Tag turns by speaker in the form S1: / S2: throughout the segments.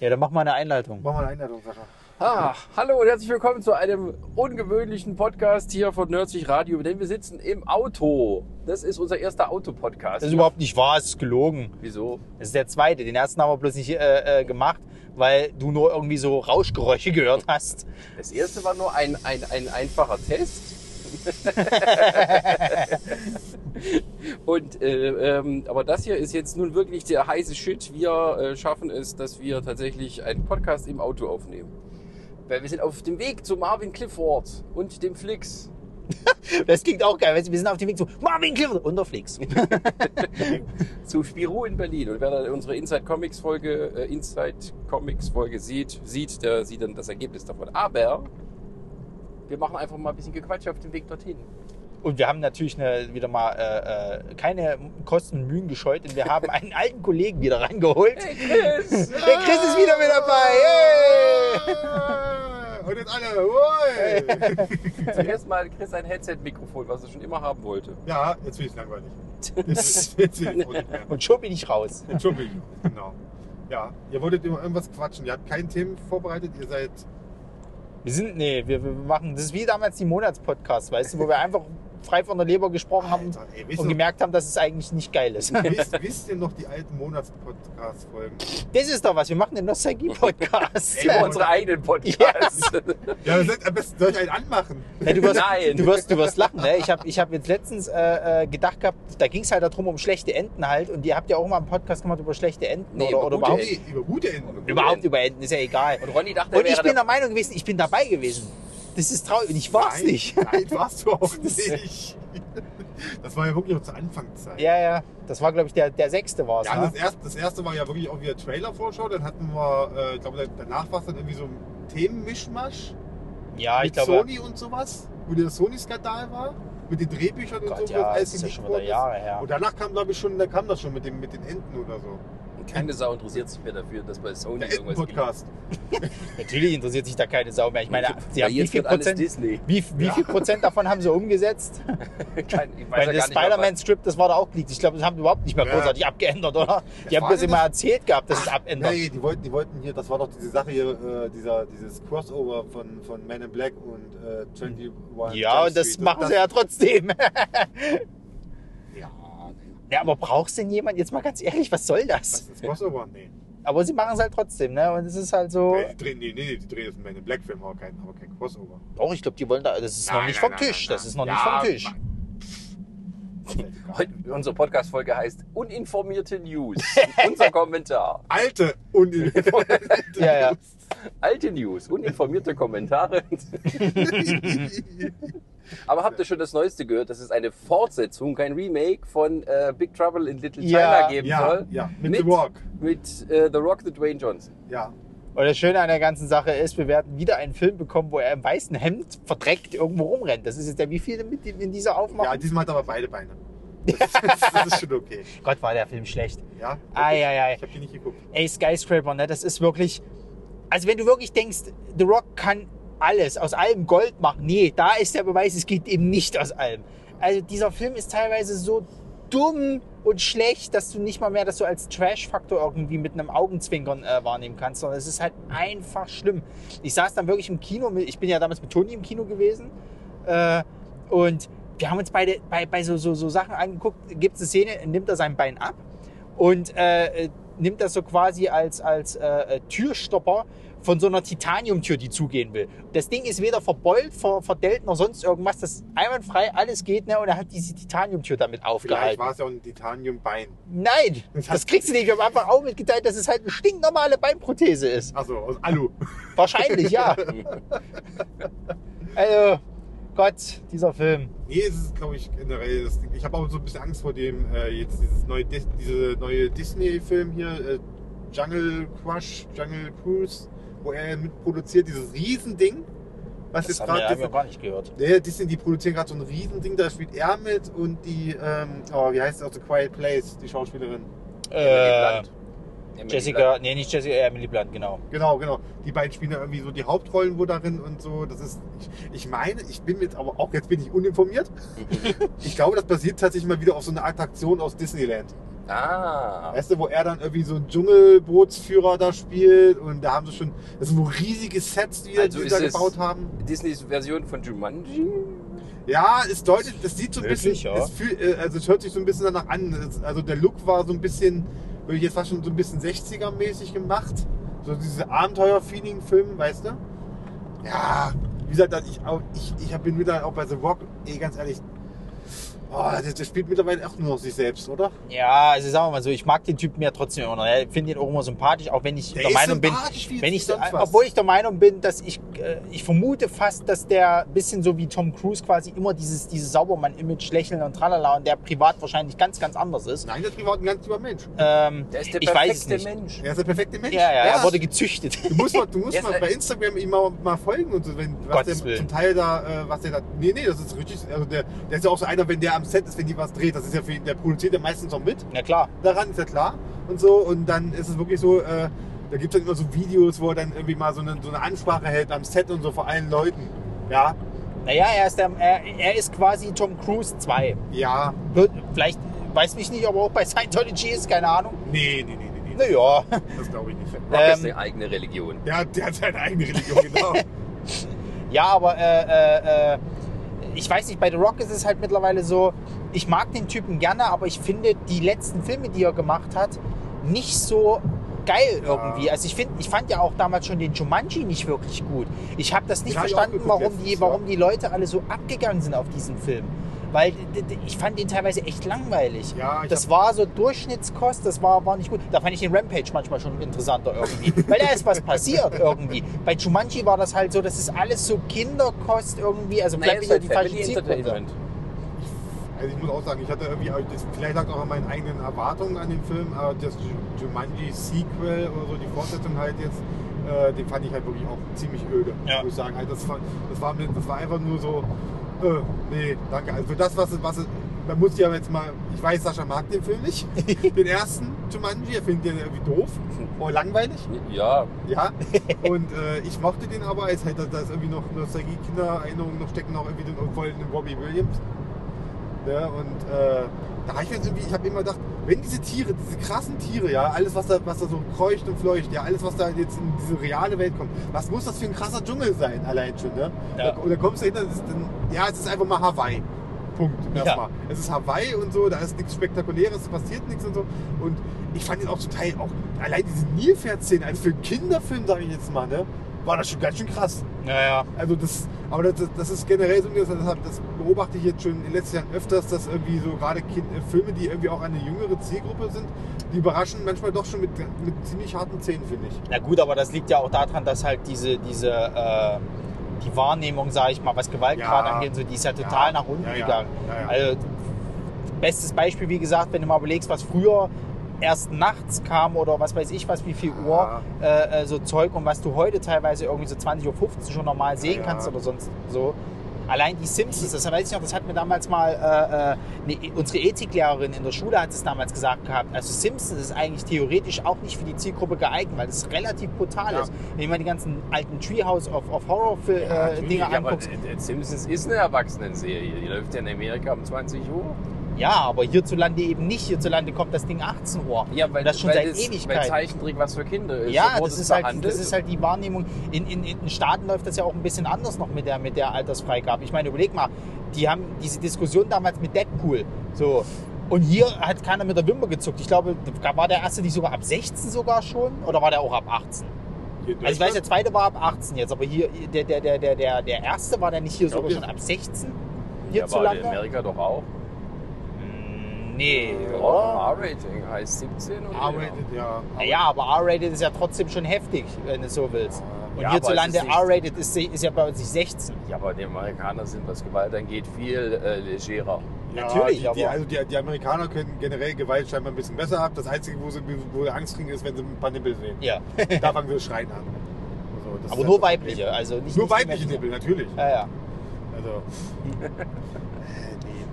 S1: Ja, dann mach mal eine Einleitung.
S2: Mach mal eine Einladung, Sascha.
S3: Ah, hallo und herzlich willkommen zu einem ungewöhnlichen Podcast hier von Nerdsich Radio, denn wir sitzen im Auto. Das ist unser erster Autopodcast.
S1: Das ist überhaupt nicht wahr, es ist gelogen.
S3: Wieso?
S1: Das ist der zweite. Den ersten haben wir bloß nicht äh, äh, gemacht, weil du nur irgendwie so Rauschgeräusche gehört hast.
S3: Das erste war nur ein, ein, ein einfacher Test. und äh, ähm, aber das hier ist jetzt nun wirklich der heiße Shit. Wir äh, schaffen es, dass wir tatsächlich einen Podcast im Auto aufnehmen. Weil wir sind auf dem Weg zu Marvin Clifford und dem Flix.
S1: Das klingt auch geil. weißt du, Wir sind auf dem Weg zu Marvin Clifford und der Flix.
S3: zu Spirou in Berlin. Und wer dann unsere Inside Comics Folge, äh, Inside Comics Folge sieht, sieht, der sieht dann das Ergebnis davon. Aber wir machen einfach mal ein bisschen Gequatsch auf dem Weg dorthin.
S1: Und wir haben natürlich eine, wieder mal äh, äh, keine Kosten und Mühen gescheut, denn wir haben einen alten Kollegen wieder reingeholt.
S3: Chris!
S1: Der Chris ist wieder mit dabei.
S2: Und jetzt alle, oi.
S3: Zuerst mal Chris ein Headset-Mikrofon, was er schon immer haben wollte.
S2: Ja, jetzt bin ich langweilig. Jetzt will ich auch nicht mehr.
S1: Hey. Und schub ihn nicht raus.
S2: Entschuldigung, genau. Ja, ihr wolltet über irgendwas quatschen. Ihr habt kein Thema vorbereitet. Ihr seid,
S1: Wir sind, nee, wir, wir machen, das ist wie damals die Monatspodcasts, weißt du, wo wir einfach frei von der Leber gesprochen haben
S2: Alter, ey,
S1: und
S2: wisst, ihr,
S1: gemerkt haben, dass es eigentlich nicht geil ist.
S2: wisst, wisst ihr noch die alten Monatspodcast-Folgen?
S1: Das ist doch was, wir machen den Nostalgie-Podcast.
S3: Über unsere eigenen Podcasts.
S2: Ja, ihr seid am besten soll ich einen anmachen.
S1: Ja, du, wirst,
S3: Nein.
S1: du, wirst, du wirst lachen, ne? Ich habe ich hab jetzt letztens äh, äh, gedacht gehabt, da ging es halt darum, um schlechte Enten halt. Und ihr habt ja auch mal einen Podcast gemacht über schlechte Enten
S3: Nee,
S1: oder,
S3: über
S1: oder
S3: gute
S1: überhaupt,
S2: Nee, über gute Enden.
S1: überhaupt über Enten, ist ja egal.
S3: Und Ronny dachte, er
S1: Und ich
S3: wäre
S1: bin der
S3: der-
S1: Meinung gewesen, ich bin dabei gewesen. Das ist traurig und ich war's
S2: Nein,
S1: nicht.
S2: Nein, warst du auch
S1: Das-
S2: nicht. Das war ja wirklich noch zur Anfangszeit.
S1: Ja, ja, das war, glaube ich, der, der sechste war's.
S2: Ja,
S1: ne?
S2: das erste, das erste war ja wirklich auch wieder Trailer-Vorschau. Dann hatten wir, äh, ich glaube, danach war es dann irgendwie so ein Themenmischmasch
S1: ja ich
S2: mit
S1: glaube,
S2: Sony und sowas, wo der Sony-Skandal war, mit den Drehbüchern und
S1: Gott,
S2: so, wo
S1: ja, das ist ja
S2: geleakt
S1: schon
S2: worden
S1: wieder Jahre her.
S2: Und danach kam, glaube ich, schon, da kam das schon mit, dem, mit den Enten oder so.
S3: Keine Sau interessiert sich mehr dafür, dass bei Sony
S2: Der
S3: irgendwas
S2: Enten-Podcast.
S1: Natürlich interessiert sich da keine Sau mehr. Ich meine, sie
S3: Ja,
S1: haben wie
S3: jetzt
S1: viel
S3: wird alles
S1: Prozent,
S3: Disney.
S1: wie, wie
S2: Ja.
S1: viel Prozent davon haben sie umgesetzt?
S3: Kein, ich weiß
S1: Weil
S3: ja
S1: das
S3: gar nicht mehr,
S1: Spider-Man-Strip, das war da auch geleakt. Ich glaube, das haben die überhaupt nicht mehr
S2: Ja.
S1: großartig abgeändert, oder? Die
S2: Das
S1: haben
S2: war
S1: bloß
S2: das-
S1: immer erzählt gehabt, dass es abändert.
S2: Nee, die wollten, die wollten hier, das war doch diese Sache hier, äh, dieser, dieses Crossover von, von Man in Black und äh, 21
S1: Ja,
S2: Jump
S1: und das
S2: Street.
S1: machen sie ja trotzdem.
S2: Ja, nee,
S1: ja, aber brauchst denn jemand, jetzt mal ganz ehrlich, was soll
S2: das
S1: das?
S2: ist Crossover, nee.
S1: Aber sie machen es halt trotzdem, ne? Und es ist halt so.
S2: Nee, die drehen, nee, nee, die drehen jetzt einen Man in Black-Film, aber kein, aber kein Crossover.
S1: Doch, ich glaube, die wollen da. Das ist noch
S2: Nein,
S1: nicht
S2: nein,
S1: vom
S2: nein,
S1: Tisch.
S2: nein,
S1: Das
S2: nein.
S1: ist noch
S2: Ja,
S1: nicht vom Tisch.
S3: Heute, unsere Podcast-Folge heißt Uninformierte News. Unser Kommentar.
S2: Alte und
S1: Ja, ja.
S3: Alte News, uninformierte Kommentare. Aber habt ihr schon das Neueste gehört, dass es eine Fortsetzung, kein Remake von äh, Big Trouble in Little China
S1: Ja,
S3: geben
S2: ja,
S3: soll?
S2: ja, mit,
S3: Mit-
S2: The Rock.
S3: Mit äh, The Rock, The Dwayne Johnson.
S2: Ja.
S1: Und das Schöne an der ganzen Sache ist, wir werden wieder einen Film bekommen, wo er im weißen Hemd verdreckt irgendwo rumrennt. Das ist jetzt der, wie viele mit dem- in dieser
S2: ja,
S1: Aufmachung?
S2: diesmal hat er aber beide Beine. Das, ist- das ist schon okay.
S1: Gott, war der Film schlecht.
S2: Ja,
S1: Ei, ei, ei.
S2: Ich habe die nicht geguckt.
S1: Ey, Skyscraper, ne? Das ist wirklich. Also, wenn du wirklich denkst, The Rock kann alles, aus allem Gold machen. Nee, da ist der Beweis, es geht eben nicht aus allem. Also, dieser Film ist teilweise so dumm und schlecht, dass du nicht mal mehr das so als Trash-Faktor irgendwie mit einem Augenzwinkern äh, wahrnehmen kannst, sondern es ist halt einfach schlimm. Ich saß dann wirklich im Kino, mit, ich bin ja damals mit Toni im Kino gewesen äh, und wir haben uns beide bei, bei so, so, so Sachen angeguckt, gibt es eine Szene, nimmt er sein Bein ab und äh, äh, nimmt das so quasi als, als äh, äh, Türstopper von so einer Titaniumtür, die zugehen will. Das Ding ist weder verbeult, ver, verdellt noch sonst irgendwas. Das ist einwandfrei, alles geht, ne? Und er hat diese Titaniumtür damit
S2: Vielleicht
S1: aufgehalten.
S2: war es ja auch ein Titaniumbein.
S1: Nein, das kriegst du nicht. Wir haben einfach auch mitgeteilt, dass es halt eine stinknormale Beinprothese ist.
S2: Also aus Alu.
S1: Wahrscheinlich, ja. Also, Gott, dieser Film.
S2: Nee, es ist, glaube ich, generell. Das, ich habe auch so ein bisschen Angst vor dem äh, jetzt dieses neue, Dis diese neue Disney-Film hier, äh, Jungle Crush, Jungle Cruise, wo er mitproduziert, dieses Riesending. Was jetzt gerade Disney,
S1: gar nicht gehört.
S2: nee, Disney, die produzieren gerade so ein Riesending, da spielt er mit und die, ähm, oh, wie heißt sie aus The Quiet Place, die Schauspielerin.
S1: Äh,
S3: Emily
S1: Jessica, nee, nicht Jessica, äh, Emily Blunt, genau.
S2: Genau, genau. Die beiden spielen da irgendwie so die Hauptrollen wo darin und so. Das ist, ich, ich meine, ich bin jetzt aber auch, jetzt bin ich uninformiert.
S3: Blunt.
S2: Ich glaube, das basiert tatsächlich mal wieder auf so einer Attraktion aus Disneyland.
S3: Ah.
S2: Weißt du, wo er dann irgendwie so einen Dschungelbootsführer da spielt und da haben sie schon, das sind wohl riesige Sets, die, die
S3: Also
S2: sie
S3: ist
S2: da
S3: es-
S2: gebaut haben.
S3: Disneys Version von Jumanji?
S2: Ja, es deutet, das sieht so ein bisschen,
S1: Wirklich, ja.
S2: es fühl, äh, also es hört sich so ein bisschen danach an. Es- Also der Look war so ein bisschen, würde ich jetzt fast schon so ein bisschen 60er-mäßig gemacht. So dieses Abenteuer-Feeling-Film, weißt du? Ja, wie gesagt, dass ich, auch, ich, ich hab- bin mittlerweile auch bei The Rock, eh ganz ehrlich, oh, der, der spielt mittlerweile auch nur noch sich selbst, oder?
S1: Ja, also sagen wir mal so, ich mag den Typen ja trotzdem immer noch. Ich finde ihn auch immer sympathisch, auch wenn ich der, Meinung bin,
S2: sympathisch, wie
S1: wenn ich,
S2: jetzt sonst was.
S1: obwohl ich der Meinung bin, dass ich, äh, ich vermute fast, dass der ein bisschen so wie Tom Cruise quasi immer dieses, dieses Saubermann-Image, Lächeln und Tralala und der privat wahrscheinlich ganz, ganz anders ist.
S2: Nein, der ist privat ein ganz lieber Mensch.
S1: Ähm,
S3: Der ist der
S1: Ich weiß es
S3: perfekte
S1: nicht. Ähm,
S3: Mensch.
S2: Er ist der perfekte Mensch.
S1: ja, ja, er wurde gezüchtet.
S2: Du musst mal, du musst
S3: Jetzt,
S2: mal
S3: äh,
S2: bei Instagram ihm mal, mal folgen und so, wenn, was
S1: Gottes
S2: der
S1: Willen.
S2: zum Teil da, äh, was der da. Nee, nee, das ist richtig. Also der, der ist ja auch so einer, wenn der am Set ist, wenn die was dreht, das ist ja für ihn, der produziert ja meistens auch mit
S1: Na klar.
S2: daran, ist ja klar. Und so, und dann ist es wirklich so, äh, da gibt es dann immer so Videos, wo er dann irgendwie mal so eine, so eine Ansprache hält am Set und so vor allen Leuten. Ja,
S1: Naja, er ist, der, er, er ist quasi Tom Cruise 2.
S2: ja,
S1: Wird- Vielleicht, weiß mich nicht, aber auch bei Scientology ist, keine Ahnung.
S2: nee, nee, nee, nee, nee
S1: Naja.
S2: das glaube ich nicht.
S3: Rock
S1: Ähm,
S3: ist eine eigene Religion.
S2: Der hat, der hat seine eigene Religion, genau.
S1: Ja, aber äh, äh, äh, ich weiß nicht, bei The Rock ist es halt mittlerweile so, ich mag den Typen gerne, aber ich finde die letzten Filme, die er gemacht hat, nicht so geil irgendwie. Also ich finde, ich fand ja auch damals schon den Jumanji nicht wirklich gut. Ich habe das nicht
S2: Den hab ich auch
S1: verstanden,
S2: geguckt
S1: warum
S2: letztens,
S1: die,
S2: ja.
S1: warum die Leute alle so abgegangen sind auf diesen Film. Weil d- d- ich fand den teilweise echt langweilig.
S2: Ja, ich
S1: das war so Durchschnittskost, das war, war nicht gut. Da fand ich den Rampage manchmal schon interessanter irgendwie. weil da ist was passiert irgendwie. Bei Jumanji war das halt so, das ist alles so Kinderkost irgendwie. Also
S3: Naja,
S1: vielleicht
S3: ist
S1: bin
S3: halt
S1: ich ja die
S3: Family
S1: falsche Zielgruppe.
S3: Entertainment.
S2: Also ich muss auch sagen, ich hatte irgendwie, aber das- vielleicht lag auch an meinen eigenen Erwartungen an den Film, aber das Ju- Jumanji-Sequel oder so, die Fortsetzung halt jetzt, äh, den fand ich halt wirklich auch ziemlich öde,
S1: Ja.
S2: muss ich sagen. Also das, war, das, war, mir- das war einfach nur so, äh, nee, danke. Also für das, was, es- was es- man muss ja jetzt mal, ich weiß, Sascha mag den Film nicht, den ersten Jumanji, er findet den irgendwie doof oder langweilig.
S3: Ja,
S2: Ja, und äh, ich mochte den aber, als hätte da ist irgendwie noch Nostalgie, Kindererinnerungen noch stecken, noch irgendwie den goldenen Robbie Williams. Ja, und äh, da habe ich mir jetzt irgendwie, ich habe immer gedacht, wenn diese Tiere, diese krassen Tiere, ja, alles was da, was da so kreucht und fleucht, ja, alles was da jetzt in diese reale Welt kommt, was muss das für ein krasser Dschungel sein, allein schon, ne?
S1: Ja.
S2: Und dann kommst du dahinter, das ist dann, ja, es ist einfach mal Hawaii. Punkt. Erstmal. Es ist Hawaii und so, da ist nichts Spektakuläres, es passiert nichts und so. Und ich fand ihn auch zum Teil auch, allein diese Nilpferd-Szene, also für einen Kinderfilm, sage ich jetzt mal, ne, war das schon ganz schön krass.
S1: Naja.
S2: Also das, aber das, das- das ist generell so, das, hab- das beobachte ich jetzt schon in den letzten Jahren öfters, dass irgendwie so gerade kind, äh, Filme, die irgendwie auch eine jüngere Zielgruppe sind, die überraschen manchmal doch schon mit, mit ziemlich harten Zähnen, finde ich.
S1: Na gut, aber das liegt ja auch daran, dass halt diese, diese äh, die Wahrnehmung, sage ich mal, was Gewaltgrad
S2: Ja.
S1: angeht, und so, die ist ja total nach unten
S2: ja, ja,
S1: gegangen.
S2: ja, ja.
S1: Also, bestes Beispiel, wie gesagt, wenn du mal überlegst, was früher erst nachts kam oder was weiß ich was, wie viel Uhr, äh, äh, so Zeug und was du heute teilweise irgendwie so 20.15 Uhr schon normal sehen
S2: Ja.
S1: kannst oder sonst so. Allein die Simpsons, das weiß ich noch, das hat mir damals mal äh, äh, ne, unsere Ethiklehrerin in der Schule hat es damals gesagt gehabt. Also Simpsons ist eigentlich theoretisch auch nicht für die Zielgruppe geeignet, weil es relativ brutal
S2: Ja.
S1: ist. Wenn du mal die ganzen alten Treehouse of, of Horror Fil-
S2: Ja,
S1: äh,
S2: natürlich,
S1: Dinge
S3: ja aber
S1: anguckst.
S3: äh, äh, Simpsons ist eine Erwachsenenserie. Die läuft ja in Amerika um 20 Uhr.
S1: Ja, aber hierzulande eben nicht. Hierzulande kommt das Ding 18 Uhr.
S3: Ja, weil
S1: Das schon
S3: weil
S1: seit
S3: das-
S1: Ewigkeiten.
S3: Weil Zeichentrick was für Kinder ist.
S1: Ja,
S3: So wurde
S1: das
S3: es
S1: ist, halt,
S3: behandelt.
S1: das ist halt die Wahrnehmung. In, in, in den Staaten läuft das ja auch ein bisschen anders noch mit der, mit der Altersfreigabe. Ich meine, überleg mal, die haben diese Diskussion damals mit Deadpool. So. Und hier hat keiner mit der Wimper gezuckt. Ich glaube, da war der erste nicht sogar ab 16 sogar schon? Oder war der auch ab 18?
S2: Hier in
S1: Also ich weiß, der
S2: Deutschland-
S1: zweite war ab 18 jetzt, aber hier, der, der, der, der, der, der erste war der nicht hier
S2: Ich glaub,
S1: sogar schon
S2: hier-
S1: ab 16?
S3: ja, war in
S1: Hierzulande?
S3: Amerika doch auch.
S1: Mm, Nee,
S3: Oh.
S1: oder?
S3: R-Rating heißt genau. 17 oder?
S2: Arbeitet, ja.
S1: Ja, aber R-rated ist ja trotzdem schon heftig, wenn du so willst. Und
S3: Ja, aber
S1: hierzulande
S3: es ist nicht-
S1: R-rated ist, ist ja bei uns nicht 16.
S3: Ja, aber die Amerikaner sind, was Gewalt angeht, viel äh, legerer.
S2: Ja,
S1: Natürlich,
S2: die, die,
S1: aber-
S2: also die, die Amerikaner können generell Gewalt scheinbar ein bisschen besser ab. Das Einzige, wo sie, wo sie Angst kriegen, ist, wenn sie ein paar Nippel sehen.
S1: Ja.
S2: Da fangen sie schreien an. Also, das ist
S1: Aber nur
S2: halt das Problem.
S1: weibliche, also nicht
S2: Nur
S1: nicht
S2: weibliche
S1: männliche.
S2: Nippel, natürlich.
S1: Ja, ja.
S2: Also. Äh, nee.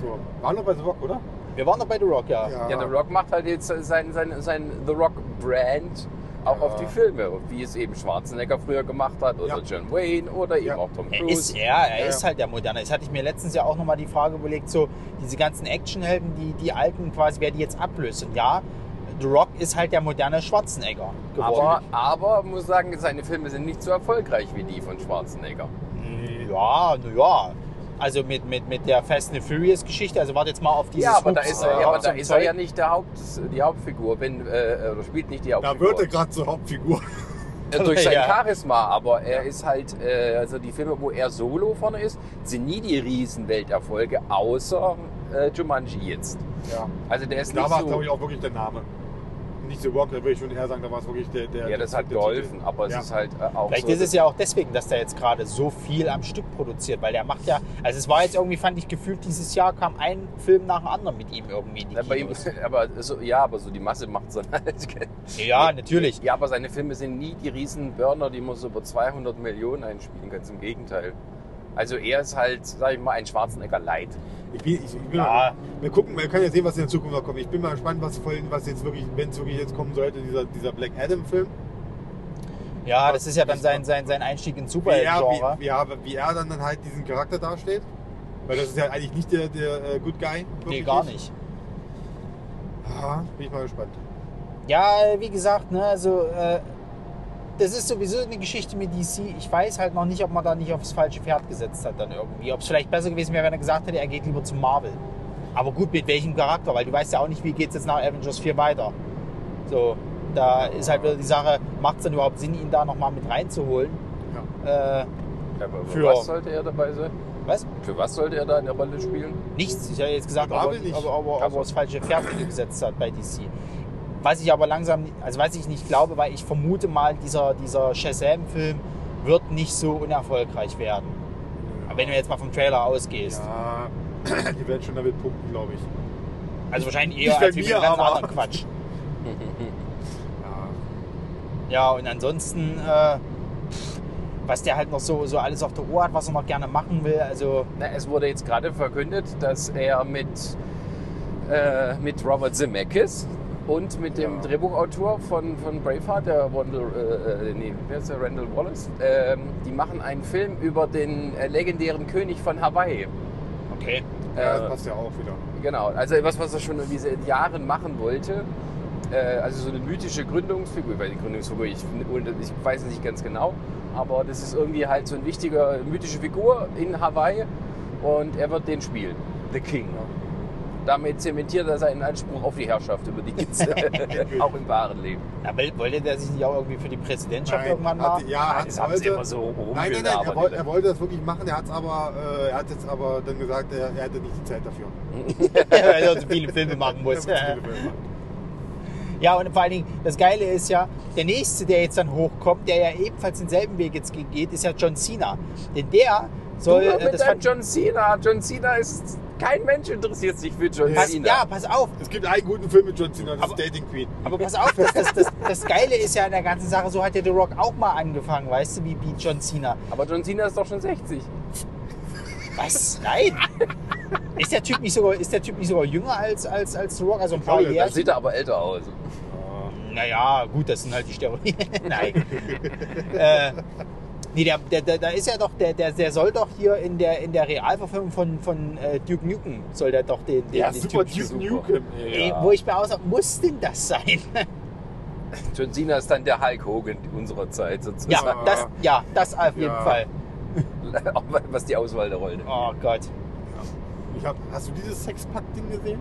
S2: So, war noch bei The Rock, oder?
S1: Wir waren noch bei The Rock, ja.
S3: Ja, The Rock macht halt jetzt sein, sein, sein The Rock Brand auch auf die Filme, wie es eben Schwarzenegger früher gemacht hat oder
S2: Ja.
S3: John Wayne oder eben
S2: Ja.
S3: auch Tom
S1: Er
S3: Cruise.
S1: ist er, er
S2: Ja,
S1: ist
S2: ja.
S1: halt der Moderne. Jetzt hatte ich mir letztens ja auch nochmal die Frage überlegt, so diese ganzen Actionhelden, die, die alten quasi, wer die jetzt ablöst. Und ja, The Rock ist halt der moderne Schwarzenegger
S3: aber,
S1: geworden.
S3: aber muss sagen, seine Filme sind nicht so erfolgreich wie die von Schwarzenegger.
S1: ja, na ja. Also mit, mit, mit der Fast and Furious Geschichte, also warte jetzt mal auf dieses
S3: ja, aber da
S1: Hups,
S3: ist er,
S1: äh,
S3: ja, aber da
S1: zum
S3: ist er
S1: Zeug.
S3: ja nicht der Haupt, die Hauptfigur, wenn äh, oder spielt nicht die
S2: Da
S3: Hauptfigur.
S2: wird er gerade zur Hauptfigur.
S3: Äh, durch sein
S1: Ja.
S3: Charisma, aber er ist halt, äh, also die Filme, wo er solo vorne ist, sind nie die riesen Welterfolge, außer äh, Jumanji jetzt.
S2: Ja.
S3: Also der ist
S2: Da
S3: nicht
S2: war es,
S3: so...
S2: glaube ich, auch wirklich der Name. Nicht The Rock, da würde ich schon eher sagen, da war es wirklich der, der.
S3: ja, das hat
S2: der
S3: geholfen, aber es
S2: Ja.
S3: ist halt äh, auch
S1: Vielleicht
S3: so...
S1: ist es ja auch deswegen, dass der jetzt gerade so viel am Stück produziert, weil der macht ja, also es war jetzt irgendwie, fand ich gefühlt, dieses Jahr kam ein Film nach dem anderen mit ihm irgendwie in die
S3: Ja, bei ihm,
S1: Kinos.
S3: aber so, ja, aber so die Masse macht es dann halt.
S1: Ja, natürlich.
S3: Ja, aber seine Filme sind nie die riesen Burner, die man so über 200 Millionen einspielen kann. Im Gegenteil. Also er ist halt, sag ich mal, ein Schwarzenegger Light.
S2: Titel. Ich bin, ich, ich bin
S1: Ja.
S2: mal, wir gucken, wir können ja sehen, was in der Zukunft noch kommt. Ich bin mal gespannt, was, vorhin- was jetzt wirklich, wenn es wirklich jetzt kommen sollte, dieser, dieser Black Adam-Film.
S1: Ja, das ist ja dann sein, sein, sein Einstieg ins
S2: Wie er,
S1: Superhelden-Genre.
S2: wie, wie, er- wie er dann, dann halt diesen Charakter darstellt. Weil das ist ja eigentlich nicht der, der äh, Good Guy.
S1: Nee,
S2: wirklich
S1: gar nicht.
S2: Ah, bin ich mal gespannt.
S1: Ja, wie gesagt, ne, also äh, das ist sowieso eine Geschichte mit DC. Ich weiß halt noch nicht, ob man da nicht aufs falsche Pferd gesetzt hat dann irgendwie. Ob es vielleicht besser gewesen wäre, wenn er gesagt hätte, er geht lieber zu Marvel. Aber gut, mit welchem Charakter? Weil du weißt ja auch nicht, wie geht's jetzt nach Avengers 4 weiter. So, da ist halt wieder die Sache, macht es dann überhaupt Sinn, ihn da nochmal mit reinzuholen? Äh,
S3: Aber
S1: Für-
S3: für was sollte er dabei sein?
S1: was?
S3: Für was sollte er da in der Rolle spielen?
S1: Nichts. Ich habe jetzt gesagt, ob
S2: Marvel
S1: er,
S2: nicht.
S1: ob, er- ob, er- ob er das falsche Pferd gesetzt hat bei DC. Was ich aber langsam, also was ich nicht glaube, weil ich vermute mal, dieser, dieser Shazam-Film wird nicht so unerfolgreich werden. Aber wenn du jetzt mal vom Trailer ausgehst.
S2: Ja, die werden schon damit punkten, glaube ich.
S1: Also wahrscheinlich
S2: Nicht
S1: eher
S2: bei
S1: als wie mit
S2: mir,
S1: einem ganz
S2: aber-
S1: anderen Quatsch.
S2: Ja.
S1: Ja, und ansonsten, äh, pff, was der halt noch so, so alles auf der Uhr hat, was er noch gerne machen will, also
S3: Na, es wurde jetzt gerade verkündet, dass er mit, äh, mit Robert Zemeckis und mit dem
S2: Ja.
S3: Drehbuchautor von, von Braveheart, der Randall, äh, äh, nee, wer ist der Randall Wallace, ähm, die machen einen Film über den äh, legendären König von Hawaii.
S1: okay.
S2: Ja,
S3: Äh,
S2: das passt ja auch wieder.
S3: Genau, also etwas, was er schon irgendwie seit Jahren machen wollte. Äh, Also so eine mythische Gründungsfigur, weil die Gründungsfigur, ich, ich weiß es nicht ganz genau, aber das ist irgendwie halt so ein wichtiger mythische Figur in Hawaii und er wird den spielen, The King. ne? Damit zementiert er seinen Anspruch auf die Herrschaft über die Insel, auch im wahren Leben.
S1: Na, will- wollte der sich nicht auch irgendwie für die Präsidentschaft irgendwann mal?
S2: hat, ja, hat
S3: Ah, das haben sie
S2: wollte-
S3: immer so
S2: Ah, Nein, nein, nein, er,
S3: rumgelabert.
S2: wollte, er wollte das wirklich machen, er hat aber, äh, er hat jetzt aber dann gesagt, er, er hätte nicht die Zeit dafür.
S1: weil er so viele Filme machen muss.
S2: Er wird zu viele Filme machen.
S1: Ja, und vor allen Dingen, das Geile ist ja, der nächste, der jetzt dann hochkommt, der ja ebenfalls denselben Weg jetzt ge- geht, ist ja John Cena. Denn der soll.
S3: Du,
S1: äh,
S3: mit deinem
S1: fand-
S3: John Cena. John Cena ist... Kein Mensch interessiert sich für John
S1: pass,
S3: Cena.
S1: ja, pass auf.
S2: Es gibt einen guten Film mit John Cena, das
S1: Aber-
S2: ist Dating Queen.
S1: Aber pass auf, das, das, das, das Geile ist ja an der ganzen Sache, so hat ja The Rock auch mal angefangen, weißt du, wie, wie John Cena.
S3: Aber John Cena ist doch schon 60.
S1: Was? Nein! Ist der Typ nicht sogar, ist der typ nicht sogar jünger als, als, als The Rock? Also ein paar
S2: glaube, das
S1: Jahre?
S3: Da sieht er aber älter aus.
S1: Naja, gut, das sind halt die Steroide. Nein. äh, nee, der, der, der, der ist ja doch, der, der, der soll doch hier in der, in der Realverfilmung von, von äh, Duke Nukem, soll der doch den, den, den
S2: super
S1: Typ
S2: Duke
S1: spielen.
S2: Nukem.
S1: Ey,
S2: ey.
S1: Wo ich mir aussage, muss denn das sein?
S3: John Cena ist dann der Hulk Hogan unserer Zeit
S1: ja,
S3: sozusagen.
S1: das, ja, das auf jeden
S2: Ja.
S1: Fall.
S3: Auch Was die Auswahl der Rollen.
S1: Oh Gott.
S2: Ich hab, hast du dieses Sexpack-Ding gesehen?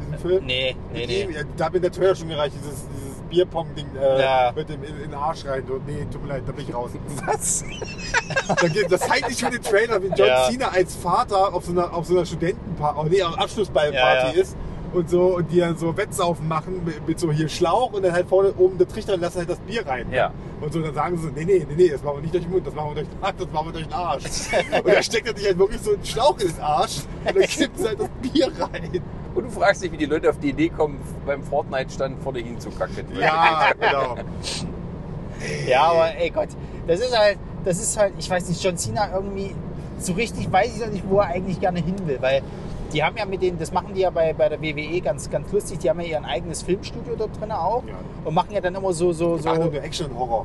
S2: Diesen Film?
S1: Nee, nee,
S2: Mit ihm?
S1: nee.
S2: Ja, da hat mir der Trailer schon gereicht, dieses, dieses Bierpong-Ding äh,
S1: Ja.
S2: mit dem in, in den Arsch rein. Und, nee, tut mir leid, da bin ich raus.
S3: Was?
S2: Da geht- Das zeigt nicht schon den Trailer, wie John
S1: Ja.
S2: Cena als Vater auf so einer, auf so einer Studentenparty, oh nee, auf Abschlussballparty
S1: Ja, ja.
S2: ist und so und die dann so Wettsaufen machen mit, mit so hier Schlauch und dann halt vorne oben der Trichter und lassen halt das Bier rein.
S3: Ja.
S2: Und so dann sagen sie so, nee, nee, nee, nee, das machen wir nicht durch den Mund, das machen wir durch den Arsch, das machen wir durch den Arsch. und da steckt er sich halt wirklich so ein Schlauch in den Arsch und dann kippt sie halt das Bier rein.
S3: Und du fragst dich, wie die Leute auf die Idee kommen, beim Fortnite-Stand vorne hinzukacken.
S2: Ja, genau.
S1: Ja, aber ey Gott, das ist halt, das ist halt, ich weiß nicht, John Cena irgendwie so richtig weiß ich noch nicht, wo er eigentlich gerne hin will, weil Die haben ja mit denen, das machen die ja bei, bei der WWE ganz, ganz lustig, die haben ja ihr eigenes Filmstudio dort drin auch
S2: Ja.
S1: und machen ja dann immer so, so, so.
S2: So. Ach, nur Action und Horror.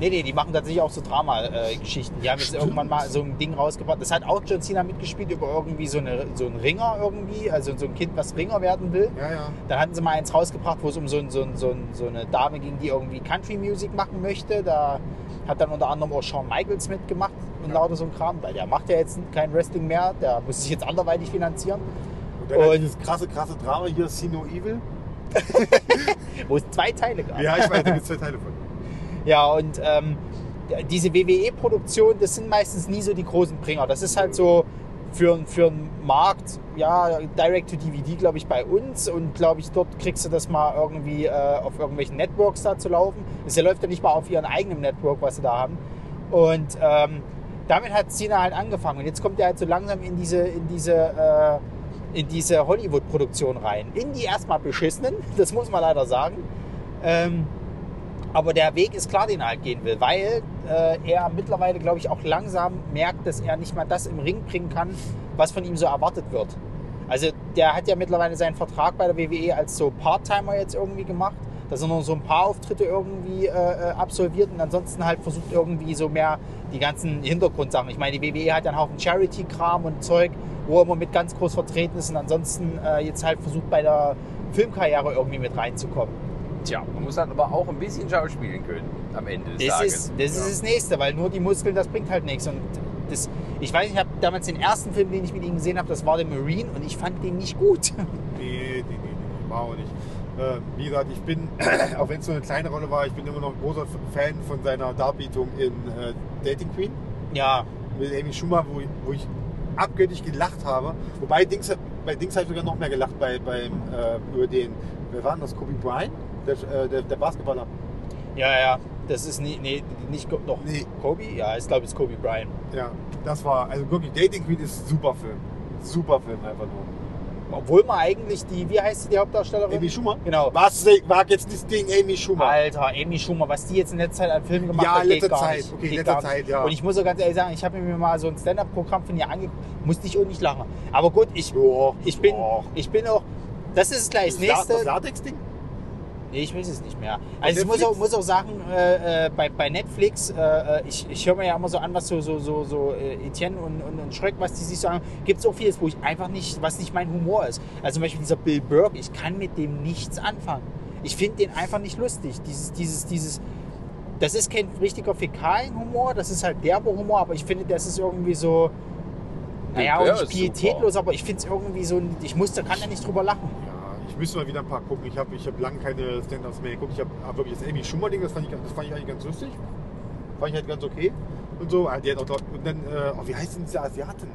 S1: Nee, nee, die machen tatsächlich auch so Drama-Geschichten. Die haben jetzt
S2: Stimmt.
S1: irgendwann mal so ein Ding rausgebracht. Das hat auch John Cena mitgespielt über irgendwie so, eine, so einen Ringer irgendwie, also so ein Kind, was Ringer werden will.
S2: Ja, ja.
S1: Dann hatten sie mal eins rausgebracht, wo es um so, ein, so, ein, so, ein, so eine Dame ging, die irgendwie Country Music machen möchte. Da hat dann unter anderem auch Shawn Michaels mitgemacht und lauter so ein Kram, weil der macht ja jetzt kein Wrestling mehr, der muss sich jetzt anderweitig finanzieren.
S2: Und dann
S1: Und-
S2: hat dieses krasse, krasse Drama hier, See No Evil.
S1: Wo es zwei Teile gab.
S2: Ja, ich weiß, da gibt zwei Teile von.
S1: Ja, und ähm, diese WWE-Produktion, das sind meistens nie so die großen Bringer. Das ist halt so für, für einen Markt, ja, Direct-to-DVD, glaube ich, bei uns. Und glaube ich, dort kriegst du das mal irgendwie äh, auf irgendwelchen Networks da zu laufen. Das läuft ja nicht mal auf ihren eigenen Network, was sie da haben. Und ähm, damit hat Cena halt angefangen. Und jetzt kommt er halt so langsam in diese, in diese, äh, in diese Hollywood-Produktion rein. In die erstmal beschissenen, das muss man leider sagen. Ähm, aber der Weg ist klar, den er halt gehen will, weil äh, er mittlerweile, glaube ich, auch langsam merkt, dass er nicht mal das im Ring bringen kann, was von ihm so erwartet wird. Also der hat ja mittlerweile seinen Vertrag bei der WWE als so Part-Timer jetzt irgendwie gemacht, dass er nur so ein paar Auftritte irgendwie äh, äh, absolviert und ansonsten halt versucht irgendwie so mehr die ganzen Hintergrundsachen. Ich meine, die WWE hat ja einen Haufen Charity-Kram und Zeug, wo er immer mit ganz groß vertreten ist und ansonsten äh, jetzt halt versucht bei der Filmkarriere irgendwie mit reinzukommen.
S3: Tja, man muss dann aber auch ein bisschen schauspielen können am Ende des
S1: Das
S3: Tages.
S1: ist, das ist das Nächste, weil nur die Muskeln, das bringt halt nichts. Und das, ich weiß, ich habe damals den ersten Film, den ich mit ihm gesehen habe, das war der Marine und ich fand den nicht gut.
S2: Nee, nee, nee, nee, war auch nicht. Äh, wie gesagt, ich bin, auch wenn es nur eine kleine Rolle war, ich bin immer noch ein großer Fan von seiner Darbietung in äh, Dating Queen
S1: Ja,
S2: mit Amy Schumer, wo, ich- wo ich abgöttisch gelacht habe. Wobei Dings, bei Dings habe ich sogar noch mehr gelacht bei, beim, äh, über den, wer war denn das, Kobe Bryant? Der, äh, der, der Basketballer.
S1: ja, ja. Das ist nie, nee, nicht Ko- doch
S2: Nee.
S1: Kobe? Ja, ich glaube, es ist Kobe Bryant.
S2: Ja, das war, also wirklich, Dating Queen ist ein super Film. Super Film einfach nur.
S1: Obwohl man eigentlich die, wie heißt sie, die Hauptdarstellerin?
S2: Amy Schumer?
S1: Genau.
S2: Was war jetzt nicht gegen Amy Schumer?
S1: Alter, Amy Schumer, was die jetzt in letzter Zeit an Filmen gemacht
S2: Ja,
S1: hat, geht
S2: letzter
S1: gar
S2: Zeit.
S1: nicht.
S2: Okay,
S1: geht
S2: letzter
S1: gar nicht.
S2: Zeit, ja.
S1: Und ich muss so ganz ehrlich sagen, ich habe mir mal so ein Stand-Up-Programm von ihr angeguckt, musste ich auch nicht lachen. Aber gut, ich,
S2: Joa,
S1: ich, bin,
S2: joa.
S1: ich bin auch, das ist gleich das nächste.
S2: Das Latex-Ding?
S1: Nee, ich will es nicht mehr. Also ich muss
S2: Netflix?
S1: auch, muss auch sagen, äh, äh, bei, bei Netflix, äh, äh, ich, ich höre mir ja immer so an, was so, so, so, so äh, Etienne und, und, und Schröck, was die sich sagen, gibt es auch vieles, wo ich einfach nicht, was nicht mein Humor ist. Also zum Beispiel dieser Bill Burke, ich kann mit dem nichts anfangen. Ich finde den einfach nicht lustig. Dieses, dieses, dieses, das ist kein richtiger Fäkalienhumor, das ist halt derber Humor, aber ich finde, das ist irgendwie so, naja,
S3: Burr
S1: auch nicht
S3: ist
S1: pietätlos, aber ich finde es irgendwie so, ich muss, da kann ja nicht drüber lachen.
S2: Ja, ich müsste mal wieder ein paar gucken. Ich habe ich hab lange keine Stand-Ups mehr geguckt. Ich habe hab wirklich das Amy Schumer-Ding, das, fand ich- das fand ich eigentlich ganz lustig. Fand ich halt ganz okay. Und so. Ah, Die hat auch dort, und dann, äh, oh, wie heißt denn diese Asiatin?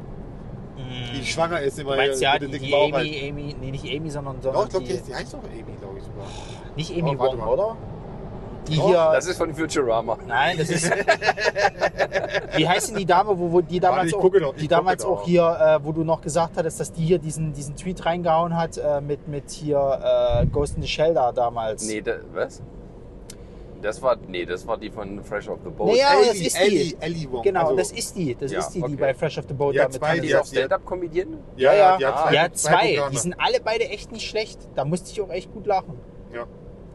S3: Mhm.
S2: Die schwanger ist immer
S1: Du Hm. meinst ja
S2: mit
S1: die,
S2: dem dicken
S1: die
S2: Bauch
S1: Amy,
S2: halt.
S1: Amy, nee, nicht Amy, sondern,
S2: Doch,
S1: sondern
S2: ich glaube,
S1: die,
S2: die, die heißt doch Amy, glaube ich sogar.
S1: nicht Amy
S2: Oh, warte
S1: Wong,
S2: mal.
S1: oder? Die
S2: Doch,
S1: hier,
S3: Das ist von Futurama.
S1: nein, das ist, wie heißt denn die Dame, wo, wo die damals
S2: ich
S1: auch,
S2: gucke doch, ich
S1: die damals
S2: gucke doch.
S1: auch hier, äh, wo du noch gesagt hattest, dass die hier diesen, diesen Tweet reingehauen hat, äh, mit, mit hier, äh, Ghost in the Shell da damals.
S3: Nee, da, was? Das war, nee, das war die von Fresh Off the Boat.
S1: Naja,
S2: Ellie,
S1: das ist die.
S2: Ellie, Ellie Wong.
S1: Genau,
S2: also,
S1: das ist die, das
S3: Ja,
S1: ist die,
S3: okay.
S1: die bei Fresh of the Boat
S2: Ja,
S1: da mit
S2: zwei,
S1: dran
S3: die
S2: ja,
S1: ist.
S3: ist auch Stand-Up-Comedian?
S2: Ja, ja, die hat
S3: ja.
S2: zwei,
S1: ja, zwei.
S2: Programme.
S1: die sind alle beide echt nicht schlecht. Da musste ich auch echt gut lachen.
S2: Ja.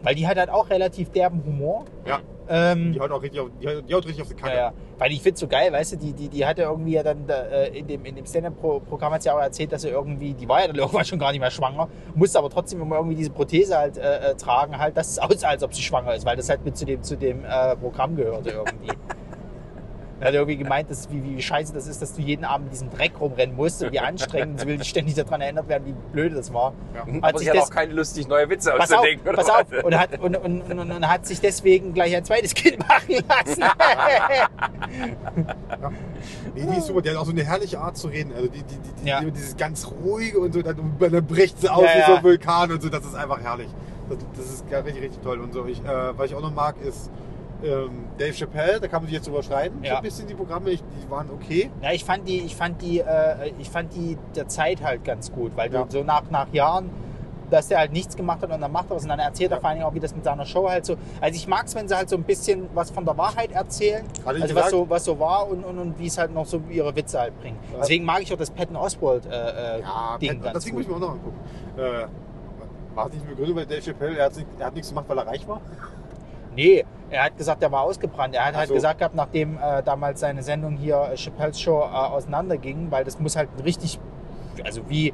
S1: Weil die hat halt auch relativ derben Humor.
S2: Ja.
S1: Ähm,
S2: Die haut auch richtig auf die, haut- die haut richtig auf die Kacke.
S1: Ja, ja. Weil ich finde so geil, weißt du, die, die, die hat ja irgendwie ja dann äh, in dem, in dem Stand-Up-Programm hat sie auch erzählt, dass sie irgendwie, die war ja dann irgendwann schon gar nicht mehr schwanger, musste aber trotzdem immer irgendwie diese Prothese halt äh, äh, tragen, halt, dass es aussah, als ob sie schwanger ist, weil das halt mit zu dem, zu dem äh, Programm gehörte irgendwie. Er hat irgendwie gemeint, dass, wie, wie scheiße das ist, dass du jeden Abend in diesem Dreck rumrennen musst und wie anstrengend sie will ständig daran erinnert werden, wie blöd das war.
S2: Ja.
S3: Aber
S1: sich
S3: sie hat
S1: das-
S3: auch keine lustig neue Witze
S1: Pass auf,
S3: auszudenken. oder
S1: pass
S3: was?
S1: auf. Und hat, und, und, und, und, und hat sich deswegen gleich ein zweites Kind machen lassen.
S2: Nee, die ist super. Die hat auch so eine herrliche Art zu reden. Also die, die, die, die,
S1: Ja.
S2: die dieses ganz ruhige und so, dann, dann bricht sie aus
S1: Ja,
S2: wie
S1: ja.
S2: so ein Vulkan und so. Das ist einfach herrlich. Das, das ist gar richtig, richtig toll. Und so, ich, äh, was ich auch noch mag, ist ähm, Dave Chappelle. Da kann man sich jetzt drüber streiten. So
S1: Ja.
S2: ein bisschen die Programme, ich, die waren okay.
S1: Ja, ich fand die, ich fand die, äh, ich fand die der Zeit halt ganz gut, weil du
S2: Ja.
S1: so nach, nach Jahren dass der halt nichts gemacht hat und dann macht er was und dann erzählt er vor allen Dingen auch, wie das mit seiner Show halt so. Also ich mag es, wenn sie halt so ein bisschen was von der Wahrheit erzählen,
S2: Hatte ich
S1: also was
S2: gesagt?
S1: so, was so war und, und, und wie es halt noch so ihre Witze halt bringen.
S2: Ja.
S1: Deswegen mag ich auch das Patton Oswald äh, äh,
S2: Ja,
S1: Ding
S2: Pat,
S1: ganz
S2: deswegen muss
S1: gut.
S2: ich mir auch noch angucken. Äh, war es nicht eine Begründung bei Dave Chappelle? Er hat, sich, er hat nichts gemacht, weil er reich war?
S1: Nee, er hat gesagt, er war ausgebrannt. Er hat
S2: Ach
S1: halt
S2: so.
S1: gesagt gehabt, nachdem äh, damals seine Sendung hier äh, Chappelle's Show äh, auseinanderging, weil das muss halt ein richtig, also wie,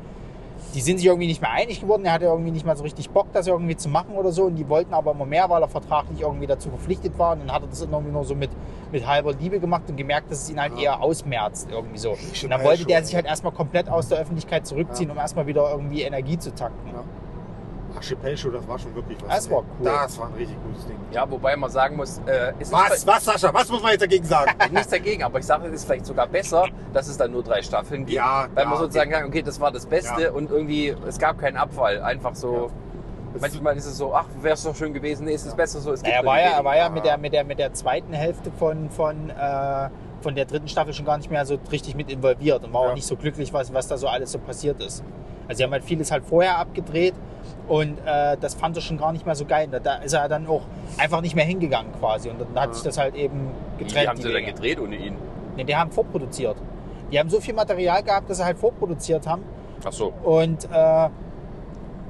S1: die sind sich irgendwie nicht mehr einig geworden. Er hatte irgendwie nicht mal so richtig Bock, das irgendwie zu machen oder so. Und die wollten aber immer mehr, weil er vertraglich irgendwie dazu verpflichtet war. Und dann hat er das irgendwie nur so mit, mit halber Liebe gemacht und gemerkt, dass es ihn halt
S2: Ja.
S1: eher ausmerzt irgendwie so. Und dann
S2: Chappelle
S1: wollte der
S2: Show.
S1: sich halt erstmal komplett aus der Öffentlichkeit zurückziehen, um erstmal wieder irgendwie Energie zu tanken.
S2: Ja. Ach, Ah, Chappelle Show, das war schon wirklich was.
S1: Das war cool.
S2: Das war ein richtig gutes Ding.
S3: Ja, wobei man sagen muss, äh, es ist
S2: Was, was, Sascha? Was muss man jetzt dagegen sagen?
S3: Ich hab nichts dagegen, aber ich sage, es ist vielleicht sogar besser, dass es dann nur drei Staffeln gibt.
S2: Ja,
S3: weil
S2: ja,
S3: man
S2: okay.
S3: sozusagen sagen, okay, das war das Beste
S2: Ja.
S3: und irgendwie, es gab keinen Abfall. Einfach so,
S2: Das ist-
S3: manchmal ist es so, ach, wäre es doch schön gewesen, nee, es ist
S2: Ja.
S3: besser so. Es
S1: Na, er war ja,
S3: irgendwie
S1: er war ja mit
S2: ja.
S1: der, mit der, mit der zweiten Hälfte von, von, äh, von der dritten Staffel schon gar nicht mehr so richtig mit involviert und war
S2: Ja.
S1: auch nicht so glücklich, was, was da so alles so passiert ist. Also sie haben halt vieles halt vorher abgedreht und äh, das fand er schon gar nicht mehr so geil. Da, da ist er dann auch einfach nicht mehr hingegangen quasi und dann hat
S2: Ja.
S1: sich das halt eben getrennt.
S3: Wie haben sie
S1: die
S3: denn
S1: Dinge.
S3: gedreht ohne ihn?
S1: Nee, die haben vorproduziert. Die haben so viel Material gehabt, dass sie halt vorproduziert haben.
S3: Ach so.
S1: Und äh,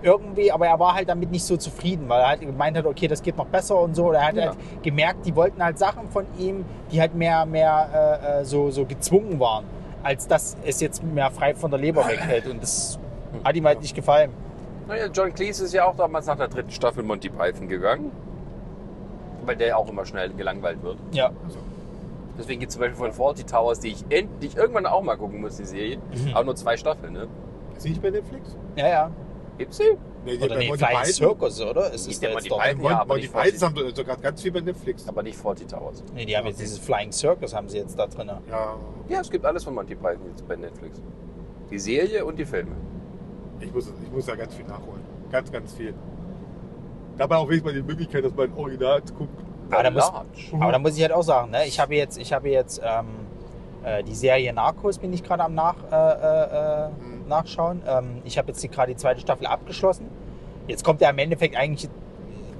S1: irgendwie, aber er war halt damit nicht so zufrieden, weil er halt gemeint hat, okay, das geht noch besser und so. Oder er hat
S3: Ja.
S1: halt gemerkt, die wollten halt Sachen von ihm, die halt mehr, mehr äh, äh, so, so gezwungen waren, als dass es jetzt mehr frei von der Leber weghält. Und das hat ihm halt nicht gefallen.
S3: Naja, John Cleese ist ja auch damals nach der dritten Staffel Monty Python gegangen. Weil der auch immer schnell gelangweilt wird.
S1: Ja.
S3: Deswegen gibt es zum Beispiel von 40 Towers, die ich endlich irgendwann auch mal gucken muss, die Serie.
S1: Hm.
S3: Aber nur zwei Staffeln, ne?
S2: Ist sie nicht bei Netflix?
S1: Ja, ja.
S3: Gibt's sie?
S2: Nee,
S1: Oder nee,
S2: Monty
S1: Flying
S2: Python.
S1: Circus, oder? Es ist
S3: Der
S1: da jetzt
S3: Monty
S1: doch.
S3: Python.
S2: Mon-
S3: Ja, aber
S2: Monty
S3: nicht
S2: Pythons haben sogar ganz viel bei Netflix.
S3: Aber nicht 40 Towers.
S1: Nee, die haben jetzt dieses Flying Circus haben sie jetzt da drin.
S2: Ja,
S3: Ja, es gibt alles von Monty Python jetzt bei Netflix. Die Serie und die Filme.
S2: ich muss, ich muss da ganz viel nachholen. Ganz, ganz viel. Dabei auch wenigstens mal die Möglichkeit, dass man Original guckt.
S1: Ah, da muss-
S3: Large.
S1: Aber da muss ich halt auch sagen, ne? ich habe jetzt, ich habe jetzt ähm, äh, die Serie Narcos, bin ich gerade am nach, äh, äh, äh,
S2: Mhm.
S1: Nachschauen. Ähm, ich habe jetzt die- gerade die zweite Staffel abgeschlossen. Jetzt kommt ja im Endeffekt eigentlich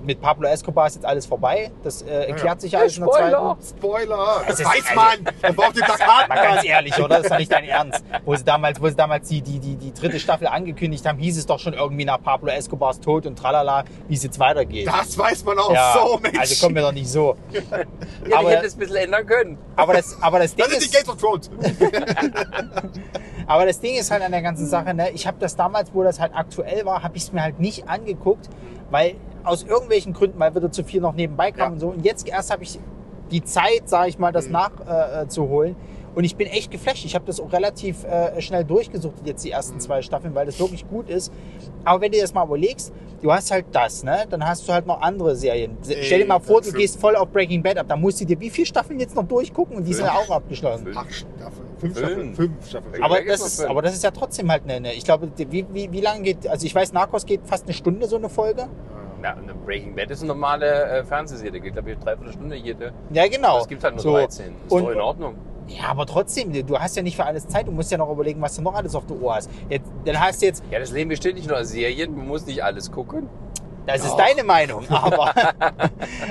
S1: mit Pablo Escobar ist jetzt alles vorbei. Das äh, erklärt sich
S3: Ja,
S1: alles in der
S3: Spoiler!
S1: zweiten.
S2: Spoiler! Das,
S1: ist- also
S2: weiß man! Man braucht den Plakaten!
S1: Mal ganz ehrlich, oder? Das ist doch nicht dein Ernst. Wo sie damals, wo sie damals die, die, die, die dritte Staffel angekündigt haben, hieß es doch schon irgendwie nach Pablo Escobars Tod und tralala, wie es jetzt weitergeht.
S2: Das weiß man auch
S1: Ja,
S2: so, Mensch!
S1: also kommen wir doch nicht so.
S3: Ja, ich
S1: aber-
S3: hätte es ein bisschen ändern können.
S1: Aber das, aber das Ding
S2: das sind Also die
S1: ist,
S2: Games of Thrones!
S1: Aber das Ding ist halt an der ganzen Sache, ne? ich habe das damals, wo das halt aktuell war, habe ich es mir halt nicht angeguckt, weil aus irgendwelchen Gründen, weil wieder zu viel noch nebenbei kam
S2: Ja.
S1: und so. Und jetzt erst habe ich die Zeit, sage ich mal, das
S2: Mhm.
S1: nachzuholen. Äh, zu holen. und ich bin echt geflasht. Ich habe das auch relativ äh, schnell durchgesucht, jetzt die ersten
S2: Mhm.
S1: zwei Staffeln, weil das wirklich gut ist. Aber wenn du dir das mal überlegst, du hast halt das, ne? Dann hast du halt noch andere Serien. Se-
S2: Ey,
S1: Stell dir mal vor,
S2: das
S1: du
S2: ist-
S1: gehst voll auf Breaking Bad ab. Da musst du dir wie viele Staffeln jetzt noch durchgucken und die sind ja auch abgeschlossen.
S2: Acht Staffeln. Fünf
S3: Film.
S2: Staffeln. Fünf Staffeln.
S1: Aber
S3: gibt's
S1: das,
S3: noch
S1: ist,
S3: Film.
S1: aber das ist ja trotzdem halt eine, eine ich glaube, die- wie, wie, wie lange geht, also ich weiß, Narcos geht fast eine Stunde so eine Folge.
S3: Na, eine Breaking Bad ist eine normale äh, Fernsehserie. Geht, glaube ich, dreiviertel Stunde jede.
S1: Ja, genau.
S3: Es gibt halt nur
S1: so.
S3: 13. Ist
S1: Und-
S3: doch in Ordnung.
S1: Ja, aber trotzdem, du hast ja nicht für alles Zeit, du musst ja noch überlegen, was du noch alles auf der Uhr hast. Jetzt, dann hast du jetzt,
S3: Ja, das Leben besteht nicht nur aus Serien. Man muss nicht alles gucken.
S1: das ist
S3: Doch.
S1: deine Meinung, aber,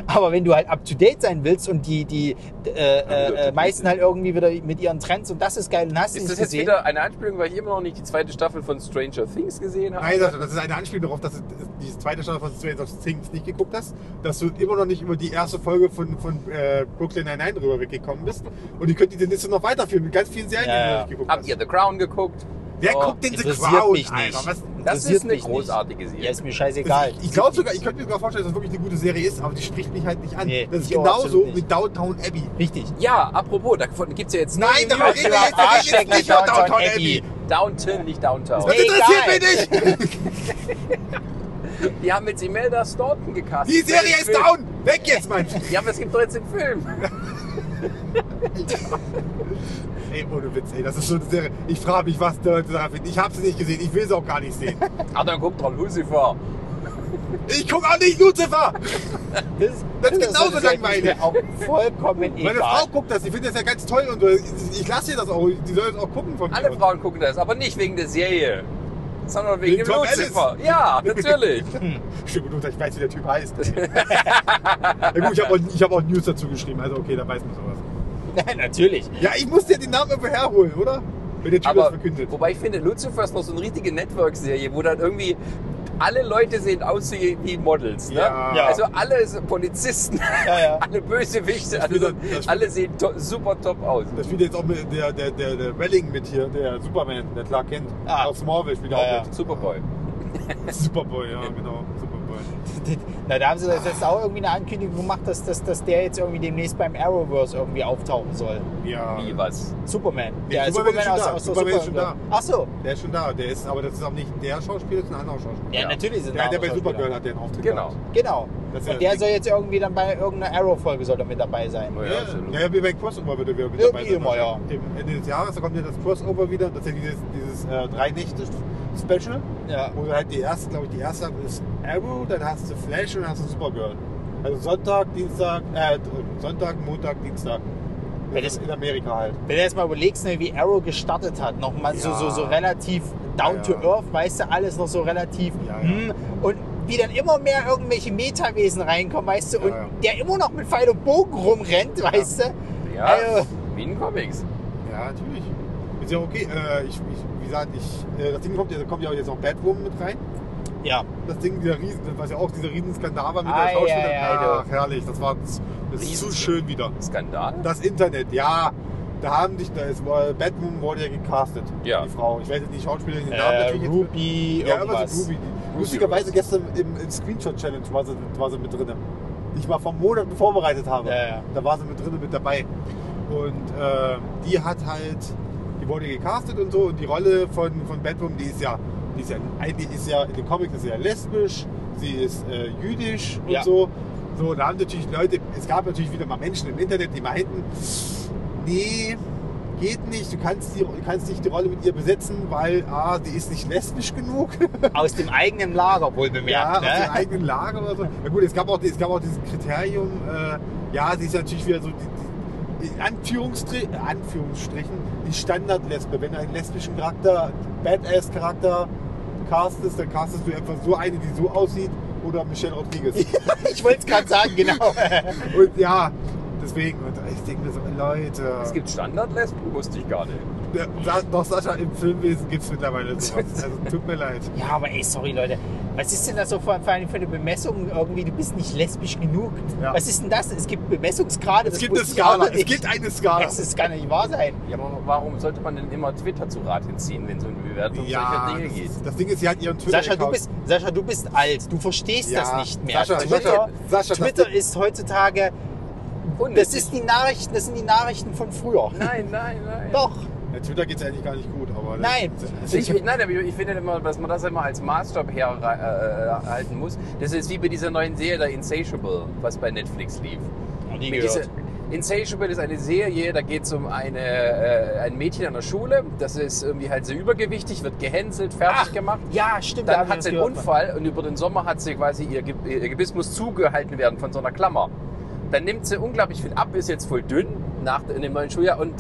S1: aber wenn du halt up to date sein willst und die, die äh, äh, meisten halt irgendwie wieder mit ihren Trends und das ist geil und hast du
S3: Ist
S1: nicht
S3: das jetzt
S1: gesehen.
S3: wieder eine Anspielung, weil ich immer noch nicht die zweite Staffel von Stranger Things gesehen habe?
S2: Nein, Sascha, das ist eine Anspielung darauf, dass du die zweite Staffel von Stranger Things nicht geguckt hast, dass du immer noch nicht über die erste Folge von, von äh, Brooklyn Nine-Nine drüber weggekommen bist. Und ich könnte diese Liste noch weiterführen mit ganz vielen Serien,
S1: Ja,
S2: die du
S1: ja.
S2: nicht geguckt
S3: Habt
S2: hast.
S3: ihr The Crown geguckt?
S2: Wer
S3: Oh,
S2: guckt denn The
S1: interessiert
S2: Crown,
S1: mich nicht.
S2: Alter? Was,
S3: Das
S1: Interessiert
S3: ist eine
S1: mich nicht.
S3: großartige Serie. Also
S1: Ja, ist mir scheißegal.
S2: Ich, ich glaube sogar, ich könnte mir sogar vorstellen, dass es wirklich eine gute Serie ist, aber die spricht mich halt nicht an.
S1: Nee,
S2: das ist
S1: ich auch
S2: genauso
S1: absolut nicht.
S2: wie Downtown Abbey.
S1: Richtig.
S3: Ja, apropos, davon gibt es ja jetzt
S2: Nein,
S3: neue
S2: darüber reden wir jetzt, wir reden jetzt nicht über Downtown Abbey.
S3: Downton, nicht Downtown.
S2: Das
S1: Egal.
S2: interessiert mich nicht.
S3: Die haben jetzt Imelda Staunton gecastet.
S2: Die Serie
S3: Für den
S2: ist
S3: Film.
S2: down. Weg jetzt, Mann.
S3: Ja, aber es gibt doch jetzt den Film.
S2: Ey, ohne Witz, ey, das ist so eine Serie. Ich frage mich, was die Leute daran finden. Ich habe sie nicht gesehen, ich will sie auch gar nicht sehen.
S3: Ah, dann guckt doch Lucifer.
S2: Ich gucke auch nicht Lucifer.
S1: Das,
S2: Das ist genauso
S1: das halt
S2: langweilig.
S1: mir Auch vollkommen
S2: Meine
S1: egal.
S2: Frau guckt das, die findet das ja ganz toll und so. Ich lasse ihr das auch. Die soll es auch gucken von mir.
S3: Alle Frauen gucken das, aber nicht wegen der Serie. sondern wegen
S2: Wegen
S3: dem
S2: Tom
S3: Lucifer. Ja, natürlich.
S2: Hm. Stimmt, gut, ich weiß, wie der Typ heißt. ja, gut, ich habe auch, ich hab auch News dazu geschrieben, also okay, da weiß man sowas.
S1: Nein, natürlich.
S2: Ja, ich muss dir den Namen irgendwo herholen, oder? Wenn der Typ das
S3: Aber
S2: verkündet.
S3: wobei ich finde, Lucifer ist noch so eine richtige Network-Serie, wo dann irgendwie alle Leute sehen aus wie wie Models. Ne?
S2: Ja.
S1: Ja.
S3: Also alle sind Polizisten,
S1: Ja, ja.
S3: alle Bösewichte, alle,
S2: wieder-
S3: sind-
S2: das ist-
S3: alle sehen to super top aus.
S2: Das spielt jetzt auch mit der, der, der, der Welling mit hier, der Superman, der Clark Kent.
S1: Ah.
S2: Aus Smallville spielt er
S1: Ja,
S2: auch
S3: Superboy.
S2: mit. Superboy, ja, genau. Superboy.
S1: Na, da haben sie das jetzt auch irgendwie eine Ankündigung gemacht, dass, dass, dass der jetzt irgendwie demnächst beim Arrowverse irgendwie auftauchen soll.
S2: Ja.
S3: Wie was?
S1: Superman.
S2: Nee, Superman ist schon da.
S1: der
S2: Superman ist schon
S1: Supergirl. Ach so.
S2: Der ist schon da, der ist, aber das ist auch nicht der Schauspieler, das ist ein anderer Schauspieler.
S1: Ja,
S3: Ja.
S1: natürlich sind
S2: Der
S1: da
S2: hat ja bei
S1: andere
S2: Supergirl hat der einen Auftritt
S3: Genau.
S2: gehabt.
S1: Schauspieler. Genau.
S2: Das ist ja
S1: Und der
S2: das
S1: soll jetzt irgendwie dann bei irgendeiner Arrow-Folge soll er mit dabei sein.
S2: Ja,
S3: absolut.
S2: ja, wie bei Crossover wird er wieder mit
S1: Irgendwie
S2: dabei sein.
S1: immer, ja.
S2: Im Ende des Jahres, da kommt ja das Crossover wieder, das ist ja dieses, dieses äh, Drei-Nächte-Special,
S1: Ja.
S2: wo du halt die erste, glaube ich, die erste ist Arrow, dann hast du Flash und dann hast du Supergirl. Also Sonntag, Dienstag, äh, Sonntag, Montag, Dienstag.
S1: Ja,
S2: Das
S1: das-
S2: ist in Amerika halt.
S1: Wenn du jetzt mal überlegst, ne, wie Arrow gestartet hat, nochmal so,
S2: Ja.
S1: so, so relativ down
S2: Ja,
S1: to
S2: ja.
S1: earth, weißt du, alles noch so relativ.
S2: Ja, ja.
S1: Hm, und wie dann immer mehr irgendwelche Metawesen reinkommen, weißt du,
S2: Ja,
S1: und
S2: ja.
S1: der immer noch mit Pfeil und Bogen rumrennt, weißt du.
S3: Ja,
S1: Also-
S3: wie in Comics.
S2: Ja, natürlich. Ist ja okay. Äh, ich, ich, wie gesagt, ich, äh, das Ding kommt ja, da kommt ja jetzt auch Batwoman mit rein.
S1: Ja.
S2: Das Ding, dieser Riesen, was ja auch dieser Riesenskandal war mit
S1: Ei,
S2: der Schauspielerin.
S1: ei, ei,
S2: Ach,
S1: du.
S2: herrlich. Das war das ist zu
S3: Riesen-
S2: schön wieder.
S3: Skandal?
S2: Das Internet, ja. Da haben dich, da ist, äh, Batwoman wurde ja gecastet.
S3: Ja.
S2: Die Frau. Ich weiß jetzt nicht, Schauspielerin, den Namen
S1: Äh,
S2: genau, natürlich jetzt.
S1: Ruby,
S2: Ja, aber
S1: irgendwas.
S2: so Ruby. Lustigerweise gestern im, im Screenshot-Challenge war sie, war sie mit drin. Die ich mal vor Monaten vorbereitet habe.
S1: Ja, ja.
S2: Da war sie mit drin, mit dabei. Und äh, die hat halt, die wurde gecastet und so. Und die Rolle von, von Batwoman, die ist ja, die ist ja, eigentlich ist ja, in den Comics ist sie ja lesbisch, sie ist äh, jüdisch und
S1: Ja.
S2: so. So, da haben natürlich Leute, es gab natürlich wieder mal Menschen im Internet, die meinten, nee, geht nicht, du kannst, die, du kannst nicht die Rolle mit ihr besetzen, weil A, sie ist nicht lesbisch genug.
S1: Aus dem eigenen Lager wohl bemerkt,
S2: Ja, aus
S1: ne?
S2: der eigenen Lage oder so. Ja gut, es gab auch, es gab auch dieses Kriterium, äh, ja, sie ist natürlich wieder so die, die, in Anführungsstrichen, Anführungsstrichen die Standardlesbe. Wenn du einen lesbischen Charakter, Badass-Charakter castest, dann castest du einfach so eine, die so aussieht oder Michelle Rodriguez.
S1: Ich wollte es gerade sagen, genau.
S2: und ja, deswegen, und ich denke mir so, Leute,
S3: Es gibt Standardlesben, wusste ich gar nicht.
S2: Ja, Sa- doch Sascha, im Filmwesen gibt es mittlerweile sowas. Also tut mir leid.
S1: ja, aber ey, sorry Leute. Was ist denn das so für, für eine für eine Bemessung irgendwie? Du bist nicht lesbisch genug.
S2: Ja.
S1: Was ist denn das? Es gibt Bemessungsgrade.
S2: Es
S1: das
S2: gibt eine
S1: wusste ich auch
S2: Skala,
S1: noch
S2: es
S1: nicht.
S2: gibt eine Skala.
S1: Das ist- kann nicht wahr sein.
S3: Ja, aber warum sollte man denn immer Twitter zu Rat hinziehen, wenn so eine
S1: um
S3: Bewertung
S2: Ja,
S3: solcher Dinge
S2: das,
S3: geht?
S2: ist, das Ding ist, sie hat ihren Twitter
S1: Sascha du, bist, Sascha, du bist alt. Du verstehst
S2: Ja.
S1: das nicht mehr.
S2: Sascha,
S1: Twitter,
S2: Sascha, Sascha, das-
S1: Twitter ist heutzutage.
S3: Und
S1: Das, ist die Nachrichten, das sind die Nachrichten von früher.
S3: Nein, nein, nein. Also
S1: Doch.
S2: Ja, Twitter geht es eigentlich gar nicht gut, aber. ne?
S1: Nein.
S2: Das,
S3: Ich, ich- nein, aber ich finde immer, dass man das immer als Maßstab herhalten muss. Das ist wie bei dieser neuen Serie, der Insatiable, was bei Netflix lief.
S1: Nie
S3: Mit
S1: gehört.
S3: dieser- Insatiable ist eine Serie, da geht es um eine, äh, ein Mädchen an der Schule, das ist irgendwie halt so übergewichtig, wird gehänselt, fertig
S1: Ach,
S3: gemacht.
S1: Ah, Ja, stimmt. da hab
S3: Dann
S1: ich
S3: hat
S1: was
S3: sie einen
S1: gehört.
S3: Unfall und über den Sommer hat sie quasi ihr, Ge ihr Gebiss muss zugehalten werden von so einer Klammer. Dann nimmt sie unglaublich viel ab, ist jetzt voll dünn nach in dem neuen Schuljahr und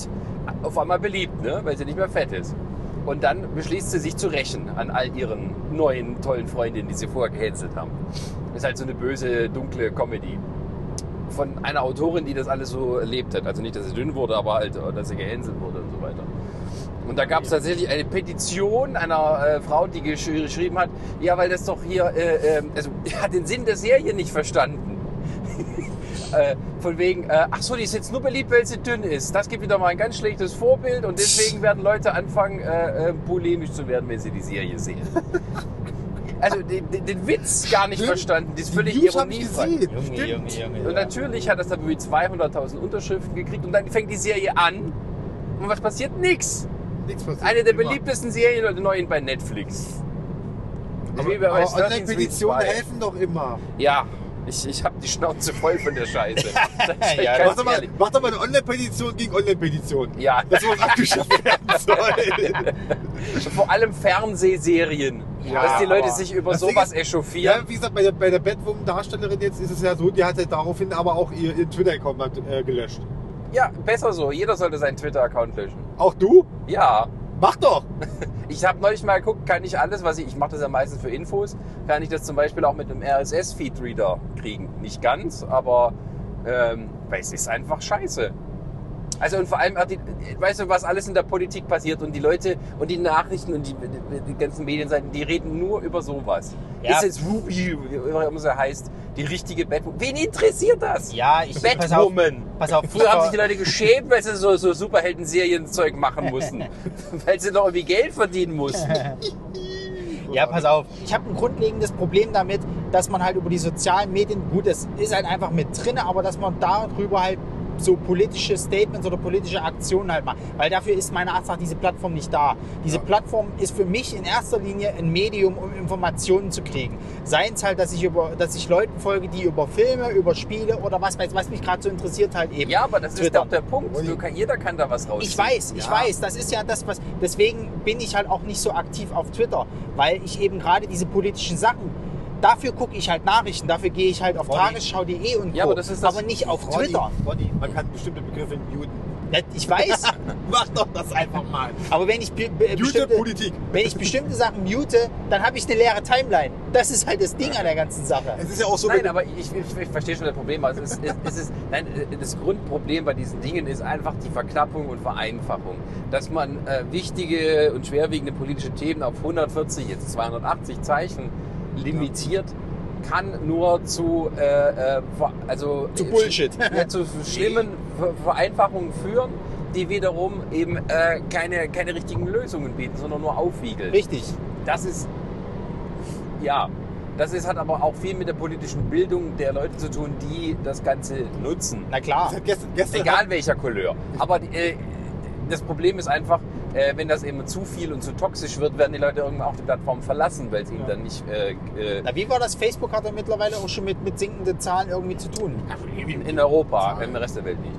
S3: auf einmal beliebt, ne? weil sie nicht mehr fett ist. Und dann beschließt sie sich zu rächen an all ihren neuen tollen Freundinnen, die sie vorher gehänselt haben. Ist halt so eine böse, dunkle Comedy. Von einer Autorin, die das alles so erlebt hat. Also nicht, dass sie dünn wurde, aber halt, dass sie gehänselt wurde und so weiter. Und da gab es tatsächlich eine Petition einer äh, Frau, die gesch geschrieben hat, ja, weil das doch hier, äh, ähm, also hat den Sinn der Serie nicht verstanden. äh, von wegen, äh, ach so, die ist jetzt nur beliebt, weil sie dünn ist. Das gibt wieder mal ein ganz schlechtes Vorbild und deswegen werden Leute anfangen, äh, äh, polemisch zu werden, wenn sie die Serie sehen. Also den, den, den Witz gar nicht
S2: Stimmt.
S3: verstanden, die ist völlig
S2: News hab ich
S3: ironiefrei.
S2: gesehen.
S1: Junge,
S2: Stimmt.
S1: Junge, Junge.
S3: Und
S1: ja.
S3: natürlich hat das dann irgendwie 200.000 Unterschriften gekriegt und dann fängt die Serie an und was passiert? Nix.
S2: Nichts passiert.
S3: Eine der
S2: Immer.
S3: beliebtesten Serien heute neuen bei Netflix.
S2: Aber,
S3: Wie bei
S2: aber
S3: 13
S2: Online-Petitionen
S3: Reasons Why.
S2: helfen doch immer.
S3: Ja, ich, ich habe die Schnauze voll von der Scheiße.
S1: Ja,
S2: Mach doch,
S3: ja,
S2: mal, mach doch mal eine Online-Petition gegen Online-Petitionen.
S3: ja,
S2: Dass sowas abgeschafft werden soll.
S3: vor allem Fernsehserien,
S2: Ja,
S3: dass die Leute
S1: aber
S3: sich über
S2: das Ding
S3: sowas
S2: ist-
S3: echauffieren.
S2: Ja, wie gesagt, bei der, bei der Batwoman-Darstellerin jetzt ist es ja so, die hat halt daraufhin aber auch ihr, ihr Twitter-Account hat, äh, gelöscht.
S3: Ja, besser so. Jeder sollte seinen Twitter-Account löschen.
S2: Auch du?
S3: Ja,
S2: Mach doch!
S3: Ich habe neulich mal geguckt, kann ich alles, was ich, ich mache das ja meistens für Infos, kann ich das zum Beispiel auch mit einem RSS-Feed-Reader kriegen. Nicht ganz, aber ähm, weil es ist einfach scheiße. Also und vor allem, auch die, weißt du, was alles in der Politik passiert und die Leute und die Nachrichten und die, die, die ganzen Medienseiten, die reden nur über sowas.
S1: Ja.
S3: Ist jetzt Ruby, wie auch immer sie heißt, die richtige Batwoman. Wen interessiert das?
S1: Ja, ich pass auf,
S3: Batwoman.
S1: pass auf.
S3: Früher haben sich die
S1: vor-
S3: Leute geschämt, weil sie so, so Superhelden-Serienzeug machen mussten. weil sie noch irgendwie Geld verdienen mussten.
S1: ja, pass auf. Ich habe ein grundlegendes Problem damit, dass man halt über die sozialen Medien, gut, es ist halt einfach mit drin, aber dass man darüber halt so politische Statements oder politische Aktionen halt macht. Weil dafür ist meiner Ansicht nach diese Plattform nicht da. Diese
S2: Ja.
S1: Plattform ist für mich in erster Linie ein Medium, um Informationen zu kriegen. Seien es halt, dass ich, über, dass ich Leuten folge, die über Filme, über Spiele oder was weiß was mich gerade so interessiert halt eben.
S3: Ja, aber das ist
S1: Twitter.
S3: doch der Punkt. Du, kann- jeder kann da was rausziehen.
S1: Ich weiß, ich
S3: ja.
S1: weiß, das ist ja das, was. Deswegen bin ich halt auch nicht so aktiv auf Twitter, weil ich eben gerade diese politischen Sachen. Dafür gucke ich halt Nachrichten, dafür gehe ich halt auf
S2: Roddy.
S1: tagesschau.de und
S3: Ja,
S1: Co.
S3: aber das ist das-
S1: aber nicht auf
S2: Roddy,
S1: Twitter.
S2: Roddy, man kann bestimmte Begriffe muten.
S1: Ja, Ich weiß,
S2: Mach doch das einfach mal.
S1: aber wenn ich, be- be-
S2: Mute
S1: bestimmte,
S2: Politik.
S1: wenn ich bestimmte Sachen mute, dann habe ich eine leere Timeline. Das ist halt das Ding an der ganzen Sache.
S2: Es ist ja auch so,
S3: Nein,
S2: wenn-
S3: aber ich, ich, ich verstehe schon das Problem. Also es, ist- es ist, nein, das Grundproblem bei diesen Dingen ist einfach die Verknappung und Vereinfachung. Dass man äh, wichtige und schwerwiegende politische Themen auf 140, jetzt 280 Zeichen limitiert, kann nur zu, äh, äh, ver- also,
S1: Zu
S3: äh,
S1: Bullshit.
S3: ja, zu schlimmen Ver- Vereinfachungen führen, die wiederum eben äh, keine, keine richtigen Lösungen bieten, sondern nur aufwiegeln.
S1: Richtig.
S3: Das ist, ja, das ist, hat aber auch viel mit der politischen Bildung der Leute zu tun, die das Ganze nutzen.
S1: Na
S2: Das
S1: klar.
S2: hat gestern, gestern
S3: Egal welcher Couleur. Aber äh, das Problem ist einfach, äh, wenn das eben zu viel und zu toxisch wird, werden die Leute irgendwann auch die Plattform verlassen, weil es ihnen
S1: Ja.
S3: dann nicht äh, äh,
S1: Na, wie war das? Facebook hat ja mittlerweile auch schon mit, mit sinkenden Zahlen irgendwie zu tun,
S3: in Europa, im Rest der Welt nicht.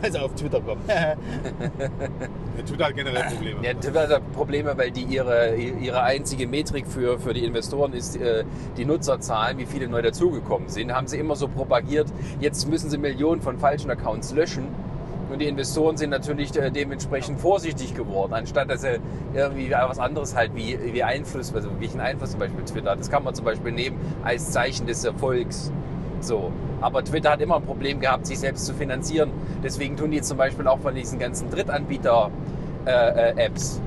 S1: weil sie Also auf Twitter kommen.
S2: Der tut halt generell Probleme.
S3: Ja, das hat ja Probleme, weil die ihre, ihre einzige Metrik für, für die Investoren ist äh, die Nutzerzahlen, wie viele neu dazugekommen sind. Haben sie immer so propagiert, jetzt müssen sie Millionen von falschen Accounts löschen. Und die Investoren sind natürlich äh, dementsprechend vorsichtig geworden, anstatt dass sie irgendwie was anderes halt wie, wie Einfluss, also welchen Einfluss zum Beispiel Twitter hat. Das kann man zum Beispiel nehmen als Zeichen des Erfolgs. So. Aber Twitter hat immer ein Problem gehabt, sich selbst zu finanzieren. Deswegen tun die zum Beispiel auch von diesen ganzen Drittanbieter-Apps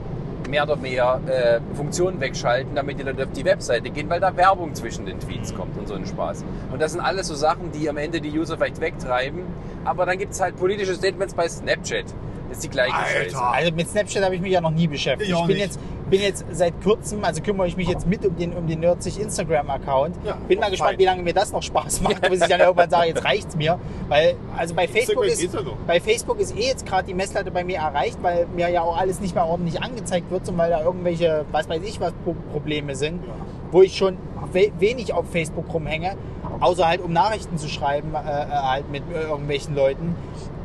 S3: mehr oder mehr äh, Funktionen wegschalten, damit die Leute auf die Webseite gehen, weil da Werbung zwischen den Tweets kommt und so ein Spaß. Und das sind alles so Sachen, die am Ende die User vielleicht wegtreiben. Aber dann gibt es halt politische Statements bei Snapchat. Das ist die gleiche
S2: Alter.
S3: Scheiße.
S1: Also mit Snapchat habe ich mich ja noch nie beschäftigt. Ich,
S2: Ich auch
S1: bin
S2: nicht.
S1: jetzt bin jetzt seit kurzem, also kümmere ich mich jetzt mit um den um den nerdzig Instagram Account.
S2: Ja,
S1: bin mal
S2: fein.
S1: gespannt, wie lange mir das noch Spaß macht, bis ich dann irgendwann sage, jetzt reicht's mir, weil also bei Facebook
S2: Instagram
S1: ist
S2: geht's ja noch.
S1: bei Facebook ist eh jetzt gerade die Messlatte bei mir erreicht, weil mir ja auch alles nicht mehr ordentlich angezeigt wird, sondern weil da irgendwelche, was weiß ich, was Pro- Probleme sind,
S2: Ja.
S1: wo ich schon we wenig auf Facebook rumhänge, außer halt um Nachrichten zu schreiben, äh, äh, halt mit äh, irgendwelchen Leuten.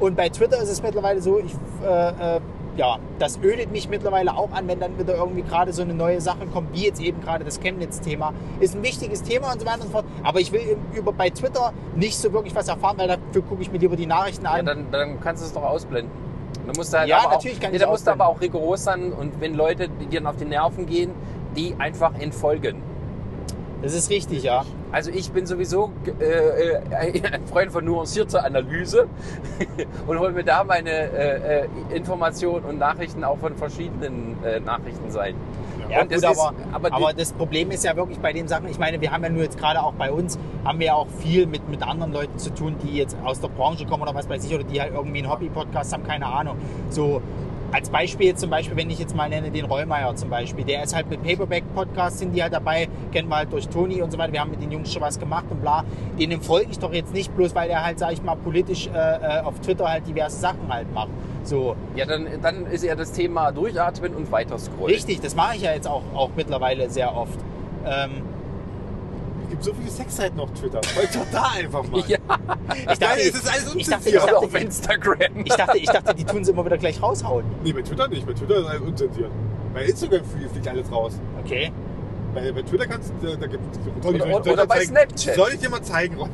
S1: Und bei Twitter ist es mittlerweile so, ich, äh, äh, ja, das ödet mich mittlerweile auch an, wenn dann wieder irgendwie gerade so eine neue Sache kommt, wie jetzt eben gerade das Chemnitz-Thema. Ist ein wichtiges Thema und so weiter und so fort. Aber ich will im- über, bei Twitter nicht so wirklich was erfahren, weil dafür gucke ich mir lieber die Nachrichten
S3: Ja,
S1: an.
S3: dann, dann kannst du es doch ausblenden. Du musst da halt
S1: Ja,
S3: aber
S1: natürlich
S3: auch,
S1: kann
S3: nee,
S1: ich
S3: da
S1: es
S3: musst du aber auch rigoros sein und wenn Leute die dir dann auf die Nerven gehen, die einfach entfolgen.
S1: Das ist richtig, ja.
S3: Also ich bin sowieso äh, äh, ein Freund von nuancierter Analyse und hole mir da meine äh, äh, Informationen und Nachrichten auch von verschiedenen äh, Nachrichtenseiten.
S1: Ja,
S3: Und
S1: gut,
S3: das ist-
S1: aber,
S3: aber
S1: aber,
S3: die-
S1: das Problem ist ja wirklich bei den Sachen, ich meine, wir haben ja nur jetzt gerade auch bei uns, haben wir ja auch viel mit, mit anderen Leuten zu tun, die jetzt aus der Branche kommen oder was weiß ich, oder die halt irgendwie einen Hobby-Podcast haben, keine Ahnung. So als Beispiel jetzt zum Beispiel, wenn ich jetzt mal nenne, den Rollmeier zum Beispiel, der ist halt mit Paperback-Podcast, sind die halt dabei, kennen wir halt durch Toni und so weiter, wir haben mit den Jungs schon was gemacht und bla. Denen folge ich doch jetzt nicht, bloß weil der halt, sag ich mal, politisch äh, äh, auf Twitter halt diverse Sachen halt macht. So,
S3: Ja, dann, dann ist ja das Thema durchatmen und weiter scrollen.
S1: Richtig, das mache ich ja jetzt auch, auch mittlerweile sehr oft. Ähm,
S2: Es gibt so viele Sexseiten auf Twitter. Folgt doch da einfach mal.
S3: Ja,
S1: ich, dachte,
S2: Nein, es ist alles
S1: ich dachte,
S2: unzensiert.
S1: ich dachte,
S3: oder auf Instagram.
S1: ich, dachte, ich dachte, die tun sie immer wieder gleich raushauen.
S2: Nee, bei Twitter nicht. Bei Twitter ist alles unzensiert. Bei Instagram flie- fliegt alles raus.
S1: Okay.
S2: bei, bei Twitter kannst du, da, da gibt's, Ronny, soll ich-
S3: Oder,
S2: soll ich
S3: oder
S2: dir
S3: bei
S2: zeigen-
S3: Snapchat.
S2: Soll ich dir mal zeigen, Ronny?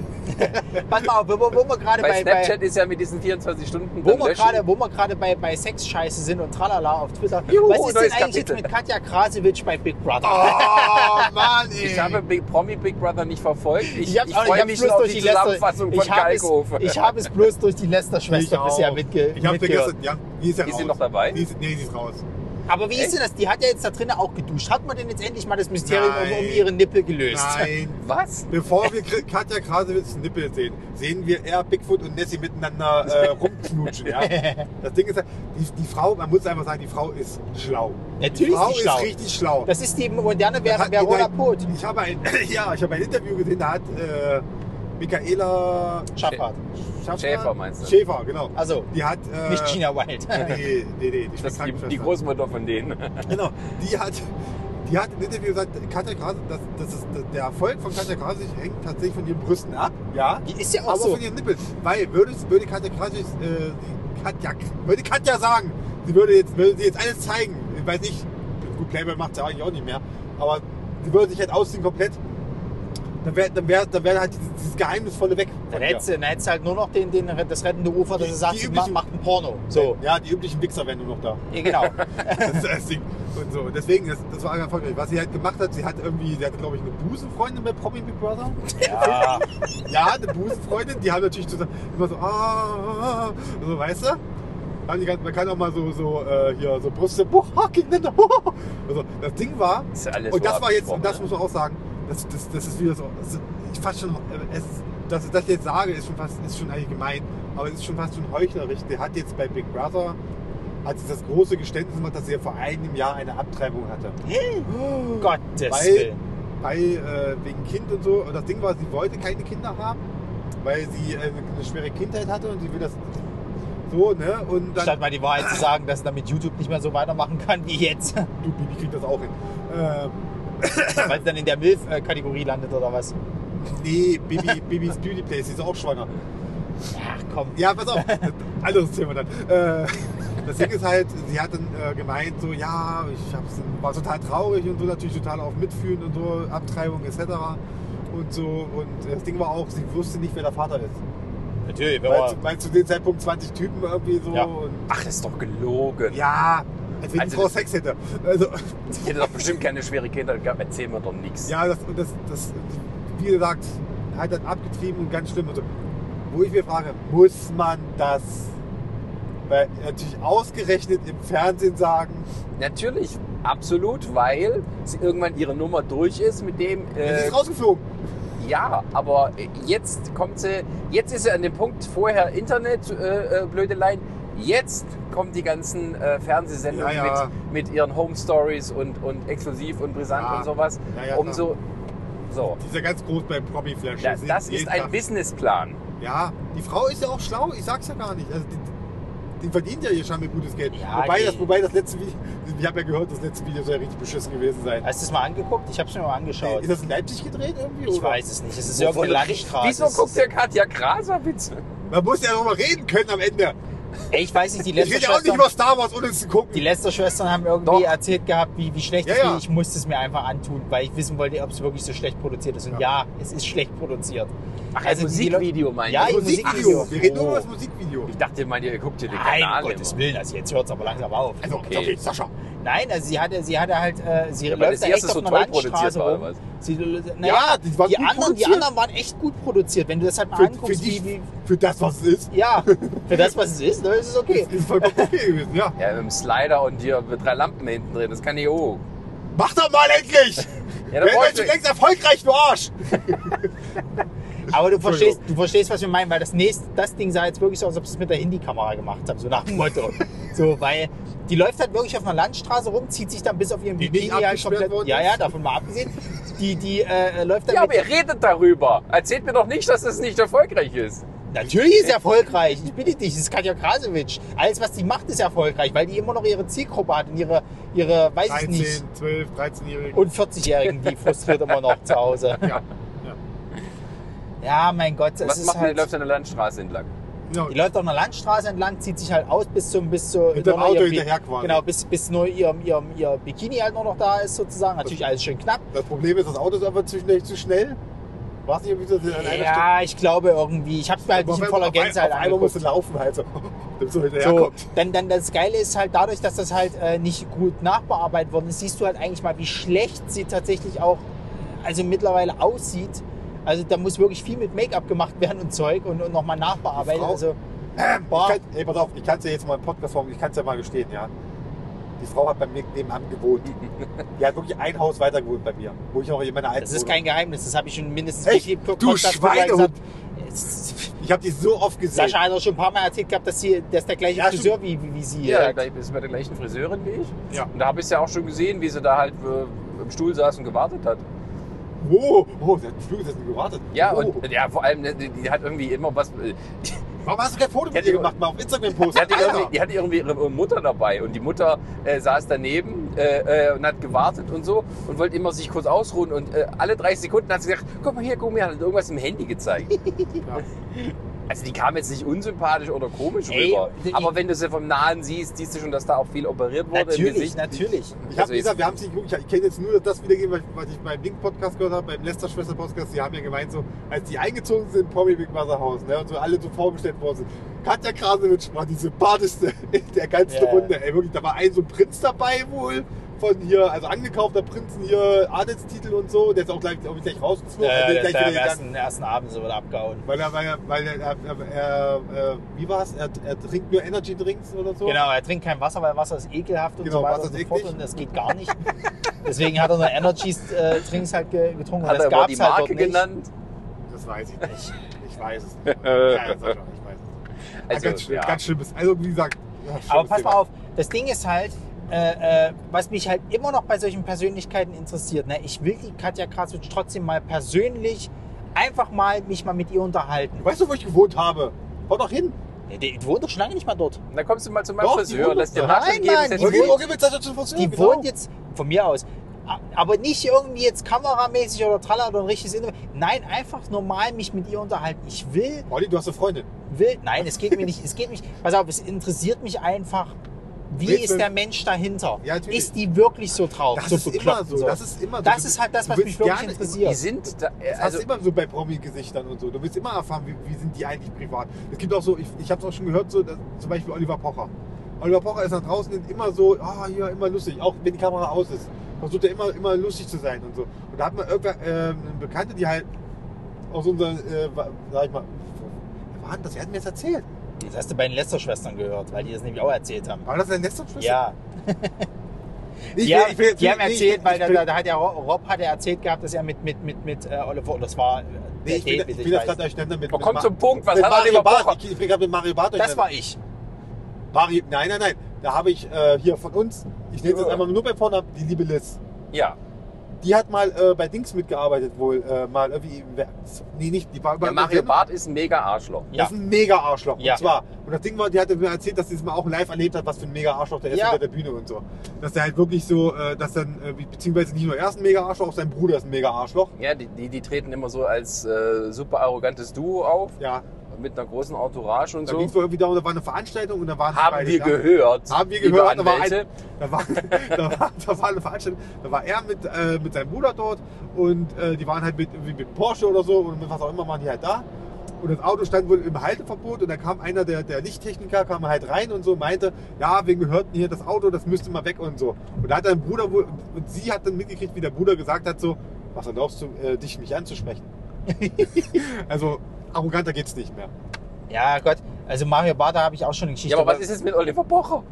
S1: Pass mal auf, wo, wo, wo wir gerade bei,
S3: bei
S1: bei,
S3: Snapchat ist ja mit diesen 24 Stunden
S1: wo
S3: dann
S1: wir
S3: löschen.
S1: gerade, wo wir gerade bei, bei Sexscheiße sind und tralala auf Twitter.
S3: Juhu,
S1: Was ist
S3: neues
S1: denn eigentlich
S3: Kapitel. Ah,
S1: jetzt mit Katja Krasewitsch bei Big Brother?
S2: Oh, Mann, ey.
S3: Ich habe Big Promi Big Brother nicht verfolgt. Ich, ich,
S1: hab's auch nicht,
S3: freue
S1: hab's
S3: mich
S1: bloß
S3: schon auf die
S1: Lester-
S3: Zusammenfassung von
S1: ich hab es-
S3: Kalkofe.
S1: Ich habe es bloß durch die
S2: Ich
S1: Lester-Schwester
S2: auch.
S1: bisher mitge
S2: Ich habe
S1: mitgehört.
S2: vergessen, ja, die ist ja
S3: Ist
S2: raus.
S3: sie noch dabei?
S2: Die ist, nee, die ist raus.
S1: Aber wie
S3: Echt?
S1: ist denn das? Die hat ja jetzt da drinnen auch geduscht. Hat man denn jetzt endlich mal das Mysterium um, um
S2: Nein.
S1: ihre Nippel gelöst?
S2: Nein.
S3: Was?
S2: Bevor wir Kr- Katja Krasewitz Nippel sehen, sehen wir eher Bigfoot und Nessie miteinander äh, rumknutschen. Ja? Das Ding ist, ja, die, die Frau, man muss einfach sagen, die Frau ist schlau. Die
S1: Natürlich
S2: Frau
S1: ist
S2: ist,
S1: sie schlau.
S2: richtig schlau.
S1: Das ist die moderne Ver
S2: Hat-
S1: Verona
S2: nein,
S1: Poth.
S2: Ich habe ein, ja, ich habe ein Interview gesehen, da hat äh, Michaela
S1: Schaffert.
S2: Schaffner-
S3: Schäfer meinst du?
S2: Schäfer, genau.
S1: Also,
S2: Die hat. Äh,
S1: nicht Gina Wild.
S2: Nee, nee, nee, die
S3: Das ist die,
S2: Krankenschwester.
S3: die Großmutter von denen.
S2: Genau, die hat, die hat im Interview gesagt, Katja Gras, das, das ist, der Erfolg von Katja Grasich hängt tatsächlich von ihren Brüsten ab, ja,
S1: Die ist ja auch
S2: aber
S1: so.
S2: von ihren Nippeln. Weil würde, würde Katja Grasich, äh, die Katja, würde Katja sagen, sie würde jetzt, würde sie jetzt alles zeigen, ich weiß nicht, gut, Playboy macht sie eigentlich auch nicht mehr, aber sie würde sich halt ausziehen komplett, dann wäre dann wär, dann wär halt dieses, dieses Geheimnisvolle weg. von
S1: Dann
S2: ihr.
S1: hättest, du- dann hättest du halt nur noch den, den, das rettende Ufer, dass
S2: Die-
S1: du sagst,
S2: die
S1: sie macht,
S2: üblichen-
S1: macht ein Porno. So,
S2: Ja, die üblichen Wichser wären nur noch da.
S1: ja, genau.
S2: Das ist das Ding. Und so. Und deswegen, das, das war erfolgreich. Was sie halt gemacht hat, sie hat irgendwie, sie hatte glaube ich eine Busenfreundin bei Promi Big Brother.
S1: Ja.
S2: Ja, eine Busenfreundin, die haben natürlich zusammen immer so, ah, ah, ah, so, weißt du? Haben die ganzen, man kann auch mal so, so, äh, hier, so Brüste, ah, boah, gegeneinander, boah. Also, das Ding war,
S3: Ist ja alles
S2: und das
S3: so
S2: war jetzt, und das
S3: abgesprochen,
S2: muss man auch sagen, das, das, das ist wieder so, das, ich fast schon, äh, es, dass ich das jetzt sage, ist schon fast, ist schon eigentlich gemein, aber es ist schon fast schon heuchlerisch. Der hat jetzt bei Big Brother, hat sie das große Geständnis gemacht, dass sie ja vor einem Jahr eine Abtreibung hatte.
S1: Gottes
S2: Weil-
S1: Willen.
S2: Weil, äh, wegen Kind und so, und das Ding war, sie wollte keine Kinder haben, weil sie äh, eine schwere Kindheit hatte und sie will das so, ne, und dann,
S1: Statt mal die Wahrheit zu sagen, dass damit YouTube nicht mehr so weitermachen kann wie jetzt,
S2: du, Bibi kriegt das auch hin. Ähm,
S1: weil es dann in der MILF-Kategorie landet oder was.
S2: nee, Bibi, Bibis Beauty Place, sie ist auch schwanger.
S1: Ach komm.
S2: Ja, pass auf, Äh, anderes Thema dann. Äh, das Ding ist halt, sie hat dann äh, gemeint, so, ja, ich hab's, war total traurig und so, natürlich total auf Mitfühlen und so, Abtreibung etc. Und so, und das Ding war auch, sie wusste nicht, wer der Vater ist.
S1: Natürlich, wenn
S2: Weil,
S1: man,
S2: zu- weil zu dem Zeitpunkt 20 Typen irgendwie so.
S1: Ja.
S2: Und,
S3: Ach, das ist doch gelogen.
S2: ja als wenn
S3: Also
S2: die Frau
S3: das-
S2: Sex hätte. Also,
S3: Ich hätte doch bestimmt keine schwere Kindheit gehabt. Erzähl mir doch nichts.
S2: ja, das, und das, das, wie gesagt, hat dann abgetrieben und ganz schlimm und so. Wo ich mir frage, muss man das weil natürlich ausgerechnet im Fernsehen sagen?
S3: Natürlich, absolut, weil sie irgendwann ihre Nummer durch ist mit dem.
S2: Sie
S3: Äh,
S2: ist rausgeflogen.
S3: ja, aber jetzt kommt sie. Jetzt ist sie an dem Punkt vorher Internet äh, äh, Blödeleien. Jetzt kommen die ganzen äh, Fernsehsendungen
S2: Ja, ja.
S3: Mit, mit ihren Home Stories und, und exklusiv und brisant
S2: Ja.
S3: und sowas.
S2: Ja, ja,
S3: Umso. So.
S2: Dieser ganz groß bei Promi Flash.
S3: Ja, das ist ein Businessplan.
S2: Ja, die Frau ist ja auch schlau, ich sag's ja gar nicht. Also, die, die verdient ja hier scheinbar gutes Geld.
S1: Ja,
S2: wobei,
S1: die-
S2: das, wobei das letzte Video, ich habe ja gehört, das letzte Video soll ja richtig beschissen gewesen sein.
S1: hast du es mal angeguckt? Ich habe es mir mal
S3: Also,
S2: Nee,
S1: angeschaut.
S2: ist das in Leipzig gedreht irgendwie?
S1: Ich
S2: oder?
S1: weiß es nicht. Es ist
S3: Wovon
S1: irgendeine
S3: red-
S1: Landstraße.
S3: Wieso
S1: Es
S3: guckt
S1: ist-
S3: der Katja Graser, bitte?
S2: Man muss ja nochmal reden können am Ende.
S1: Ey, ich weiß nicht, die
S2: Ich
S1: letzte
S2: rede ja auch nicht
S1: Schwester.
S2: über Star Wars, ohne es zu gucken.
S1: Die Lester-Schwestern haben irgendwie
S3: Doch.
S1: erzählt gehabt, wie, wie schlecht
S2: Ja,
S1: es
S2: ja.
S1: ist. Ich musste es mir einfach antun, weil ich wissen wollte, ob es wirklich so schlecht produziert ist. Und ja, es ist schlecht produziert.
S3: Ach,
S1: Also
S3: ein
S1: die
S3: Musikvideo meinst
S1: Ja,
S3: du?
S1: ein
S2: Musikvideo.
S1: Musikvideo.
S2: Wir reden nur über das
S1: Oh.
S2: Musikvideo.
S3: Ich dachte, meint ihr, ihr guckt ihr den
S1: Nein,
S3: Kanal
S1: um Gottes
S3: immer.
S1: Willen, also jetzt hört es aber langsam auf.
S2: Also,
S3: Okay.
S2: okay, okay Sascha.
S1: Nein, also sie hatte, sie hatte halt, äh, sie
S3: Ja, weil das
S1: läuft da
S3: erste
S1: echt auf
S3: so
S1: einer
S3: toll
S1: Landstraße
S3: produziert war,
S1: rum.
S3: oder was?
S1: Sie, na,
S2: Ja, die waren
S1: die,
S2: gut
S1: anderen, die
S2: produziert.
S1: anderen waren echt gut produziert. Wenn du das halt mal
S2: Für, für,
S1: anguckst,
S2: dich,
S1: wie, wie,
S2: für das, was es ist,
S1: ja, für das, was es ist, ne, ist es okay.
S2: ist vollkommen okay gewesen. Ja.
S3: Ja, mit dem Slider und hier mit drei Lampen hinten drin, das kann ich auch.
S2: Mach doch mal endlich!
S3: Ja,
S2: Wer ist schon längst erfolgreich, du Arsch!
S1: Aber du
S2: Entschuldigung.
S1: verstehst, du verstehst, was wir meinen, weil das nächste, das Ding sah jetzt wirklich so aus, als ob sie es mit der Handykamera gemacht haben, so nach dem Motto. so, weil die läuft halt wirklich auf einer Landstraße rum, zieht sich dann bis auf ihren
S2: Die nicht
S1: Bikini halt
S2: abgesperrt
S1: komplett.
S2: worden
S1: Ja,
S2: ist.
S1: ja, davon mal abgesehen. Die, die äh, läuft dann
S3: ja, aber
S1: mit,
S3: ihr redet darüber. Erzählt mir doch nicht, dass das nicht erfolgreich ist.
S1: Natürlich ist sie erfolgreich. Ich bitte dich, das ist Katja Krasewitsch. Alles, was die macht, ist erfolgreich, weil die immer noch ihre Zielgruppe hat und ihre, ihre weiß ich nicht,
S2: 13, 12, 13-Jährige.
S1: und 40-Jährigen, die frustriert immer noch zu Hause.
S2: Ja,
S1: Ja, mein Gott, es
S3: Was
S1: ist
S3: macht man?
S1: halt.
S3: Läuft an der Landstraße entlang.
S2: Ja.
S1: Die läuft auf einer Landstraße entlang, zieht sich halt aus bis zum, bis zu,
S2: Mit dem
S1: nur noch
S2: Auto
S1: ihrem Bi-
S2: hinterher quasi.
S1: Genau, bis, bis nur ihr, ihr, ihr Bikini halt nur noch da ist sozusagen. Natürlich alles schön knapp.
S2: Das Problem ist, das Auto ist einfach zwischendurch zu schnell. War es nicht irgendwie so an einer Stelle-
S1: Ja, ich glaube irgendwie. Ich hab's mir halt
S2: Auf
S1: nicht in
S2: einmal-
S1: voller
S2: auf ein-
S1: Gänze halt
S2: Auf einmal musst
S1: angeguckt.
S2: du laufen halt so, damit so
S1: So,
S2: hinterherkommt.
S1: dann, dann das Geile ist halt dadurch, dass das halt äh, nicht gut nachbearbeitet worden ist, siehst du halt eigentlich mal, wie schlecht sie tatsächlich auch, also mittlerweile aussieht. Also da muss wirklich viel mit Make-up gemacht werden und Zeug und, und nochmal nachbearbeitet.
S2: Frau- Äh,
S1: Also,
S2: Ich
S1: boah,
S2: kann, ey, pass auf, ich kann es ja jetzt mal im Podcast sagen, ich kann es ja mal gestehen, ja. Die Frau hat bei mir nebenan gewohnt. Die hat wirklich ein Haus weiter gewohnt bei mir, wo ich noch in meiner alten
S1: das ist
S2: Wohnung-
S1: kein Geheimnis. Das habe ich schon mindestens
S2: Also- Echt?
S1: wie viel
S2: Du
S1: Podcast vorher
S2: Schweinehund!
S1: gesagt. Es-
S2: Ich habe die so oft gesehen.
S1: Sascha hat auch schon ein paar Mal erzählt gehabt, dass, sie, dass der gleiche
S2: Ja,
S1: Friseur wie, wie, wie sie.
S3: Ja,
S1: äh,
S3: gleich ist bei der gleichen Friseurin wie ich.
S2: Ja.
S3: Und da habe ich ja auch schon gesehen, wie sie da halt äh, im Stuhl saß und gewartet hat.
S2: Oh, oh, der Flug ist jetzt gewartet.
S3: Ja,
S2: oh.
S3: und ja, vor allem, ne, die, die hat irgendwie immer was. äh, Die,
S2: Warum hast du kein Foto mit
S3: Hätte-
S2: ihr gemacht? Mal auf Instagram
S3: die,
S2: posten.
S3: hatte,
S2: Alter.
S3: irgendwie, die hatte irgendwie ihre Mutter dabei und die Mutter äh, saß daneben äh, äh, und hat gewartet und so und wollte immer sich kurz ausruhen. Und äh, alle 30 Sekunden hat sie gesagt: Guck mal hier, guck mal, hier", hat irgendwas im Handy gezeigt. Also die kam jetzt nicht unsympathisch oder komisch
S1: Ey,
S3: rüber.
S1: die-
S3: Aber wenn du sie vom Nahen siehst, siehst du schon, dass da auch viel operiert wurde im
S1: Natürlich,
S3: Gesicht.
S1: natürlich.
S2: Ich
S3: Also
S2: habe
S3: jetzt-
S2: gesagt, wir haben nicht geguckt. Ich, ich kenne jetzt nur das wiedergeben, was- was ich beim Link-Podcast gehört habe, beim Lester-Schwester-Podcast. Die haben ja gemeint, so, als die eingezogen sind im promi big Brother Haus ne, und so alle so vorbestellt worden sind. Katja Krasowitsch war die sympathischste in der ganzen
S1: Ja, ja.
S2: Runde. Ey, wirklich, da war ein so ein Prinz dabei wohl von hier, also angekaufter Prinzen hier, Adelstitel und so. Der ist auch gleich, glaub ich, gleich rausgeflogen.
S1: Äh,
S2: also
S1: der ist
S2: gleich
S1: ja am
S2: wieder gegangen.
S1: ersten, ersten Abend so wieder abgehauen.
S2: Weil er, weil er, weil er, er, er, er äh, wie war's? Er, er trinkt nur Energy Drinks oder so.
S1: Genau, er trinkt kein Wasser, weil Wasser ist ekelhaft und
S2: Genau,
S1: so weiter
S2: Wasser
S1: und
S2: ist
S1: so fort
S2: eklig.
S1: und das geht gar nicht. Deswegen hat er nur Energy-Drinks halt ge- getrunken.
S3: Hat
S1: und das
S3: er aber die
S1: gab's halt
S3: Marke
S1: dort nicht.
S3: genannt?
S2: Das weiß ich nicht. Ich weiß es nicht. ja, Sascha, ich weiß es nicht. Äh. Also, ganz, schlimm,
S3: ja.
S2: ganz schlimmes. Also wie gesagt, ja, schlimmes
S1: Aber pass
S2: Thema.
S1: mal auf, das Ding ist halt, äh, äh, was mich halt immer noch bei solchen Persönlichkeiten interessiert. Ne? Ich will die Katja Kraswitsch trotzdem mal persönlich einfach mal mich mal mit ihr unterhalten.
S2: Weißt du, wo ich gewohnt habe? Hau doch hin.
S1: Die, die wohnt doch schon lange nicht mal dort.
S3: Dann kommst du mal zu meinem
S2: Doch, die
S3: Friseur,
S2: wohnt
S3: lass dir
S2: da.
S3: Naschen
S1: Nein,
S3: geben.
S1: Mann,
S3: setz
S1: die
S3: dich
S1: wohnt-
S3: hin.
S2: gibt's das jetzt funktioniert.
S1: Die wohnt jetzt von mir aus. A- Aber nicht irgendwie jetzt kameramäßig oder tralla oder ein richtiges Interview. Nein, einfach normal mich mit ihr unterhalten. Ich will,
S2: Olli, du hast eine Freundin.
S1: will, nein, es geht mir nicht, es geht mich, pass auf, es interessiert mich einfach, wie
S2: Willst
S1: ist
S2: du-
S1: der Mensch dahinter?
S2: Ja, natürlich.
S1: ist die wirklich so drauf?
S2: Das
S1: so
S2: ist immer
S1: bekloppt
S2: so.
S1: und
S2: Das ist immer so.
S1: Das
S2: Du-
S1: ist halt das,
S2: du
S1: was
S2: willst
S1: mich wirklich
S2: gerne-
S1: interessiert.
S3: Die sind da, äh,
S2: Das hast
S3: also,
S2: du immer so bei Promi-Gesichtern und so. Du willst immer erfahren, wie, wie sind die eigentlich privat. Es gibt auch so, ich, ich habe es auch schon gehört, so, dass, zum Beispiel Oliver Pocher. Oliver Pocher ist nach draußen immer so, ah, hier, immer lustig, auch wenn die Kamera aus ist. Versucht er immer, immer lustig zu sein und so. Und da hat man irgendwer, ähm, eine Bekannte, die halt aus unserer, äh, wa- sag ich mal, wer war denn das? Er hat mir das erzählt.
S1: Das hast du bei den Lester-Schwestern gehört, weil die das nämlich auch erzählt haben.
S2: War das dein letzter Schwester?
S1: Ja,
S2: Also, Ich
S1: die, haben-
S2: will- ich will-
S1: die haben
S2: nee, ich
S1: erzählt,
S2: will-
S1: weil
S2: ich
S1: da,
S2: will-
S1: da, da hat ja Rob, Rob hat ja erzählt gehabt, dass er mit, mit, mit, mit äh, Oliver, das war äh,
S2: Nee,
S1: der
S2: ich bin,
S1: David,
S2: ich
S1: ich
S2: bin das
S1: weiß.
S2: gerade durcheinander mit.
S3: Oh,
S2: mit
S3: komm
S2: Ma-
S3: zum Punkt, was
S2: mit
S3: hat
S2: Mario
S3: Oliver
S2: Barth.
S3: Pocher?
S2: Ich, ich bin gerade mit Mario Barth
S1: Das
S2: durcheinander.
S1: war ich.
S2: Mario, nein, nein, nein. Da habe ich äh, hier von uns, ich nenne es jetzt
S3: Ja.
S2: einmal nur beim Vornamen, die liebe Liz.
S3: ja.
S2: Die hat mal äh, bei Dings mitgearbeitet wohl. Äh, mal irgendwie. wer- Nee, nicht. Die war
S3: Der
S2: bei
S3: Mario Barth ist ein mega Arschloch.
S1: Ja.
S2: Das ist ein mega Arschloch.
S1: Ja.
S2: Und zwar. Und das Ding war, die hatte mir erzählt, dass sie es mal auch live erlebt hat, was für ein mega Arschloch der ist
S1: Ja.
S2: hinter der Bühne und so. Dass der halt wirklich so, äh, dass dann, äh, wie- beziehungsweise nicht nur er ist ein mega Arschloch, auch sein Bruder ist ein mega Arschloch.
S3: Ja, die, die, die treten immer so als äh, super arrogantes Duo auf,
S2: Ja.
S3: mit einer großen Entourage und
S2: Da ging
S3: so.
S2: es irgendwie darum, da war eine Veranstaltung und da waren die
S3: Haben
S2: beide
S3: wir
S2: da.
S3: gehört.
S2: Haben wir
S3: liebe
S2: gehört, da war,
S3: Anwälte.
S2: ein, da, war, da, war, da war eine Veranstaltung, da war er mit, äh, mit seinem Bruder dort und äh, die waren halt mit, irgendwie mit Porsche oder so und mit was auch immer waren die halt da. Und das Auto stand wohl im Halteverbot und da kam einer der, der Lichttechniker, kam halt rein und so meinte, ja, wir hörten hier das Auto, das müsste mal weg und so. Und da hat dann Bruder wohl, und sie hat dann mitgekriegt, wie der Bruder gesagt hat, so, was erlaubst du, äh, dich mich anzusprechen? also arroganter geht's nicht mehr.
S1: Ja, Gott. Also Mario Barth, da habe ich auch schon eine Geschichte.
S3: Ja, aber was ist jetzt mit Oliver Pocher?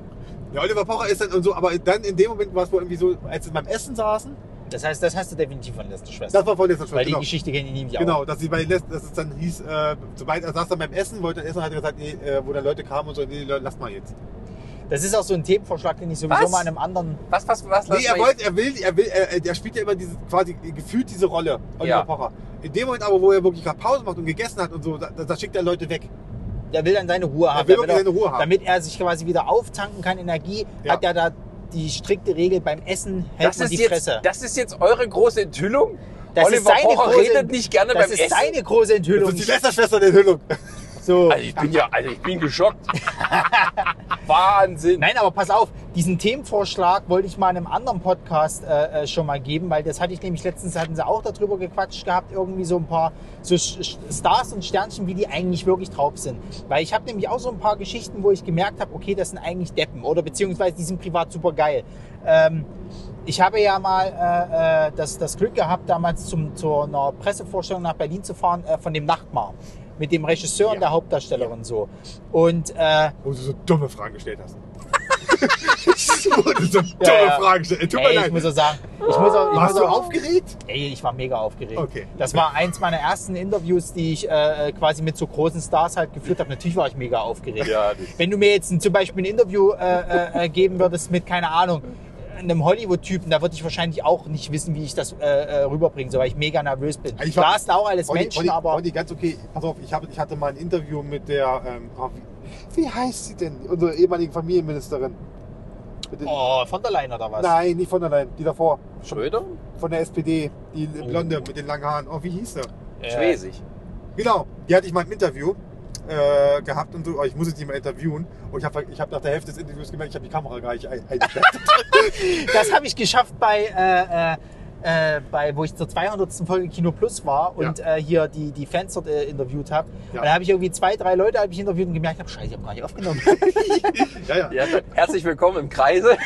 S2: Ja, Oliver Pocher ist dann und so, aber dann in dem Moment war es wohl irgendwie so, als wir beim Essen saßen,
S1: das heißt, das hast du definitiv von letzter Schwester.
S2: Das war vorletzter
S1: weil
S2: Schritt,
S1: die
S2: genau.
S1: Geschichte kenne ich nämlich auch.
S2: Genau, dass sie bei Les, dass es dann hieß, äh, sobald er saß dann beim Essen, wollte er essen, hat er gesagt, nee, äh, wo dann Leute kamen und so, nee, Leute, lasst mal jetzt.
S1: Das ist auch so ein Themenvorschlag, den ich sowieso
S3: Was?
S1: mal einem anderen.
S3: Was, was, was? lass
S2: nee, er
S3: mal-
S2: wollte, er will, er will, er, er- er spielt ja immer diese, quasi gefühlt diese Rolle, Oliver
S3: Ja.
S2: Pocher. In dem Moment aber, wo er wirklich gerade Pause macht und gegessen hat und so, da, da, da schickt er Leute weg.
S1: Der will dann seine Ruhe haben.
S2: er will
S1: damit
S2: wirklich seine Ruhe haben.
S1: Damit er sich quasi wieder auftanken kann, Energie,
S2: Ja.
S1: hat er da die strikte Regel beim Essen hält
S3: das,
S1: man Halt
S3: ist
S1: die
S3: jetzt,
S1: Fresse.
S3: das ist jetzt eure große Enthüllung?
S1: Das
S3: Oliver Pocher redet nicht gerne
S1: das
S3: beim
S1: ist
S3: Essen.
S1: seine große
S2: Das
S1: Enthüllung.
S2: ist die Lästerschwester der Enthüllung.
S1: So.
S3: Also ich bin ja, also ich bin geschockt. Wahnsinn.
S1: Nein, aber pass auf, diesen Themenvorschlag wollte ich mal in einem anderen Podcast äh, äh, schon mal geben, weil das hatte ich nämlich letztens, hatten sie auch darüber gequatscht gehabt, irgendwie so ein paar so Sch- Sch- Stars und Sternchen, wie die eigentlich wirklich drauf sind. Weil ich habe nämlich auch so ein paar Geschichten, wo ich gemerkt habe, okay, das sind eigentlich Deppen oder beziehungsweise die sind privat super geil. Ähm, ich habe ja mal äh, äh, das, das Glück gehabt, damals zum, zu einer Pressevorstellung nach Berlin zu fahren äh, von dem Nachtmar mit dem Regisseur
S2: Ja.
S1: und der Hauptdarstellerin so. Und äh,
S2: Wo du so dumme Fragen gestellt hast. Wo du so dumme
S1: Ja, ja.
S2: Fragen gestellt hast. Tut mir
S1: Ey, ich
S2: leid.
S1: muss auch sagen, ich muss auch, ich
S2: Warst
S1: muss
S2: du
S1: auch,
S2: aufgeregt?
S1: Ey, ich war mega aufgeregt.
S2: Okay.
S1: Das war eins meiner ersten Interviews, die ich äh, quasi mit so großen Stars halt geführt habe. Natürlich war ich mega aufgeregt.
S3: Ja, das-
S1: Wenn du mir jetzt ein, zum Beispiel ein Interview äh, äh, äh, geben würdest mit, keine Ahnung, einem Hollywood-Typen, da würde ich wahrscheinlich auch nicht wissen, wie ich das äh, äh, rüberbringe, so, weil ich mega nervös bin.
S2: Ich war-
S1: da ist auch alles
S2: Olli,
S1: Menschen,
S2: Olli,
S1: aber
S2: Olli, ganz okay, pass auf, ich, hab, ich hatte mal ein Interview mit der, ähm, ah, wie, wie heißt sie denn? Unsere ehemalige Familienministerin. Mit den-
S1: oh, von der Leyen oder was?
S2: Nein, nicht von der Leyen, die davor.
S3: Schröder?
S2: Von der SPD, die
S3: Oh.
S2: Blonde mit den langen Haaren. Oh, wie hieß sie?
S1: Äh,
S3: Schwesig.
S2: Genau, die hatte ich mal im Interview äh, gehabt und so, aber ich muss jetzt nicht mal interviewen. Und ich habe ich hab nach der Hälfte des Interviews gemerkt, ich habe die Kamera gar nicht ein- eingeschaltet.
S1: Das habe ich geschafft bei, äh, äh, äh, bei, wo ich zur 200. Folge Kino Plus war und äh, hier die, die Fans dort äh, interviewt habe.
S2: Ja.
S1: Und da habe ich irgendwie zwei, drei Leute hab ich interviewt und gemerkt, hab, scheiße, ich habe gar nicht aufgenommen.
S2: ja, ja.
S3: Ja, dann herzlich willkommen im Kreise.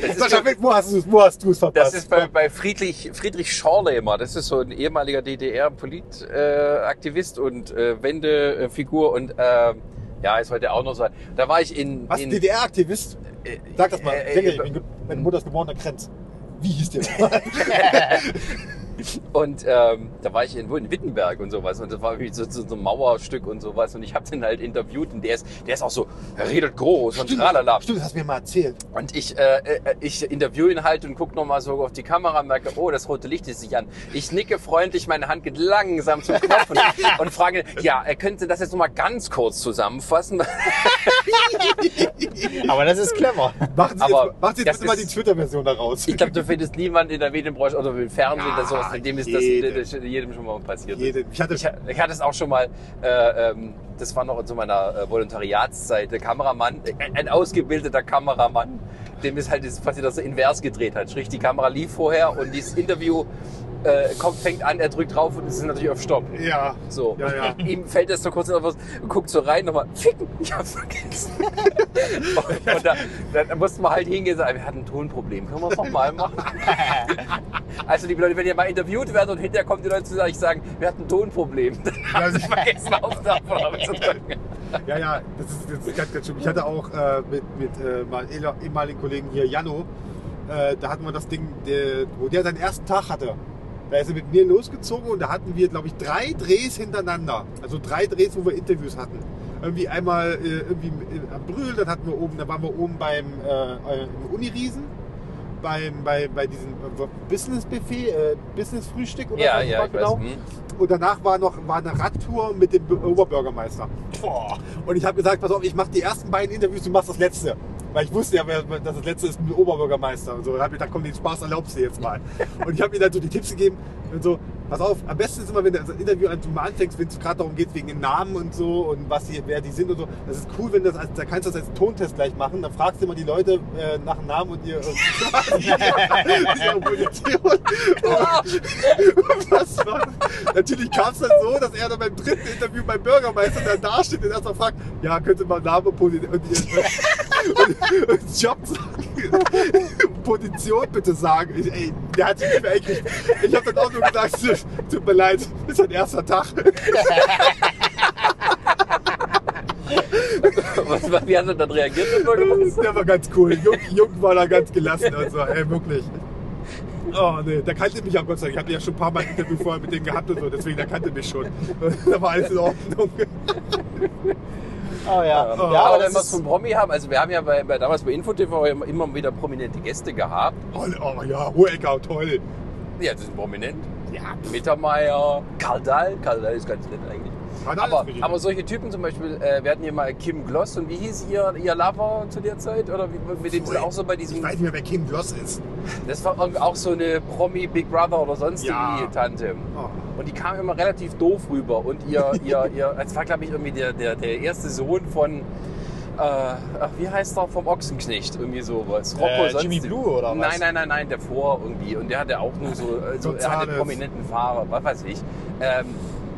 S3: Das ist,
S2: Sascha, wo hast du es wo hast du's verpasst?
S3: das ist bei, bei Friedrich, Friedrich Schorle immer. Das ist so ein ehemaliger DDR-Politaktivist äh, Aktivist und äh, Wendefigur und äh, ja, ist heute auch noch so. Da war ich in.
S2: Was,
S3: in
S2: DDR-Aktivist?
S3: äh,
S2: Sag das mal.
S3: äh,
S2: Sänger,
S3: äh,
S2: ich bin ge- meine Mutter ist geborener Krenz. Wie hieß der? nochmal?
S3: Und ähm, da war ich in, wo, in Wittenberg und sowas und das war irgendwie so, so, so ein Mauerstück und sowas und ich habe den halt interviewt und der ist, der ist auch so, er redet groß und tralala.
S2: Stimmt, das hast du mir mal erzählt.
S3: Und ich, äh, äh, ich interview ihn halt und guck nochmal so auf die Kamera und merke, oh, das rote Licht ist sich an. Ich nicke freundlich, meine Hand geht langsam zum Knopf und, und frage, ja, er könnte das jetzt nochmal ganz kurz zusammenfassen.
S1: aber das ist clever. Oh,
S2: Machen Sie
S3: Aber
S2: jetzt, machen Sie
S3: das
S2: jetzt bitte mal die
S3: ist-
S2: Twitter-Version daraus.
S3: Ich glaube, du findest niemanden in der Medienbranche oder im Fernsehen oder sowas,
S2: Ja,
S3: dem ist das,
S2: jedem.
S3: das jedem schon mal passiert. ist.
S2: Jede- ich hatte,
S3: Ich, ich hatte es auch schon mal, äh, ähm, das war noch in so meiner äh, Volontariatszeit, der Kameramann, äh, ein ausgebildeter Kameramann, dem ist halt das passiert, dass er invers gedreht hat. Sprich, die Kamera lief vorher und dieses Interview äh, kommt, fängt an, er drückt drauf und es ist natürlich auf Stopp.
S2: ja,
S3: So.
S2: ja, ja.
S3: Ihm fällt das so kurz in was und guckt so rein nochmal, ficken, ich hab's vergessen. und und da, dann mussten wir halt hingehen und sagen, wir hatten ein Tonproblem, können wir es nochmal machen? also liebe Leute, wenn ihr mal interviewt werdet und hinterher kommen die Leute zu euch sagen, wir hatten ein Tonproblem, dann haben sie vergessen Aufnahmen aufzudrücken.
S2: Ja, ja, das ist, das ist ganz, ganz schlimm. Ich hatte auch äh, mit, mit äh, meinem ehla- ehemaligen Kollegen hier, Jano, äh, da hatten wir das Ding, der, wo der seinen ersten Tag hatte. Da ist er mit mir losgezogen und da hatten wir, glaube ich, drei Drehs hintereinander. Also drei Drehs, wo wir Interviews hatten. Irgendwie einmal äh, irgendwie im- am Brühl, dann hatten wir oben, dann waren wir oben beim äh, äh, im Uniriesen, beim, bei, bei diesem äh, Business-Buffet, äh, Business-Frühstück oder
S3: Ja,
S2: was das
S3: ja,
S2: war genau?
S3: ich weiß. Hm.
S2: und danach war noch war eine Radtour mit dem Be- Oberbürgermeister. Und ich habe gesagt, pass auf, ich mache die ersten beiden Interviews, du machst das letzte. Weil ich wusste ja, wer- dass das letzte ist mit dem Oberbürgermeister. Und so habe ich gedacht, komm, den Spaß erlaubst du jetzt mal. Und ich habe ihm dann so die Tipps gegeben und so, pass auf, am besten ist immer, wenn du das Interview an- du mal anfängst, wenn es gerade darum geht, wegen den Namen und so und was die, wer die sind und so. Das ist cool, wenn du das, als- da kannst du das als Tontest gleich machen. Dann fragst du immer die Leute äh, nach dem Namen und ihr...
S3: Ah,
S2: Was war? Natürlich kam es dann so, dass er dann beim dritten Interview beim Bürgermeister dann dasteht und erstmal fragt, ja, könnte man Name Position und, und, und, und Job sagen, Position bitte sagen. Ich, ey, der hat sich nicht mehr eingekriegt. Ich habe dann auch nur gesagt, "Tut- tut mir leid, ist ein erster Tag.
S3: Was, was, wie hat er dann reagiert? der Bürgermeister?
S2: Der war ganz cool. Jung, Jung war da ganz gelassen und so, ey, wirklich. Oh nee, der kannte mich auch Gott sei Dank. Ich hatte ja schon ein paar Mal ein Interview vorher mit denen gehabt und so, deswegen der kannte mich schon. Da war alles in Ordnung.
S1: Oh ja.
S3: Ja,
S1: ja
S3: aber
S1: aber
S3: wenn wir es
S1: das
S3: vom
S1: ist,
S3: Promi haben, also wir haben ja bei, bei damals bei InfoTV immer- immer wieder prominente Gäste gehabt.
S2: Oh, oh ja, Hohecker, toll.
S3: Ja, das ist prominent.
S2: Ja,
S3: Mittermeier, Karl Dahl. Karl Dahl ist ganz nett eigentlich.
S2: Hat alles
S3: Aber,
S2: mit ihm.
S3: aber solche Typen zum Beispiel, äh, wir hatten hier mal Kim Gloss und wie hieß ihr, ihr Lover zu der Zeit? Oder wie, mit dem sie auch so bei
S2: ich
S3: diesem.
S2: weiß nicht mehr, wer Kim Gloss ist.
S3: Das war irgendwie auch so eine Promi Big Brother oder sonstige
S2: Ja.
S3: Tante.
S2: Oh.
S3: Und die kam immer relativ doof rüber. Und ihr, ihr, ihr, es war glaube ich irgendwie der, der, der erste Sohn von, äh, ach, wie heißt er, vom Ochsenknecht, irgendwie sowas.
S1: Äh,
S3: sonst-
S1: Jimmy Blue oder was?
S3: Nein, nein, nein, nein, davor irgendwie. Und der hatte auch nur so, äh, so er hatte
S2: Gonzales.
S3: prominenten Fahrer, was weiß ich. Ähm,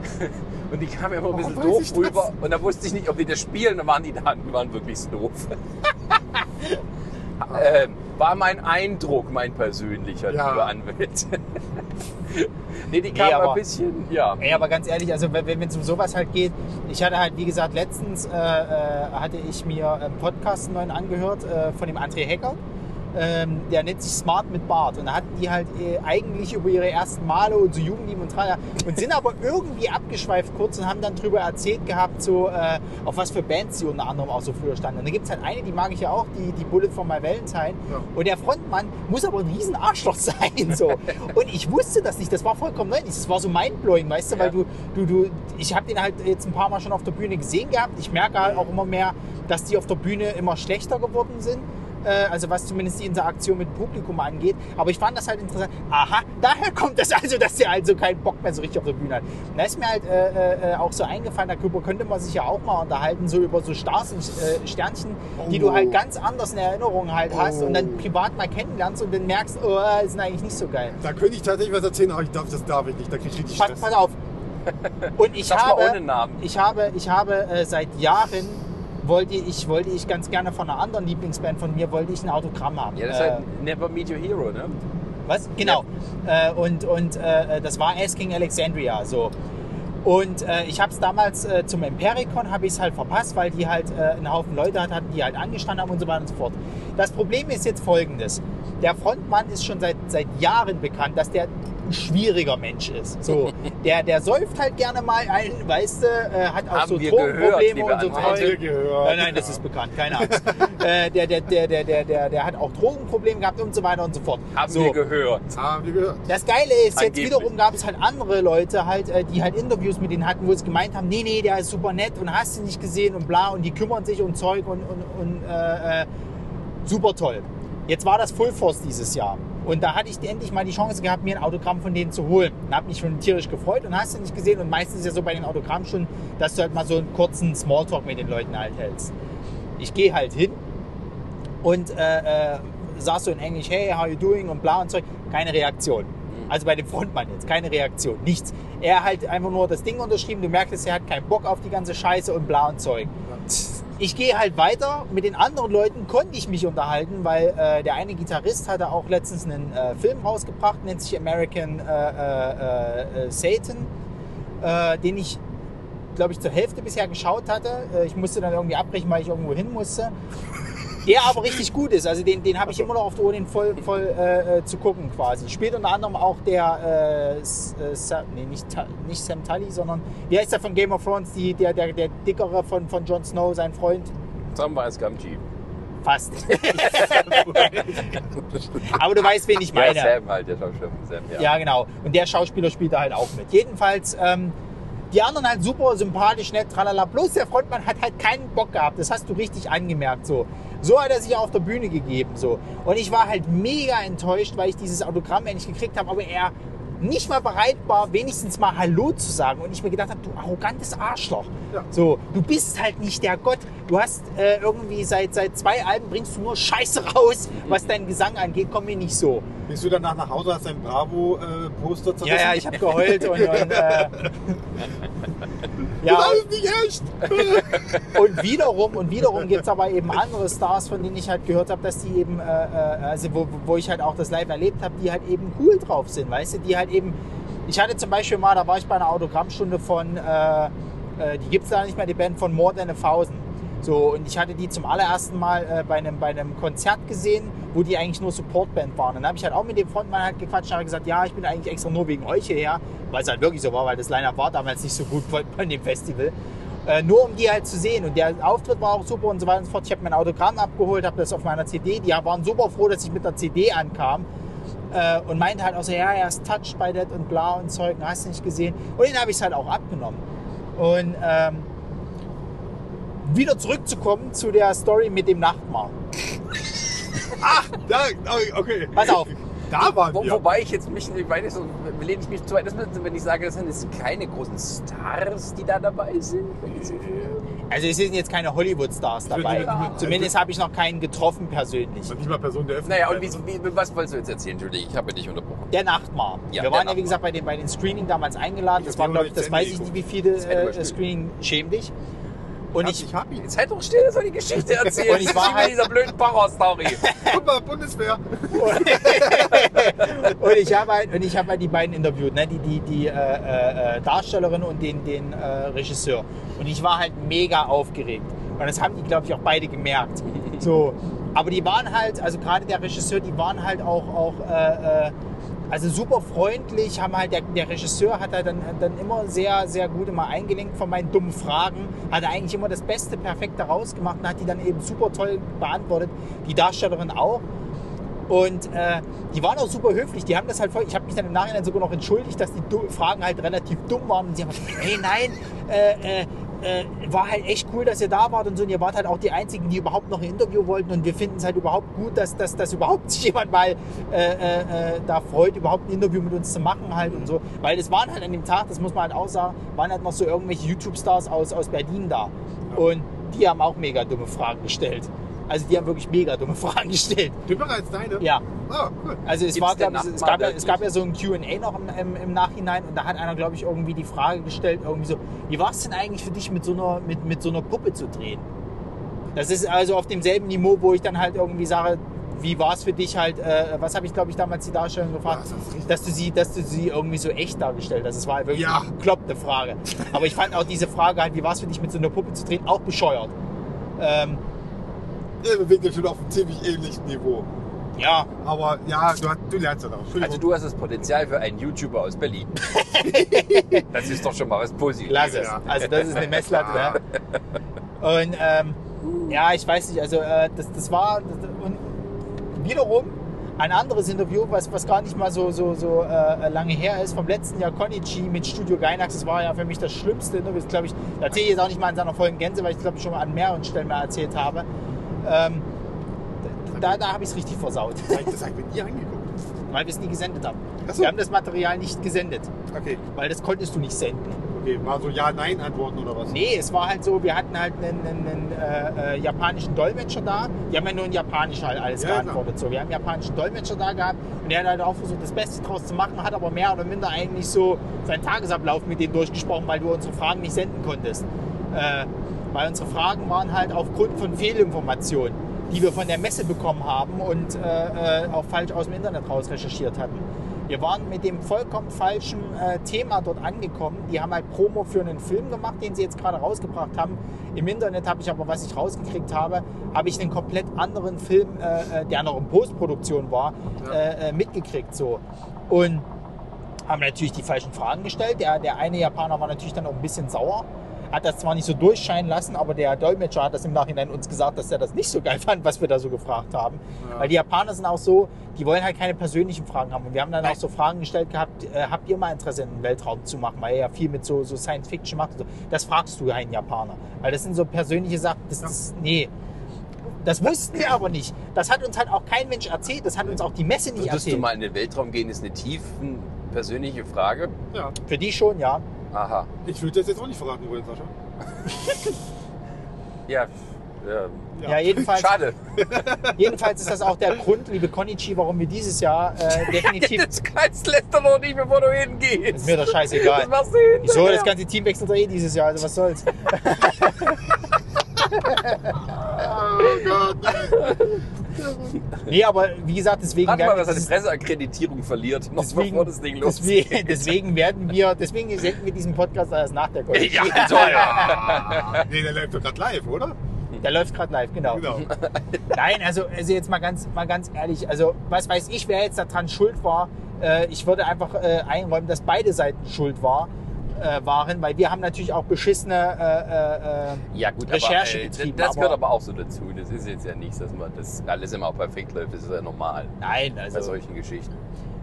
S3: und die kamen immer ein bisschen
S2: Warum weiß ich
S3: doof rüber. Und da wusste ich nicht, ob die das spielen. Dann waren die da, die waren wirklich so doof. ähm, war mein Eindruck, mein persönlicher,
S2: Ja.
S3: lieber Anwalt. nee, die kamen
S1: aber-
S3: ein bisschen, ja.
S1: Ey, aber ganz ehrlich, also wenn es um sowas halt geht, ich hatte halt, wie gesagt, letztens äh, äh, hatte ich mir einen Podcast einen neuen angehört äh, von dem André Hecker. Ähm, der nennt sich Smart mit Bart. Und da hatten die halt äh, eigentlich über ihre ersten Male und so Jugendlieben und tralala. Und sind aber irgendwie abgeschweift kurz und haben dann drüber erzählt gehabt, so äh, auf was für Bands sie unter anderem auch so früher standen. Und da gibt es halt eine, die mag ich ja auch, die, die Bullet for My Valentine.
S2: Ja.
S1: Und der Frontmann muss aber ein riesen Arschloch sein. So. Und ich wusste das nicht, das war vollkommen neu. Das war so mindblowing, weißt du,
S3: Ja.
S1: weil du, du, du, ich habe den halt jetzt ein paar Mal schon auf der Bühne gesehen gehabt. Ich merke halt auch immer mehr, dass die auf der Bühne immer schlechter geworden sind. Äh, Also was zumindest die Interaktion mit Publikum angeht. Aber ich fand das halt interessant. Aha, daher kommt das also, dass der also keinen Bock mehr so richtig auf der Bühne hat. Und Da ist mir halt äh, äh, auch so eingefallen, darüber könnte man sich ja auch mal unterhalten, so über so Stars und äh, Sternchen, die du
S2: Oh.
S1: halt ganz anders in Erinnerung halt hast und dann
S2: Oh.
S1: privat mal kennenlernst und dann merkst, oh, die sind eigentlich nicht so geil.
S2: Da könnte ich tatsächlich was erzählen, aber ich darf, das darf ich nicht. Da krieg ich richtig
S1: Pass,
S2: Stress.
S1: pass auf. Und ich
S3: Sag mal ohne
S1: habe,
S3: Namen.
S1: ich habe, ich habe äh, seit Jahren wollte ich, wollte ich ganz gerne von einer anderen Lieblingsband von mir wollte ich ein Autogramm haben.
S3: Ja, das ist
S1: Äh,
S3: halt Never Meet Your Hero, ne?
S1: Was? Genau. Äh, und und äh, das war Asking Alexandria so. Und äh, ich habe es damals äh, zum Empiricon habe ich es halt verpasst, weil die halt äh, einen Haufen Leute hat- hatten, die halt angestanden haben und so weiter und so fort. Das Problem ist jetzt folgendes. Der Frontmann ist schon seit, seit Jahren bekannt, dass der ein schwieriger Mensch ist. So, der, der säuft halt gerne mal einen, weißt du, äh, hat auch
S3: Haben
S1: so
S3: wir gehört,
S1: Drogenprobleme
S3: liebe
S1: und so
S3: Anwälte.
S1: Zeug.
S2: gehört.
S1: Nein, nein, das ist bekannt, keine Angst. äh, der, der, der, der, der, der, der hat auch Drogenprobleme gehabt und so weiter und so fort.
S3: Haben
S1: so.
S3: wir gehört.
S2: Haben wir Ah, gehört.
S1: Das Geile ist, jetzt
S3: Angeblich.
S1: wiederum gab es halt andere Leute, halt, äh, die halt Interviews mit denen hatten, wo sie gemeint haben, nee, nee, der ist super nett und hast ihn nicht gesehen und bla und die kümmern sich um Zeug und, und, und äh, äh, super toll. Jetzt war das Full Force dieses Jahr. Und da hatte ich endlich mal die Chance gehabt, mir ein Autogramm von denen zu holen. Und habe mich schon tierisch gefreut und hast du nicht gesehen. Und meistens ist ja so bei den Autogrammstunden, dass du halt mal so einen kurzen Smalltalk mit den Leuten halt hältst. Ich gehe halt hin und äh, äh, saß so in Englisch, hey, how you doing und bla und Zeug. Keine Reaktion. Also bei dem Frontmann jetzt, keine Reaktion, nichts. Er halt einfach nur das Ding unterschrieben, du merkst, er hat keinen Bock auf die ganze Scheiße und bla und Zeug. Ich gehe halt weiter, mit den anderen Leuten konnte ich mich unterhalten, weil äh, der eine Gitarrist hatte auch letztens einen äh, Film rausgebracht, nennt sich American äh, äh, äh, Satan, äh, den ich glaube ich zur Hälfte bisher geschaut hatte. Äh, ich musste dann irgendwie abbrechen, weil ich irgendwo hin musste. Der aber richtig gut ist. Also den, den habe ich immer noch auf der Uhr, den voll, voll äh, äh, zu gucken quasi. Spielt unter anderem auch der, äh, S- äh, Sa- nee, nicht, Ta- nicht Sam Tully, sondern, wie heißt der von Game of Thrones, die, der, der, der dickere von, von Jon Snow, sein Freund?
S3: Samwise Gamgee.
S1: Fast. aber du weißt, wen ich meine.
S3: Ja, Sam halt, der Schauspieler von Sam, ja.
S1: Ja, genau. Und der Schauspieler spielt da halt auch mit. Jedenfalls, ähm, die anderen halt super sympathisch, nett, tralala. Bloß der Frontmann hat halt keinen Bock gehabt. Das hast du richtig angemerkt, so. So hat er sich auch auf der Bühne gegeben, so. Und ich war halt mega enttäuscht, weil ich dieses Autogramm endlich gekriegt habe, aber er nicht mal bereit war, wenigstens mal Hallo zu sagen. Und ich mir gedacht habe, du arrogantes Arschloch.
S2: Ja.
S1: So, du bist halt nicht der Gott. Du hast äh, irgendwie seit, seit zwei Alben bringst du nur Scheiße raus, was deinen Gesang angeht. Komm mir nicht so.
S2: Bist du danach nach Hause, hast dein Bravo-Poster zerrissen?
S1: Ja, ja, ich habe geheult und, und äh,
S2: Das
S1: ja,
S2: ist nicht echt!
S1: und wiederum und wiederum gibt's aber eben andere Stars, von denen ich halt gehört habe, dass die eben, äh, äh, also wo, wo ich halt auch das live erlebt habe, die halt eben cool drauf sind, weißt du, die halt eben, ich hatte zum Beispiel mal, da war ich bei einer Autogrammstunde von, äh, äh, die gibt's da nicht mehr, die Band von More Than a Thousand. So, und ich hatte die zum allerersten Mal äh, bei, einem, bei einem Konzert gesehen, wo die eigentlich nur Supportband waren. Dann habe ich halt auch mit dem Frontmann halt gequatscht und habe gesagt, ja, ich bin eigentlich extra nur wegen euch hierher, weil es halt wirklich so war, weil das Line-Up war damals nicht so gut von, von dem Festival. Äh, nur um die halt zu sehen. Und der Auftritt war auch super und so weiter und so fort. Ich habe mein Autogramm abgeholt, habe das auf meiner CD. Die waren super froh, dass ich mit der CD ankam. Äh, und meinte halt auch so, ja, er ist touched by that und bla und Zeug, und hast du nicht gesehen. Und den habe ich halt auch abgenommen. Und ähm, wieder zurückzukommen zu der Story mit dem Nachtmahl.
S2: Da, oh, okay.
S1: Pass auf.
S2: Da waren
S3: Wo,
S2: wir.
S3: Wobei ich jetzt mich, ich meine, so, lehne ich mich zu weit, dass man- wenn ich sage, das sind jetzt keine großen Stars, die da dabei sind.
S1: Also es sind jetzt keine Hollywood-Stars dabei. Zumindest habe ich noch keinen getroffen persönlich.
S2: Und nicht mal Person der Öffentlichkeit.
S3: Naja, und wie, wie, was wolltest du jetzt erzählen? Entschuldige, ich habe dich unterbrochen.
S1: Der Nachtmar.
S3: Ja,
S1: wir waren ja, wie
S3: der Nachtmahr.
S1: gesagt, bei, den, bei den Screening damals eingeladen.
S2: Ich
S1: Das
S2: hab
S1: war,
S2: die
S1: glaube ich, das
S2: hundert
S1: weiß ich
S2: Cent
S1: nicht, wie viele
S3: Das hätte man
S1: äh,
S3: spielen.
S1: Screening. Schäm dich. Und
S2: und
S1: ich,
S2: ich hab ihn.
S3: Jetzt halt doch still, soll die Geschichte erzählen.
S1: Und ich war
S3: Nicht mit
S1: halt-
S3: dieser blöden Power-Story.
S2: Guck mal, Bundeswehr.
S1: und ich habe halt, und ich habe halt die beiden interviewt, ne? die, die, die äh, äh, äh, Darstellerin und den, den äh, Regisseur. Und ich war halt mega aufgeregt. Und das haben die, glaube ich, auch beide gemerkt. So. Aber die waren halt, also gerade der Regisseur, die waren halt auch, auch äh, äh, also super freundlich, haben halt, der, der Regisseur hat halt dann, dann immer sehr, sehr gut immer eingelenkt von meinen dummen Fragen, hat er eigentlich immer das Beste perfekt daraus gemacht und hat die dann eben super toll beantwortet. Die Darstellerin auch. Und äh, die waren auch super höflich. Die haben das halt voll. Ich habe mich dann im Nachhinein sogar noch entschuldigt, dass die du Fragen halt relativ dumm waren. Und sie haben gesagt, hey, nein, äh, äh, äh, war halt echt cool, dass ihr da wart und so. Und ihr wart halt auch die Einzigen, die überhaupt noch ein Interview wollten. Und wir finden es halt überhaupt gut, dass, dass, dass überhaupt sich jemand mal äh, äh, äh, da freut, überhaupt ein Interview mit uns zu machen halt und so. Weil es waren halt an dem Tag, das muss man halt auch sagen, waren halt noch so irgendwelche YouTube-Stars aus, aus Berlin da. Und die haben auch mega dumme Fragen gestellt. Also die haben wirklich mega dumme Fragen gestellt.
S2: Dümmer als deine?
S1: Ja.
S2: Ah, cool.
S1: Also es
S3: Gibt's
S1: war,
S3: denn
S1: glaub, ich, es,
S3: Nachbar
S1: gab ja,
S3: wirklich?
S1: es gab ja so ein Q&A noch im, im, im Nachhinein und da hat einer, glaube ich, irgendwie die Frage gestellt, irgendwie so, wie war es denn eigentlich für dich, mit so, einer, mit, mit so einer Puppe zu drehen? Das ist also auf demselben Niveau, wo ich dann halt irgendwie sage, wie war es für dich halt, äh, was habe ich, glaube ich, damals die Darstellung gefragt,
S2: Ja, das ist richtig.
S1: dass, du sie, dass du sie irgendwie so echt dargestellt hast. Das war halt wirklich
S2: Ja.
S1: eine bekloppte Frage. Aber ich fand auch diese Frage halt, wie war es für dich, mit so einer Puppe zu drehen, auch bescheuert. Ähm,
S2: Ihr bewegt euch schon auf einem ziemlich ähnlichen Niveau.
S1: ja,
S2: Aber ja, du, hast- du lernst ja darauf.
S3: Also du hast das Potenzial für einen YouTuber aus Berlin. Das ist doch schon mal was Positives.
S1: Lass es.
S2: Ja.
S1: Also das ist eine Messlatte.
S2: Ja.
S1: Ne? Und ähm, ja, ich weiß nicht, also äh, das, das war das, und wiederum ein anderes Interview, was, was gar nicht mal so, so, so äh, lange her ist, vom letzten Jahr Konichi mit Studio Gainax. Das war ja für mich das schlimmste Interview. Das glaube ich, da erzähle ich jetzt auch nicht mal in seiner vollen Gänze, weil ich glaube ich schon mal an mehreren Stellen mal erzählt habe. Ähm, da da habe ich es richtig versaut,
S2: Das hab ich- das habe ich mir nie angeguckt.
S1: weil wir es nie gesendet haben.
S2: Ach so.
S1: Wir haben das Material nicht gesendet,
S2: Okay,
S1: weil das konntest du nicht senden.
S2: okay. War so Ja-Nein-Antworten oder was?
S1: Nee, es war halt so, wir hatten halt einen, einen, einen äh, äh, japanischen Dolmetscher da. Die haben ja nur in Japanisch halt alles
S2: Ja,
S1: geantwortet. So, wir haben einen japanischen Dolmetscher da gehabt und der hat halt auch versucht, das Beste draus zu machen, hat aber mehr oder minder eigentlich so seinen Tagesablauf mit denen durchgesprochen, weil du unsere Fragen nicht senden konntest. Äh, weil unsere Fragen waren halt aufgrund von Fehlinformationen, die wir von der Messe bekommen haben und äh, äh, auch falsch aus dem Internet raus recherchiert hatten. Wir waren mit dem vollkommen falschen äh, Thema dort angekommen. Die haben halt Promo für einen Film gemacht, den sie jetzt gerade rausgebracht haben. Im Internet habe ich aber, was ich rausgekriegt habe, habe ich einen komplett anderen Film, äh, äh, der noch in Postproduktion war,
S2: Ja.
S1: äh, äh, mitgekriegt. So. Und haben natürlich die falschen Fragen gestellt. Der, der eine Japaner war natürlich dann auch ein bisschen sauer. Hat das zwar nicht so durchscheinen lassen, aber der Dolmetscher hat das im Nachhinein uns gesagt, dass er das nicht so geil fand, was wir da so gefragt haben.
S2: Ja.
S1: Weil die Japaner sind auch so, die wollen halt keine persönlichen Fragen haben. Und wir haben dann auch so Fragen gestellt gehabt, äh, habt ihr mal Interesse, in den Weltraum zu machen? Weil ihr ja viel mit so, so Science Fiction macht. und So. Das fragst du einen Japaner. Weil das sind so persönliche Sachen, das, das nee. Das wussten wir aber nicht. Das hat uns halt auch kein Mensch erzählt. Das hat uns auch die Messe nicht
S3: Würdest du
S1: erzählt.
S3: mal in den Weltraum gehen, ist eine tiefen persönliche Frage.
S2: Ja.
S1: Für die schon, ja.
S3: Aha.
S2: Ich würde das jetzt auch nicht verraten wollen, Sascha.
S3: Ja. ja.
S1: Ja, jedenfalls.
S3: Schade.
S1: Jedenfalls ist das auch der Grund, liebe Konichi, warum wir dieses Jahr äh, definitiv.
S3: Das kannst lässt doch noch nicht, bevor du
S1: ist
S3: hingehst.
S1: mir doch scheißegal.
S3: Das machst du hinterher.
S1: Wieso? Das ganze Team wechselt doch eh dieses Jahr, also was soll's.
S2: Oh Gott.
S1: Nee, aber wie gesagt, deswegen
S3: Warte mal,
S1: werden
S3: dass er die
S1: wir.
S3: Presseakkreditierung verliert, noch
S1: Deswegen,
S3: bevor das Ding losgeht.
S1: deswegen, deswegen werden wir, deswegen senden wir diesen Podcast erst nach der Konichi.
S3: Ja, toll.
S2: Ah, nee, der läuft doch gerade live, oder?
S1: Der läuft gerade live, genau.
S2: Genau.
S1: Nein, also, also jetzt mal ganz, mal ganz ehrlich, also was weiß ich, wer jetzt daran schuld war. Äh, ich würde einfach äh, einräumen, dass beide Seiten schuld war, äh, waren, weil wir haben natürlich auch beschissene äh, äh, äh,
S3: Ja gut,
S1: Recherche
S3: aber, äh,
S1: betrieben,
S3: das gehört
S1: aber-
S3: aber auch so dazu. Das ist jetzt ja nichts, dass man das alles immer perfekt läuft. Das ist ja normal
S1: Nein,
S3: bei
S1: also.
S3: solchen Geschichten.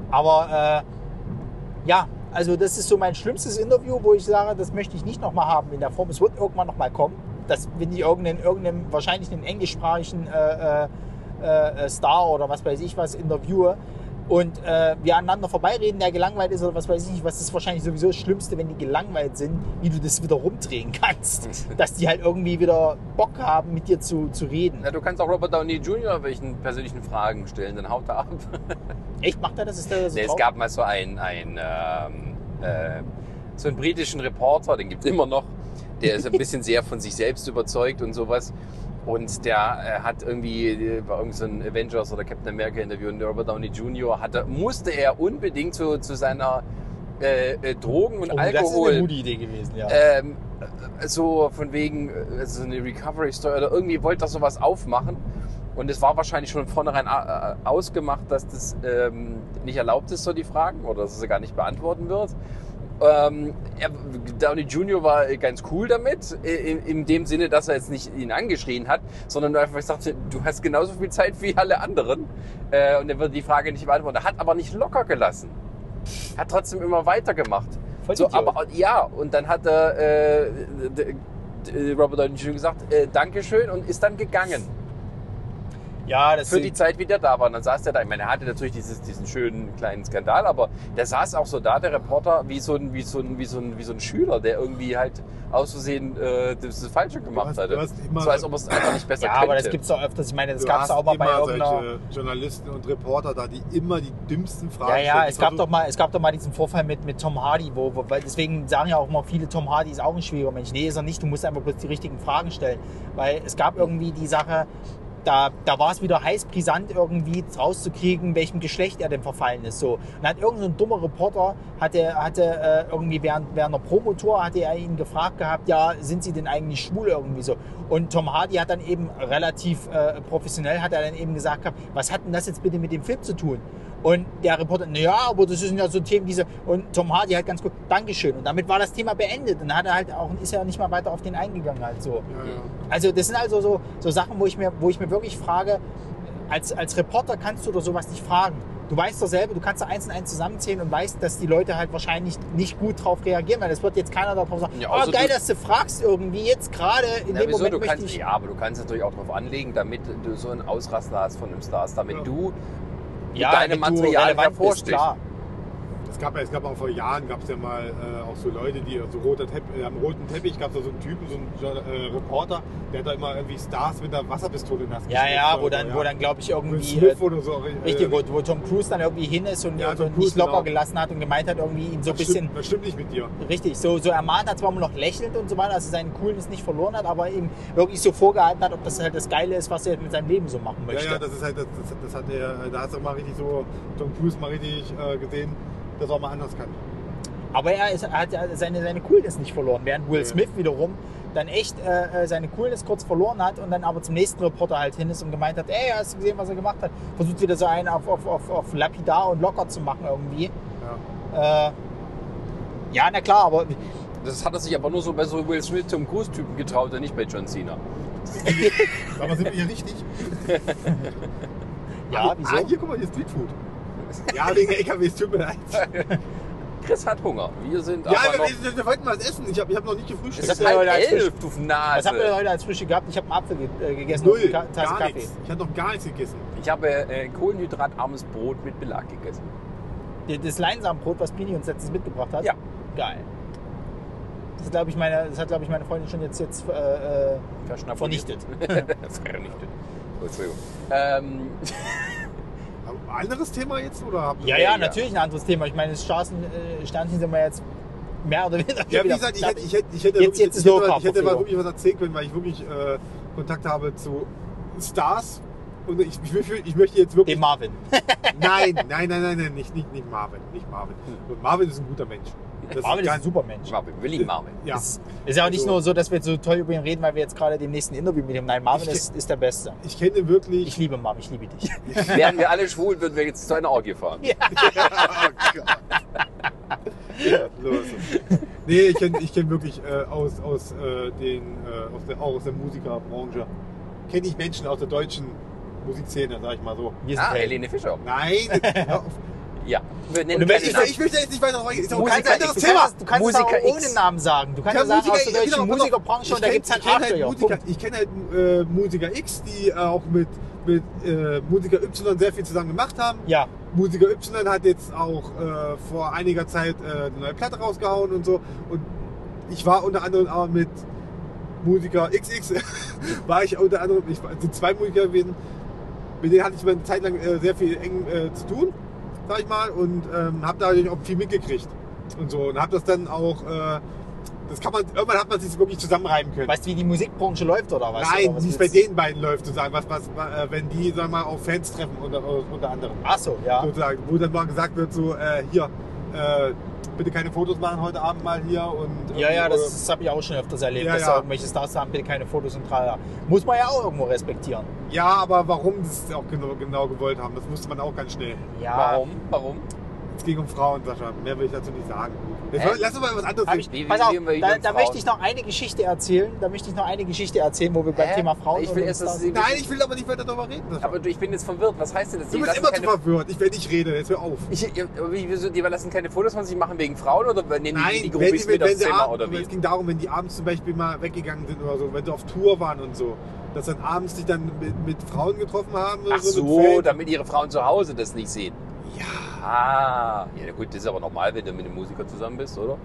S1: Aber äh, ja, Also das ist so mein schlimmstes Interview, wo ich sage, das möchte ich nicht nochmal haben in der Form. Es wird irgendwann nochmal kommen. Das, wenn die irgendeinen, irgendeinem, wahrscheinlich einen englischsprachigen äh, äh, äh, Star oder was weiß ich was interviewe und äh, wir aneinander vorbeireden, der gelangweilt ist oder was weiß ich nicht, was ist wahrscheinlich sowieso das Schlimmste, wenn die gelangweilt sind, wie du das wieder rumdrehen kannst. dass die halt irgendwie wieder Bock haben, mit dir zu, zu reden.
S3: Na, du kannst auch Robert Downey Jr. welchen persönlichen Fragen stellen, dann haut er ab.
S1: Echt, macht er das? Ist der so
S3: Nee, es
S1: drauf?
S3: gab mal so einen, einen, ähm, äh, so einen britischen Reporter, den gibt es immer noch, der ist ein bisschen sehr von sich selbst überzeugt und sowas. Und der äh, hat irgendwie äh, bei irgendeinem Avengers oder Captain America Interview und Robert Downey Jr. Hatte, musste er unbedingt zu, zu seiner äh, äh, Drogen- und
S1: Oh, Das ist eine
S3: Alkohol
S1: gute Idee gewesen, ja.
S3: ähm, so von wegen äh, so eine Recovery Story oder irgendwie wollte er sowas aufmachen und es war wahrscheinlich schon von vornherein a- a- ausgemacht, dass das ähm, nicht erlaubt ist, so die Fragen oder dass er sie gar nicht beantworten wird. Ähm, er, Downey Jr. war äh, ganz cool damit, äh, in, in dem Sinne, dass er jetzt nicht ihn angeschrien hat, sondern nur einfach gesagt, hat, du hast genauso viel Zeit wie alle anderen äh, und er würde die Frage nicht beantworten. Er hat aber nicht locker gelassen, hat trotzdem immer weitergemacht.
S1: Voll
S3: So,
S1: Idiot.
S3: aber äh, ja, und dann hat er äh, d- d- Robert Downey Jr. gesagt, äh, Dankeschön und ist dann gegangen.
S1: ja, das
S3: Für
S1: sind-
S3: die Zeit, wie der da war. Und dann saß der da. Ich meine, er hatte natürlich dieses, diesen schönen kleinen Skandal, aber der saß auch so da, der Reporter, wie so ein, wie so ein, wie so ein, wie so ein Schüler, der irgendwie halt aus Versehen äh, das Falsche gemacht
S2: hast- du
S1: halt
S3: hatte.
S2: hast immer
S3: so als
S2: so-
S3: ob er es einfach nicht besser
S1: ja,
S3: könnte.
S1: aber das gibt's doch öfters. Ich meine, das
S2: Du
S1: gab's
S2: hast
S1: auch mal bei
S2: immer
S1: irgendeiner...
S2: solche Journalisten und Reporter da, die immer die dümmsten Fragen
S1: Ja,
S2: stellen.
S1: ja,
S2: Die
S1: es gab,
S2: versuchen-
S1: doch mal, es gab doch mal diesen Vorfall mit, mit Tom Hardy, wo, wo, weil deswegen sagen ja auch immer viele, Tom Hardy ist auch ein schwieriger Mensch. Nee, ist er nicht, du musst einfach bloß die richtigen Fragen stellen. Weil es gab irgendwie die Sache, da, da war es wieder heiß brisant irgendwie rauszukriegen, welchem Geschlecht er denn verfallen ist. So. Und hat irgendein so ein dummer Reporter, hatte, hatte äh, irgendwie während, während einer Promotor, hatte er ihn gefragt gehabt, ja, sind sie denn eigentlich schwul irgendwie so? Und Tom Hardy hat dann eben relativ äh, professionell, hat er dann eben gesagt gehabt, was hat denn das jetzt bitte mit dem Film zu tun? Und der Reporter, naja, aber das sind ja so Themen, diese. Und Tom Hardy halt ganz gut, Dankeschön. Und damit war das Thema beendet. Und dann hat er halt auch, ist ja nicht mal weiter auf den eingegangen halt so.
S2: Ja, ja.
S1: Also das sind also so, so Sachen, wo ich mir, wo ich mir wirklich frage, als, als Reporter kannst du doch sowas nicht fragen. Du weißt doch selber, du kannst da eins und eins zusammenzählen und weißt, dass die Leute halt wahrscheinlich nicht gut drauf reagieren, weil es wird jetzt keiner darauf sagen,
S3: Ja,
S1: oh
S3: außer
S1: geil,
S3: du-
S1: dass du fragst irgendwie jetzt gerade in
S3: Na,
S1: dem
S3: wieso?
S1: Moment
S3: du
S1: möchte
S3: kannst,
S1: ich...
S3: ja, aber du kannst natürlich auch drauf anlegen, damit du so einen Ausraster hast von einem Stars, damit
S2: Ja.
S3: du mit
S1: Ja,
S3: deinem
S1: wenn du
S3: Material
S1: relevant bist,
S3: hervorstehst.
S1: klar.
S2: Es gab, ja- es gab auch vor Jahren gab es ja mal äh, auch so Leute, die so roter Teppich, äh, am roten Teppich gab es da so einen Typen, so einen Jo- äh, Reporter, der hat da immer irgendwie Stars mit einer Wasserpistole nass
S1: Ja,
S2: gespritzt
S1: ja,
S2: oder
S1: wo
S2: so,
S1: dann,
S2: ja.
S1: wo dann glaube ich
S2: Will
S1: irgendwie... äh,
S2: Smith oder so. äh,
S1: Richtig, wo, wo Tom Cruise dann irgendwie hin ist und
S2: Ja,
S1: also
S2: Tom
S1: nicht
S2: Cruise,
S1: locker
S2: genau.
S1: gelassen hat und gemeint hat, irgendwie ihn so ein
S2: das
S1: bisschen
S2: Stimmt, das stimmt nicht mit dir.
S1: richtig, so, so ermahnt hat, zwar immer noch lächelnd und so weiter, also seinen Coolness nicht verloren hat, aber eben wirklich so vorgehalten hat, ob das halt das Geile ist, was er mit seinem Leben so machen
S2: Ja,
S1: möchte.
S2: ja, das ist halt, das, das, das hat er, da hast du mal richtig so Tom Cruise mal richtig äh, gesehen, dass er auch mal anders kann.
S1: aber er ist, hat ja seine, seine Coolness nicht verloren, während Will
S2: Ja.
S1: Smith wiederum dann echt äh, äh, seine Coolness kurz verloren hat und dann aber zum nächsten Reporter halt hin ist und gemeint hat, ey, hast du gesehen, was er gemacht hat? Versucht wieder so einen auf, auf, auf, auf lapidar und locker zu machen irgendwie.
S2: Ja.
S1: Äh, ja, na klar, aber
S3: Das hat er sich aber nur so bei so Will Smith Tom Cruise Typen getraut und nicht bei John Cena.
S2: Sag mal, sind wir hier richtig?
S1: ja,
S2: ah,
S1: wieso?
S2: Ah, hier, guck mal, hier ist Streetfood. Ja, wegen LKWs, tut mir leid.
S3: Chris hat Hunger. Wir sind
S2: Ja,
S3: aber
S2: wir,
S3: noch.
S2: wir, wir wollten mal was essen. Ich habe ich hab noch nicht
S3: Es
S2: gefrühstückt. Äh,
S1: Das ist
S3: ist
S1: ja
S3: halb
S1: heute als
S3: elf, du
S1: Was habt ihr
S3: Nase.
S1: heute als Frühstück gehabt? Ich habe einen Apfel ge äh, gegessen
S2: Also- Null,
S1: und eine Ka- Tasse
S2: gar
S1: Kaffee.
S2: nichts. Ich habe noch gar nichts gegessen.
S3: Ich habe äh, kohlenhydratarmes Brot mit Belag gegessen.
S1: D- Das Leinsamenbrot, was Bini uns letztens mitgebracht hat.
S3: Ja.
S1: Geil. Das, glaub ich, meine, das hat, glaube ich, meine Freundin schon jetzt, jetzt äh, äh,
S3: Verschnappt.
S1: vernichtet.
S3: Vernichtet. Oh, Entschuldigung. Ähm,
S2: Aber anderes Thema jetzt oder? habt ihr-
S1: ja, ja, natürlich ein anderes Thema. Ich meine, das Straßen, äh, Sternchen sind wir jetzt mehr oder weniger.
S2: Ja, wie
S1: wieder
S2: gesagt,
S1: fertig.
S2: ich hätte, ich hätte, ich hätte,
S1: Jetzt-
S2: wirklich,
S1: jetzt ist
S2: ich hätte,
S1: Low
S2: mal-
S1: Carb
S2: ich hätte mal
S1: Verpflegung.
S2: wirklich was erzählen können, weil ich wirklich äh, Kontakt habe zu Stars. Und ich, ich, möchte- ich möchte jetzt wirklich.
S1: Den Marvin.
S2: Nein, nein, nein, nein, nein, nicht, nicht, nicht Marvin. Nicht Marvin. Und Marvin ist ein guter Mensch. Das
S1: Hm. Marvin ist ein
S2: ganz-
S1: super Mensch.
S3: Marvin, Willi Marvin.
S2: Ja.
S1: Ist, ist ja auch nicht
S2: Also-
S1: nur so, dass wir jetzt so toll über ihn reden, weil wir jetzt gerade dem nächsten Interview mit ihm. Nein, Marvin
S2: Ich-
S1: ist, ist der Beste.
S2: Ich kenne wirklich.
S1: Ich liebe Marvin, ich liebe dich.
S3: Wären wir alle schwul, würden wir jetzt zu einer Orgie fahren.
S2: oh Gott. Ja, so ist es. Nee, ich kenne ich kenn wirklich äh, aus, aus, äh, den, äh, aus der, auch aus der Musikerbranche. Kenne ich Menschen aus der deutschen Musikszene, sag ich mal so.
S1: Wir sind
S3: Ah,
S1: Helden.
S3: Helene Fischer.
S2: Nein, hör auf.
S3: Ja. Wir nennen
S1: Und du
S3: keine
S1: möchtest-
S3: Namen.
S2: Ich möchte jetzt nicht weiter rein. Ist auch kein
S1: Musiker X.
S2: anderes
S1: Du
S2: Thema.
S1: kannst, du kannst es
S3: Musiker
S1: auch ohne
S3: X.
S1: Namen sagen. Du kannst ja, sagen, aus der
S2: genau,
S1: deutschen
S2: pass auf.
S1: Musikerbranche
S2: Ich
S1: und da
S2: kenn-
S1: gibt es halt
S2: ich kenn
S1: Arschlöcher.
S2: Musiker,
S1: Punkt.
S2: ich kenne halt äh, Musiker X, die äh, auch mit, mit äh, Musiker Y sehr viel zusammen gemacht haben.
S1: Ja,
S2: Musiker Y hat jetzt auch äh, vor einiger Zeit äh, eine neue Platte rausgehauen und so. Und ich war unter anderem auch mit Musiker XX, war ich unter anderem, ich war, es sind zwei Musiker gewesen, mit denen hatte ich meine Zeit lang äh, sehr viel eng äh, zu tun, sag ich mal, und ähm, habe dadurch auch viel mitgekriegt und so. Und habe das dann auch, äh, das kann man, irgendwann hat man sich wirklich zusammenreiben können.
S1: weißt du, wie die Musikbranche läuft oder was?
S2: Nein,
S1: oder was
S2: wie es bei
S1: willst-
S2: den beiden läuft, sozusagen, was, was, äh, wenn die, sagen wir mal, auf Fans treffen, unter, unter anderem
S1: Ach so, ja.
S2: sozusagen, wo dann mal gesagt wird, so, äh, hier, äh, bitte keine Fotos machen heute Abend mal hier und. äh,
S1: Ja, ja,
S2: und-
S1: das, das habe ich auch schon öfters erlebt,
S2: Ja,
S1: dass
S2: ja.
S1: da irgendwelche Stars haben, bitte keine Fotos und tralala. Muss man ja auch irgendwo respektieren.
S2: ja, aber warum sie es auch genau, genau gewollt haben, das wusste man auch ganz schnell.
S1: Ja,
S3: Warum? Warum?
S2: Es ging um Frauen, Sascha, mehr will ich dazu nicht sagen. Jetzt,
S3: Hä?
S2: lass uns mal was anderes
S1: Hab
S2: reden.
S1: ich,
S3: Wie- wie-
S1: pass auf,
S3: wie- wie-
S1: da,
S3: wie-
S1: da möchte ich noch eine Geschichte erzählen. Da möchte ich noch eine Geschichte erzählen, wo wir beim
S3: Hä?
S1: Thema Frauen
S3: Ich
S1: und
S3: will erst, dass
S1: Stars-
S3: sie-
S2: Nein, ich will aber nicht weiter darüber reden. Sascha.
S3: Aber du, ich bin jetzt verwirrt. Was heißt denn das?
S2: du
S3: Die
S2: bist
S3: lassen
S2: immer zu
S3: keine,
S2: verwirrt, ich, wenn ich rede, jetzt hör auf.
S3: ich, ich, wie- wieso, die lassen keine Fotos von sich machen wegen Frauen oder nehmen die die
S2: wenn,
S3: Groupies
S2: sie-
S3: mit
S2: wenn
S3: aufs
S2: sie
S3: Zimmer
S2: abends,
S3: oder wie?
S2: es ging darum, wenn die abends zum Beispiel mal weggegangen sind oder so, wenn sie auf Tour waren und so, dass dann abends sich dann mit, mit Frauen getroffen haben oder
S3: Ach
S2: so. mit
S3: so,
S2: Fans.
S3: damit ihre Frauen zu Hause das nicht sehen.
S2: ja.
S3: Ah, ja gut, das ist aber normal, wenn du mit einem Musiker zusammen bist, oder?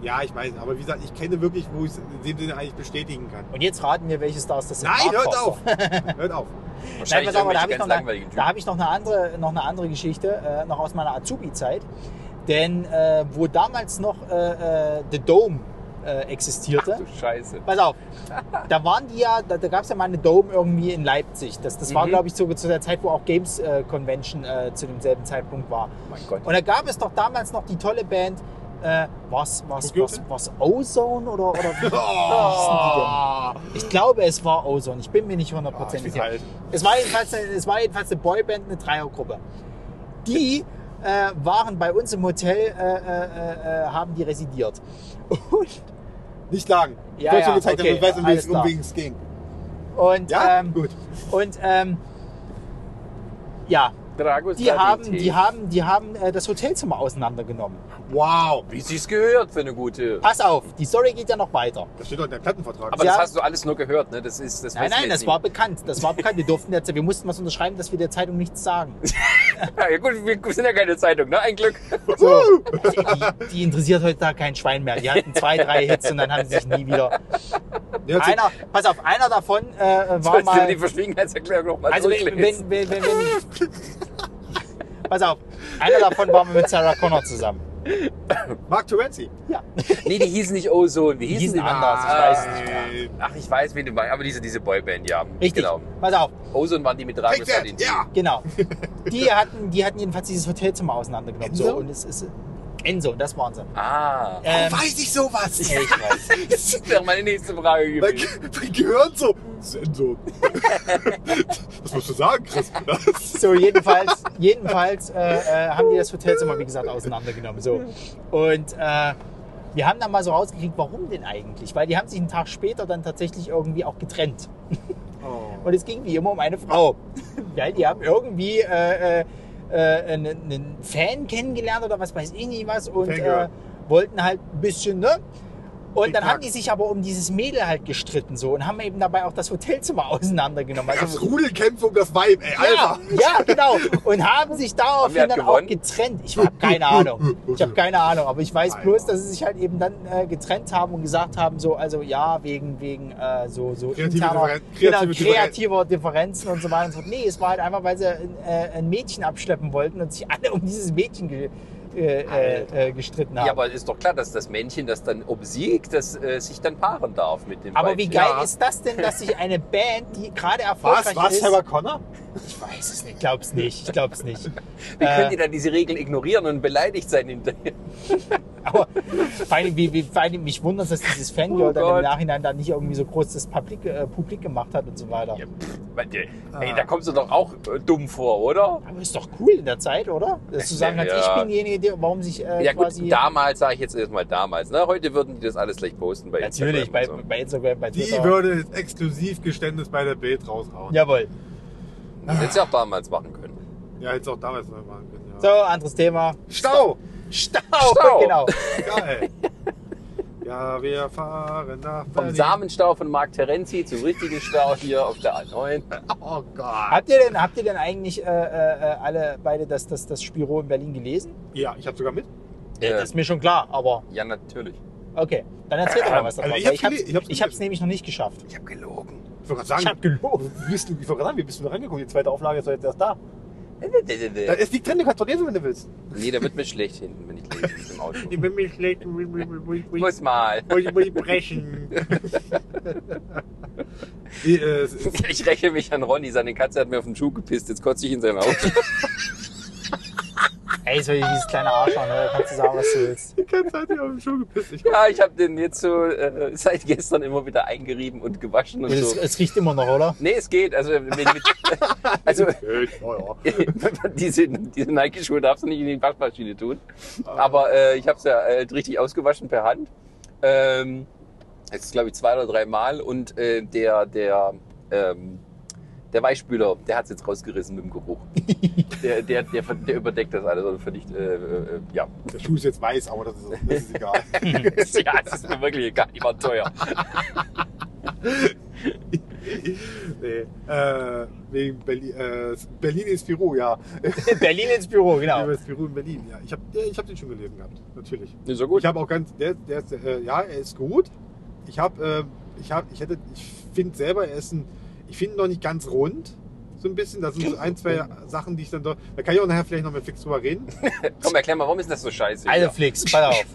S2: Ja, ich weiß, aber wie gesagt, ich kenne wirklich, wo ich es in dem Sinne eigentlich bestätigen kann.
S1: Und jetzt raten wir, welche Stars das sind.
S2: Nein,
S1: Mark
S2: hört
S1: Forster.
S2: auf! hört auf.
S1: Nein,
S3: Wahrscheinlich
S1: pass auf, da
S3: irgendwelche
S1: habe ich,
S3: ganz
S1: noch
S3: langweiligen
S1: eine-
S3: Typen.
S1: da hab ich noch eine andere, noch eine andere Geschichte, äh, noch aus meiner Azubi-Zeit. Denn äh, wo damals noch äh, äh, The Dome äh, existierte,
S3: Ach du Scheiße. Oh
S1: pass auf, da waren die ja, da, da gab es ja mal eine Dome irgendwie in Leipzig. Das, das war,
S3: Mhm.
S1: glaube ich, zu, zu der Zeit, wo auch Games äh, Convention äh, zu demselben Zeitpunkt war.
S3: Oh mein Gott.
S1: Und da gab es doch damals noch die tolle Band, äh, was, was, was,
S2: Scorpion?
S1: was, Ozone oder, oder wie
S2: Oh.
S1: hießen die denn? Ich glaube, es war Ozone. Ich bin mir nicht
S2: Ah, ich
S1: hundertprozentig
S2: bin
S1: sicher.
S2: alt.
S1: Es war jedenfalls eine, es war jedenfalls eine Boyband, eine Dreiergruppe. Die äh, waren bei uns im Hotel, äh, äh, äh, haben die residiert. Und,
S2: Nicht lang.
S1: Ja,
S2: ich wollte schon
S1: ja,
S2: gezeigt,
S1: okay,
S2: damit ich weiß, um wen
S1: alles
S2: es- um
S1: klar.
S2: wen es ging.
S1: und
S2: Ja?
S1: ähm,
S2: Gut.
S1: und ähm, ja,
S3: Dragos
S1: die haben,
S3: Gravität.
S1: die haben, die haben äh, das Hotelzimmer auseinandergenommen.
S2: Wow.
S3: Wie sie es gehört für eine gute.
S1: Pass auf, die Story geht ja noch weiter.
S2: Das steht doch in deinem Plattenvertrag.
S3: Aber
S1: Sie
S3: das
S1: haben-
S3: hast du alles nur gehört, ne? Das ist das
S1: Nein,
S3: wissen wir
S1: nein,
S3: jetzt
S1: das war bekannt. Das war bekannt. Wir durften jetzt, wir mussten was unterschreiben, dass wir der Zeitung nichts sagen.
S3: nicht. Ja gut, wir sind ja keine Zeitung, ne? Ein Glück.
S1: So. Also Die, die interessiert heute da kein Schwein mehr. Die hatten zwei, drei Hits und dann haben sie sich nie wieder.
S2: Ja, jetzt-
S1: Einer, pass auf, einer davon äh, war
S3: Sollst du die
S1: mal.
S3: Verschwiegenheitserklärung nochmal
S1: Also wenn, wenn, wenn, wenn, wenn Pass auf, einer davon war mit Sarah Connor zusammen.
S2: Mark Terenzi.
S1: Ja.
S3: Nee, die hießen nicht Ozone, die
S1: Die
S3: hießen,
S1: hießen
S3: die-
S1: anders, ich
S3: Ah,
S1: weiß es
S2: nicht mehr.
S3: Ach, ich weiß, wen du meinst, aber diese, diese Boyband, ja.
S1: Richtig.
S3: Genau.
S1: Pass auf,
S3: Ozone waren die mit
S2: Take
S3: Dragos
S2: that,
S3: Gravität.
S2: ja.
S1: genau. Die hatten, die hatten jedenfalls dieses Hotelzimmer auseinandergenommen. So,
S2: Enzo?
S1: und es ist. Enzo, das waren sie.
S3: Ah.
S1: Ähm,
S2: Oh, weiß ich sowas?
S1: ich weiß.
S3: Das wäre meine nächste Frage
S2: Mein,
S3: gewesen.
S2: Ge- mein Gehirn so. Sensor. das musst du sagen, Chris. Das-
S1: So, jedenfalls, jedenfalls äh, äh, haben die das Hotelzimmer, wie gesagt, auseinandergenommen. So. Und äh, wir haben dann mal so rausgekriegt, warum denn eigentlich? Weil die haben sich einen Tag später dann tatsächlich irgendwie auch getrennt.
S2: Oh.
S1: Und es ging wie immer um eine Frau. Weil die haben irgendwie äh, äh, äh, einen, einen Fan kennengelernt oder was weiß ich nicht was und
S2: Fangirl.
S1: äh, wollten halt ein bisschen, ne? Und dann
S2: Hickhack.
S1: haben die sich aber um dieses Mädel halt gestritten so und haben eben dabei auch das Hotelzimmer auseinandergenommen. Also
S2: Das Rudelkämpfe um das Weib, ey,
S1: Ja,
S2: Alber.
S1: ja, genau. Und haben sich
S3: Und wer
S1: daraufhin
S3: hat
S1: dann auch
S3: gewonnen?
S1: getrennt. Ich habe keine Ahnung. Ich habe keine Ahnung. Aber ich weiß bloß, dass sie sich halt eben dann äh, getrennt haben und gesagt haben, so, also ja, wegen, wegen äh, so, so
S2: Kreative Differen-
S1: genau,
S2: kreative Differen-
S1: kreativer Differenzen und so weiter und so fort. Nee, es war halt einfach, weil sie äh, ein Mädchen abschleppen wollten und sich alle um dieses Mädchen ge äh, äh, äh, gestritten haben.
S3: Ja,
S1: aber
S3: aber ist doch klar, dass das Männchen, das dann obsiegt, das äh, sich dann paaren darf mit dem
S1: wie
S3: Weibchen.
S1: geil
S2: Ja.
S1: ist das denn, dass sich eine Band, die gerade
S2: Was,
S1: erfolgreich
S2: was,
S1: ist...
S2: Sarah Connor?
S1: ich weiß es nicht, glaub's nicht, ich glaub's nicht.
S3: Wie
S1: Äh,
S3: könnt ihr dann diese Regel ignorieren und beleidigt sein hinterher?
S1: Aber vor allem, wie, wie, vor allem mich wundert, dass dieses Fangirl
S3: Oh
S1: dann
S3: Gott.
S1: im Nachhinein dann nicht irgendwie so groß das Publik, äh, Publik gemacht hat und so weiter.
S3: Ja, pff, man, äh,
S1: Ah.
S3: Ey, da kommst du doch auch äh, dumm vor, oder?
S1: Aber ist doch cool in der Zeit, oder? Dass du sagen kannst,
S3: Ja.
S1: ich bin diejenige, die, warum sich äh,
S3: Ja gut,
S1: quasi...
S3: damals sage ich jetzt erstmal damals. Ne? Heute würden die das alles gleich posten bei
S1: natürlich, bei,
S3: Instagram. und
S1: bei Instagram, bei
S2: Die
S1: Twitter.
S2: würde jetzt exklusiv Geständnis bei der Bild raushauen.
S1: Jawohl.
S3: so. Hättest du auch damals machen können.
S2: Ja, jetzt auch damals noch machen können. Ja.
S1: So, anderes Thema.
S2: Stau!
S1: Stau,
S3: Stau.
S1: genau.
S2: Geil! ja, wir fahren nach
S3: Vom
S2: Berlin.
S3: Samenstau von Marc Terenzi zum richtigen Stau hier auf der A9.
S2: Oh Gott!
S1: Habt ihr denn, habt ihr denn eigentlich äh, äh, äh, alle beide das, das, das Spiro in Berlin gelesen?
S2: Ja, ich habe sogar mit.
S3: Ja.
S1: Das ist mir schon klar, aber
S3: Ja, natürlich.
S1: okay. Dann erzähl doch mal was davon.
S2: Also ich
S1: weil
S2: hab's
S1: ich hab's,
S2: gele- ich hab's
S1: ich hab's
S2: gelesen.
S1: nämlich noch nicht geschafft.
S3: Ich habe gelogen.
S2: Ich wollte gerade
S1: Ich hab
S2: sagen,
S1: gelogen.
S2: wir wissen- ich wollte gerade sagen, wir bist nur rangeguckt. Die zweite Auflage ist doch jetzt erst da. Da
S3: Nee,
S2: ist liegt drin, du kannst doch lesen, wenn du willst.
S3: da wird mir schlecht hinten, wenn ich lese im Auto. Ich
S2: bin mir schlecht. Ich muss
S3: muss mal.
S2: brechen. Die, äh, es ist-
S3: Ich räche mich an Ronny, seine Katze hat mir auf den Schuh gepisst, jetzt kotze ich in sein Auto.
S1: Ey, so dieses kleine Arschloch, ne? Da kannst du sagen, was du willst.
S2: die ganze Zeit hier auf den Schuh gepisst. Ich
S3: Ja, ich habe den jetzt so äh, seit gestern immer wieder eingerieben und gewaschen und
S1: Es,
S3: so.
S1: es riecht immer noch, oder?
S3: Nee, es geht. Also, wenn, wenn- also
S2: Gut, oh ja.
S3: diese, diese Nike-Schuhe darfst du nicht in die Waschmaschine tun. Aber äh, ich habe es ja äh, richtig ausgewaschen per Hand. Ähm, jetzt glaube ich zwei oder drei Mal und äh, der, der, ähm, der Weichspüler, der hat es jetzt rausgerissen mit dem Geruch. der, der, der, ver- der überdeckt das alles und verdicht, äh, äh, äh, ja.
S2: Der Schuh ist jetzt weiß, aber das ist, das ist egal.
S3: ja, es ist mir wirklich egal, die waren teuer.
S2: nee. äh, wegen Berlin, äh, Berlin ist Peru, ja.
S1: Berlin ins Büro, genau.
S2: Über das Peru in Berlin, ja. Ich habe ich hab den schon gelesen gehabt, natürlich.
S3: Ist so
S2: Ich habe auch ganz, der, der ist, äh, ja, er ist gut. Ich habe, äh, ich habe, ich hätte, ich finde selber, er ist ein, ich finde ihn noch nicht ganz rund. So ein bisschen, da sind so ein, zwei Sachen, die ich dann doch, da kann ich auch nachher vielleicht noch mal fix drüber reden.
S3: Komm, erklär mal, warum ist das so scheiße?
S1: Also Flix, pass auf.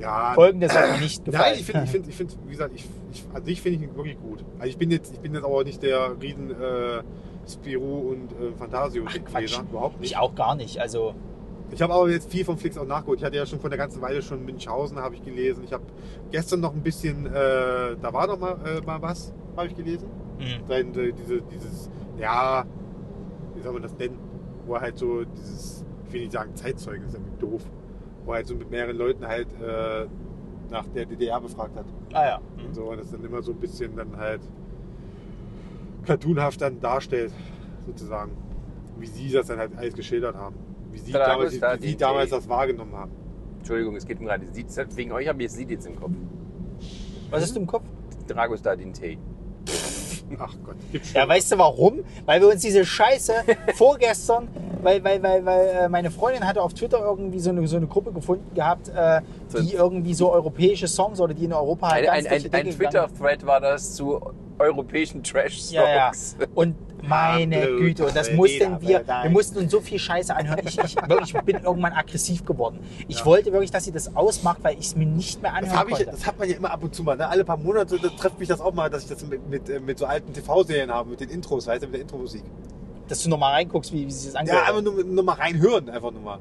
S2: Ja,
S1: Folgendes hat mir nicht
S2: Nein,
S1: gefallen.
S2: ich finde, ich finde, ich finde, wie gesagt, ich, ich, an sich finde ich ihn wirklich gut. Also ich bin jetzt, ich bin jetzt aber auch nicht der riesen äh, Spirou und äh, Fantasio
S1: Ach, Quatsch.
S2: Leser, überhaupt
S1: ich
S2: nicht.
S1: auch gar nicht. Also,
S2: Ich habe aber jetzt viel von Flix auch nachgeholt. Ich hatte ja schon vor einer ganzen Weile schon Münchhausen habe ich gelesen. Ich habe gestern noch ein bisschen, äh, da war noch mal, äh, mal was, habe ich gelesen.
S1: hm.
S2: Sein, äh, diese, dieses, ja, wie soll man das nennen, wo er halt so dieses, ich will nicht sagen Zeitzeugen, ist irgendwie doof, wo er halt so mit mehreren Leuten halt äh, nach der DDR befragt hat.
S1: ah ja.
S2: Und
S1: Hm.
S2: so, und das dann immer so ein bisschen dann halt cartoonhaft dann darstellt, sozusagen. Wie sie das dann halt alles geschildert haben. Wie sie,
S3: Da
S2: damals,
S3: muss da
S2: wie
S3: die
S2: sie damals
S3: Idee.
S2: das wahrgenommen haben.
S3: Entschuldigung, es geht mir gerade. Sied, wegen euch habe ich jetzt Sied jetzt im Kopf.
S1: Was ist im Kopf?
S3: Dragos da den Tee.
S2: Ach Gott, gibt's schon.
S1: Ja, weißt du warum? Weil wir uns diese Scheiße vorgestern, weil, weil, weil, weil äh, meine Freundin hatte auf Twitter irgendwie so eine, so eine Gruppe gefunden gehabt, äh,
S3: So
S1: die irgendwie so europäische Songs oder die in Europa halt
S3: Ein,
S1: ganz
S3: ein,
S1: durch die
S3: ein, ein
S1: Decke gegangen-
S3: Twitter-Thread war das zu europäischen
S1: Ja,
S3: Trash-Songs.
S1: ja. Und meine
S2: Absolut.
S1: Güte, und das
S2: Jeder
S1: mussten wir,
S2: will rein.
S1: wir mussten uns so viel Scheiße anhören. Ich, ich, wirklich, ich bin irgendwann aggressiv geworden. Ich
S2: Ja.
S1: wollte wirklich, dass sie das ausmacht, weil ich es mir nicht mehr
S2: das,
S1: anhören
S2: hab ich,
S1: konnte.
S2: das hat man ja immer ab und zu mal. Ne? Alle paar Monate da trifft mich das auch mal, dass ich das mit, mit, äh, mit so alten TV-Serien habe, mit den Intros, weißt du, mit der Intro-Musik.
S1: Dass du nochmal reinguckst, wie, wie sie das angehört
S2: Ja,
S1: haben.
S2: einfach nur, nur mal reinhören, einfach nur mal.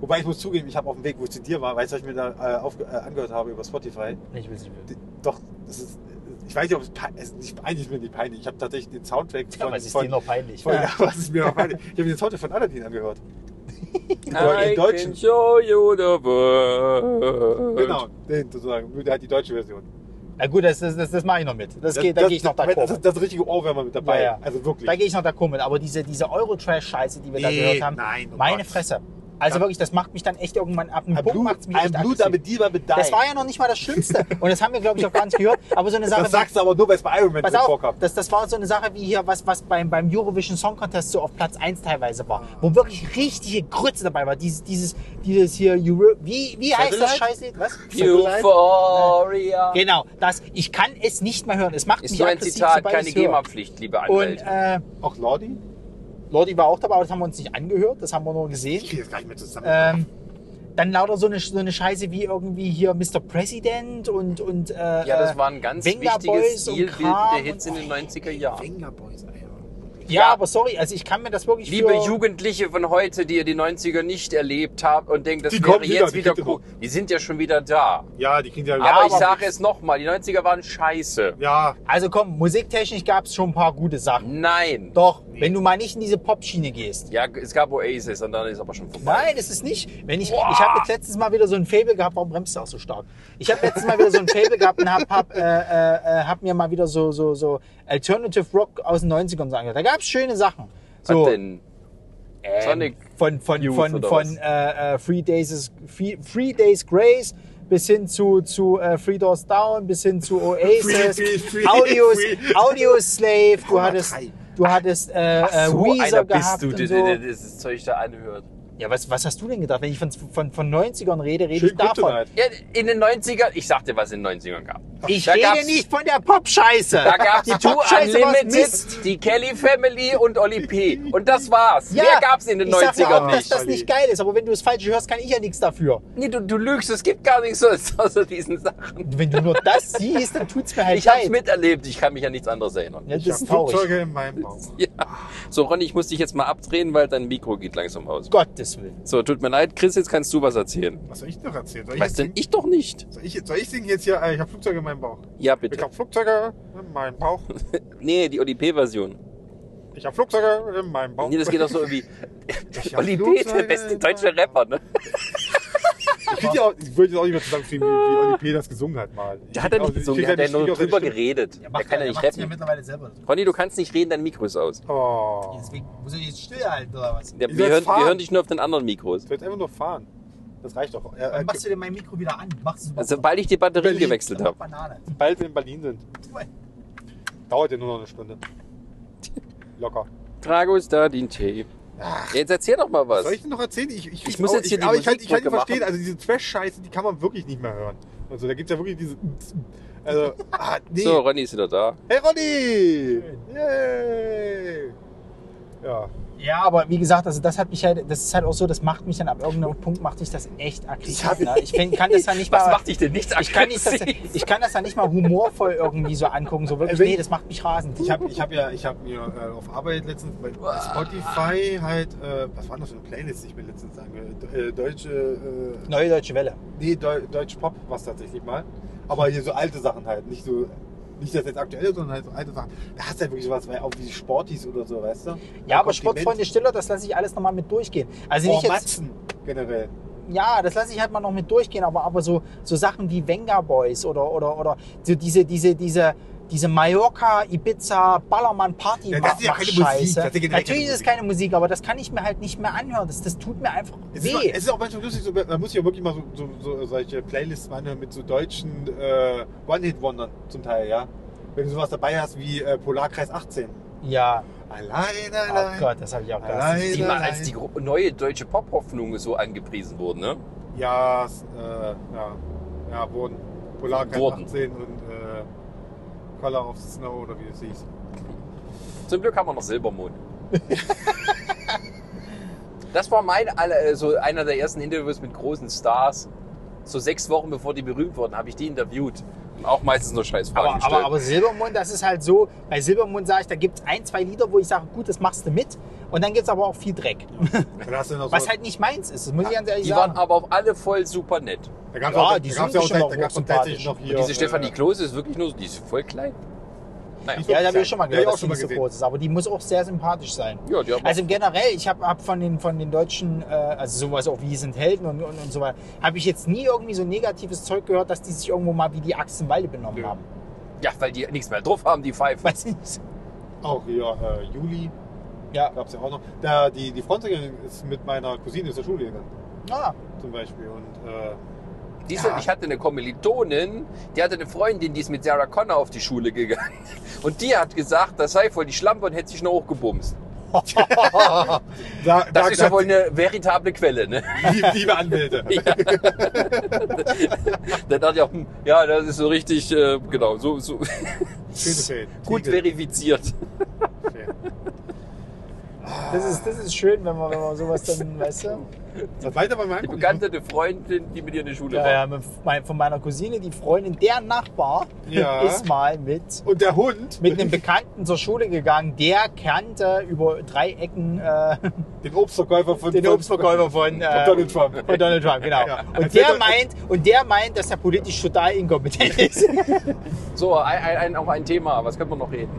S2: Wobei ich muss zugeben, ich habe auf dem Weg, wo ich zu dir war, weißt du, was ich mir da äh, aufge- äh, angehört habe über Spotify.
S1: Ich will's nicht mehr.
S2: Die- Doch, das ist. Ich weiß nicht, ob es, pein- es ist nicht, eigentlich ist mir nicht peinlich. Ich habe tatsächlich den Soundtrack
S1: Ja,
S2: von.
S1: aber es ist
S2: von,
S1: dir noch peinlich.
S2: von ja. was ist mir noch peinlich? Ich habe den Soundtrack von Aladdin angehört. Aber
S3: I
S2: in
S3: can
S2: Deutschen.
S3: show you the world.
S2: Genau, den sozusagen. Nur der hat die deutsche Version.
S1: Na gut, das, das, das, das mache ich noch mit. Das, geht, da gehe ich noch
S2: das,
S1: d'accord
S2: das,
S1: mit.
S2: ist das richtige Ohr wäre mal mit dabei.
S1: Ja, ja.
S2: Also wirklich.
S1: Da gehe ich noch d'accord mit. Aber diese, diese Euro-Trash-Scheiße, die wir da
S2: Nee,
S1: gehört haben,
S2: nein, oh
S1: meine
S2: Gott.
S1: Fresse. Also
S2: Ja.
S1: wirklich, das macht mich dann echt irgendwann ab. Einem
S2: ein
S1: Punkt
S2: Blut,
S1: macht's mich
S2: ein
S1: echt
S2: Blut,
S1: aggressiv.
S2: damit die war mit
S1: Das war ja noch nicht mal das Schlimmste. Und das haben wir, glaube ich, auch gar nicht gehört. Aber so eine Sache.
S2: Das sagst du aber nur, weil es bei Iron Man
S1: Pass
S2: drin
S1: auf,
S2: vorkam.
S1: das, das war so eine Sache wie hier, was, was beim, beim Eurovision Song Contest so auf Platz 1 teilweise war. Wo wirklich richtige Grütze dabei war. Dieses, dieses, dieses hier Euro. Wie, wie heißt das
S2: Satellite?
S1: Scheißlied? Was?
S3: Euphoria.
S1: Genau, das. Ich kann es nicht mehr hören. Es macht
S3: Ist
S1: mich
S3: nur ein
S1: aggressiv,
S3: Zitat,
S1: sobald
S3: keine
S1: ich's höre.
S3: GEMA-Pflicht, liebe
S1: Und
S3: Anwälte.
S1: äh,
S2: Auch Lordi?
S1: Lordi war auch dabei, aber das haben wir uns nicht angehört, das haben wir nur gesehen.
S2: Ich kriege das gar nicht mehr zusammen.
S1: Ähm, dann lauter so eine, so eine Scheiße wie irgendwie hier Mr. President und. und äh,
S3: ja, das war ein ganz
S1: Wenger
S3: wichtiges
S1: Boys und
S3: Stilbild
S1: Kram
S3: der
S1: und-
S3: Hits in den 90er Jahren.
S2: Finger Boys, Alter.
S1: ja,
S3: ja.
S1: aber sorry, also ich kann mir das wirklich
S3: Liebe
S1: für,
S3: Jugendliche von heute, die ihr die 90er nicht erlebt habt und denkt, das
S2: Die
S3: wäre
S2: kommen wieder,
S3: jetzt
S2: die
S3: wieder
S2: kriegt ihr
S3: cool. Die sind ja schon wieder da.
S2: Ja, die kriegen ja.
S3: aber ich
S1: aber-
S3: sage es nochmal, die 90er waren scheiße.
S2: Ja,
S1: Also komm, musiktechnisch gab es schon ein paar gute Sachen.
S3: Nein.
S1: Doch, Wenn du mal nicht in diese Pop-Schiene gehst.
S3: Ja, es gab Oasis und dann ist aber schon vorbei.
S1: Nein, das ist nicht. Wenn ich, ich habe jetzt letztens mal wieder so ein Fable gehabt, warum bremst du auch so stark? Ich habe letztens mal wieder so ein Fable gehabt und habe hab, äh, äh, äh, hab mir mal wieder so, so, so Alternative Rock aus den 90ern so angehört. Da gab's schöne Sachen. So,
S3: Was denn? Sonic.
S1: von von
S3: Ähm, Youth
S1: von
S3: oder
S1: von äh, äh, Three Days is, Three, Three Days Grace bis hin zu zu äh, Three Doors Down bis hin zu Oasis
S2: Free, free, free,
S1: Audios
S2: free.
S1: Audioslave du hattest
S2: drei.
S1: du hattest äh,
S3: Ach
S1: äh,
S3: so,
S1: Weezer
S3: einer
S1: gehabt
S3: bist du,
S1: und
S3: der,
S1: so.
S3: der, der das Zeug da anhört.
S1: ja was was hast du denn gedacht wenn ich von von von 90ern rede rede
S2: Schön
S1: ich davon
S2: Kryptonite.
S3: Ja, in den 90ern, ich sagte, was in den 90ern gab.
S1: ich
S3: Da
S1: rede
S3: gab's-
S1: nicht von der Pop-Scheiße
S3: Da gab's
S1: die
S3: die Two
S1: Pop-Scheiße war Mist
S3: Unlimited, die Kelly Family und Oli P. Und das war's.
S1: ja,
S3: Mehr gab's in den
S1: ich sag ja
S3: 90ern
S1: auch, dass
S3: nicht.
S1: das nicht geil ist, aber wenn du es falsch hörst, kann ich ja nichts dafür.
S3: Nee, du, du lügst, es gibt gar nichts sonst außer diesen Sachen.
S1: Wenn du nur das siehst, dann tut's mir halt
S3: Ich hab's
S1: leid.
S3: miterlebt, ich kann mich an nichts anderes erinnern.
S1: Ja, das
S2: Ich habe
S1: ist traurig.
S2: Flugzeuge in meinem Bauch.
S3: Ja. So, Ronny, ich muss dich jetzt mal abdrehen, weil dein Mikro geht langsam aus.
S1: Gottes Willen.
S3: So, tut mir leid, Chris, jetzt kannst du was erzählen.
S2: Was soll ich noch erzählen? Soll ich,
S3: Was
S2: jetzt
S3: denn?
S2: singen?
S3: Ich doch nicht.
S2: soll ich, soll ich singen jetzt hier? Äh, Ich habe Flugzeuge in meinem Bauch.
S3: Ja,
S2: Ich
S3: bitte.
S2: habe Flugzeuge in meinem Bauch.
S3: Nee, die Oli P-Version.
S2: Ich habe Flugzeuge in meinem Bauch.
S3: Nee, das geht auch so irgendwie.
S2: Ich hab
S3: Oli P,
S2: Flugzeuge
S3: der beste
S2: in
S3: deutsche
S2: meinem
S3: Rapper, ne?
S2: Ich, krieg ja auch, ich würde jetzt auch nicht mehr zusammenkriegen, wie, wie Oli P. das gesungen hat mal. Ich
S3: Der hat
S2: krieg
S3: er
S2: auch-
S3: nicht
S2: ich
S3: gesungen,
S2: krieg
S3: der hat ja
S2: nicht-
S3: nur
S2: krieg auch
S3: drüber
S2: seine Stimme.
S3: geredet. Der kann ja nicht
S1: ja
S3: rappen.
S1: mittlerweile selber.
S3: Ronny, du kannst nicht reden, dein Mikro ist aus.
S2: Oh.
S1: Deswegen muss ich jetzt stillhalten oder was?
S3: Der,
S2: Ihr
S3: wir,
S2: seid
S3: hören, wir
S2: fahren.
S3: hören dich nur auf den anderen Mikros.
S2: Ich soll jetzt einfach nur fahren. Das reicht doch. Äh,
S1: Wann
S2: äh,
S1: machst du denn mein Mikro wieder an? Machst du es
S3: Also, sobald ich die Batterien
S2: Berlin.
S3: gewechselt habe.
S1: Banane.
S2: sobald wir in Berlin sind. Dauert ja nur noch eine Stunde. Locker.
S3: Trago ist da, den Tee. Jetzt erzähl doch mal was.
S2: Soll ich denn noch erzählen? Ich, ich,
S3: Ich muss jetzt hier die
S2: aber ich, kann- ich kann
S3: Musikbrücke
S2: nicht verstehen,
S3: machen.
S2: also diese Trash-Scheiße, die kann man wirklich nicht mehr hören. Also da gibt's ja wirklich diese. Also, ah, nee.
S3: So, Ronny ist wieder da.
S2: Hey Ronny! Yay! Ja,
S1: Ja, aber wie gesagt, also das hat mich halt, das ist halt auch so, das macht mich dann ab irgendeinem Punkt macht dich das echt aggressiv. Ne? Ich find, kann das dann nicht
S3: Was
S1: mal.
S3: macht dich denn nicht
S1: ich kann, nicht, das, ich kann das dann nicht mal humorvoll irgendwie so angucken, so wirklich.
S2: Äh, wenn-
S1: Nee, das macht mich rasend.
S2: ich habe ich hab ja, ich habe mir äh, auf Arbeit letztens bei Spotify halt, äh, was war denn das für eine Playlist, die ich mir letztens angehört äh, Deutsche, äh,
S1: Neue Deutsche Welle.
S2: nee, Deu Deutsch Pop war es tatsächlich mal. Aber hier so alte Sachen halt, nicht so, nicht das jetzt aktuelle, sondern halt so alte Sachen. Da hast du halt wirklich sowas, weil auch wie Sportis oder so, weißt du?
S1: Ja, aber
S2: Kompliment.
S1: Sportfreunde Stiller, das lasse ich alles nochmal mit durchgehen. Also
S2: Oh,
S1: nicht jetzt.
S2: Matzen generell.
S1: ja, das lasse ich halt mal noch mit durchgehen, aber, aber so, so Sachen wie Venga Boys oder, oder, oder so diese, diese, diese, diese Mallorca, Ibiza, Ballermann Party.
S2: Ja, das ist ja keine
S1: Scheiße.
S2: Musik, das ist ja generell
S1: Natürlich
S2: keine
S1: ist es
S2: Musik.
S1: keine Musik, aber das kann ich mir halt nicht mehr anhören. Das, das tut mir einfach
S2: Es ist,
S1: weh.
S2: es ist auch manchmal lustig, so, man muss ja wirklich mal so, so, so solche Playlists mal anhören mit so deutschen äh, One-Hit-Wondern zum Teil, ja. Wenn du sowas dabei hast wie äh, Polarkreis 18.
S1: ja,
S2: Allein,
S1: oh
S2: allein.
S1: Gott, das habe ich auch gehasst.
S2: allein,
S3: Die mal als
S2: allein.
S3: die gro- neue deutsche Pop-Hoffnung so angepriesen wurden, ne?
S2: Ja, s- äh, ja. Ja, wurden. Polarkreis
S3: Wurden.
S2: 18 und äh, Color of Snow oder wie es hieß.
S3: Zum Glück haben wir noch Silbermond. das war mein aller- äh, so einer der ersten Interviews mit großen Stars. So sechs Wochen bevor die berühmt wurden, habe ich die interviewt. Und auch meistens nur Scheißfragen
S1: Aber, aber,
S3: gestellt.
S1: aber Silbermond, das ist halt so, bei Silbermond sage ich, da gibt es ein, zwei Lieder, wo ich sage, gut, das machst du mit. Und dann gibt es aber auch viel Dreck.
S2: Da hast du noch so,
S1: Was halt nicht meins ist, das muss ich ganz ehrlich
S3: die
S1: sagen.
S3: waren aber auf alle voll super nett.
S2: da gab's
S1: Ja,
S2: auch,
S1: die
S2: da
S1: sind
S2: gab's ja auch,
S1: bestimmt
S2: da,
S1: auch
S2: da gab's doch tatsächlich noch
S1: hochsympathisch.
S2: hier.
S3: Und diese Stefanie
S2: äh,
S3: Klose ist wirklich nur so, die ist voll klein. Naja,
S1: Ja, da habe ich schon mal
S2: Ja, ich
S1: gehört,
S2: auch
S1: dass die
S2: schon mal
S1: nicht so
S2: gesehen.
S1: groß ist. Aber die muss auch sehr sympathisch sein.
S3: ja die haben
S1: Also generell, ich habe hab von, den, von den Deutschen, äh, also sowas auch wie sind Helden und, und, und so weiter, habe ich jetzt nie irgendwie so negatives Zeug gehört, dass die sich irgendwo mal wie die Axt im Walde benommen
S2: Nö.
S1: haben.
S3: Ja, weil die nichts mehr drauf haben, die Pfeifen.
S1: Weiß nicht.
S2: Auch hier äh, Juli
S1: Ja.
S2: gab's ja auch noch. Da, die, die Frontsängerin ist mit meiner Cousine aus der Schule gegangen.
S1: Ah,
S2: zum Beispiel. Und äh,
S3: Diese,
S2: Ja.
S3: Ich hatte eine Kommilitonin, die hatte eine Freundin, die ist mit Sarah Connor auf die Schule gegangen. Und die hat gesagt, das sei voll die Schlampe und hätte sich nur hochgebumst.
S2: da,
S3: Das ist ja wohl eine veritable Quelle, ne?
S2: liebe, liebe Anwälte.
S3: Da dachte ich auch, hm, ja, das ist so richtig, äh, genau, so, so
S2: Schöne Fäden.
S3: gut
S2: Tiegel.
S3: verifiziert.
S1: das ist, das ist schön, wenn man, wenn man sowas dann, weißt du?
S2: Das weiter bei
S3: Die
S2: meinem
S3: bekannte eine Freundin, die mit ihr in der Schule
S1: Ja,
S3: war.
S1: ja, mit, mein, von meiner Cousine, die Freundin, der Nachbar
S2: Ja.
S1: ist mal mit,
S2: Und der Hund,
S1: mit einem Bekannten zur Schule gegangen, der kannte über drei Ecken äh,
S2: den Obstverkäufer von
S1: den
S2: von-
S1: Obstverkäufer von,
S2: von
S1: äh,
S2: Donald Trump.
S1: Von Donald Trump, genau.
S2: Ja. Also
S1: Und, der meint, und der meint, dass er politisch total inkompetent ist.
S3: So, ein, ein, ein, auch ein Thema, was können wir noch reden?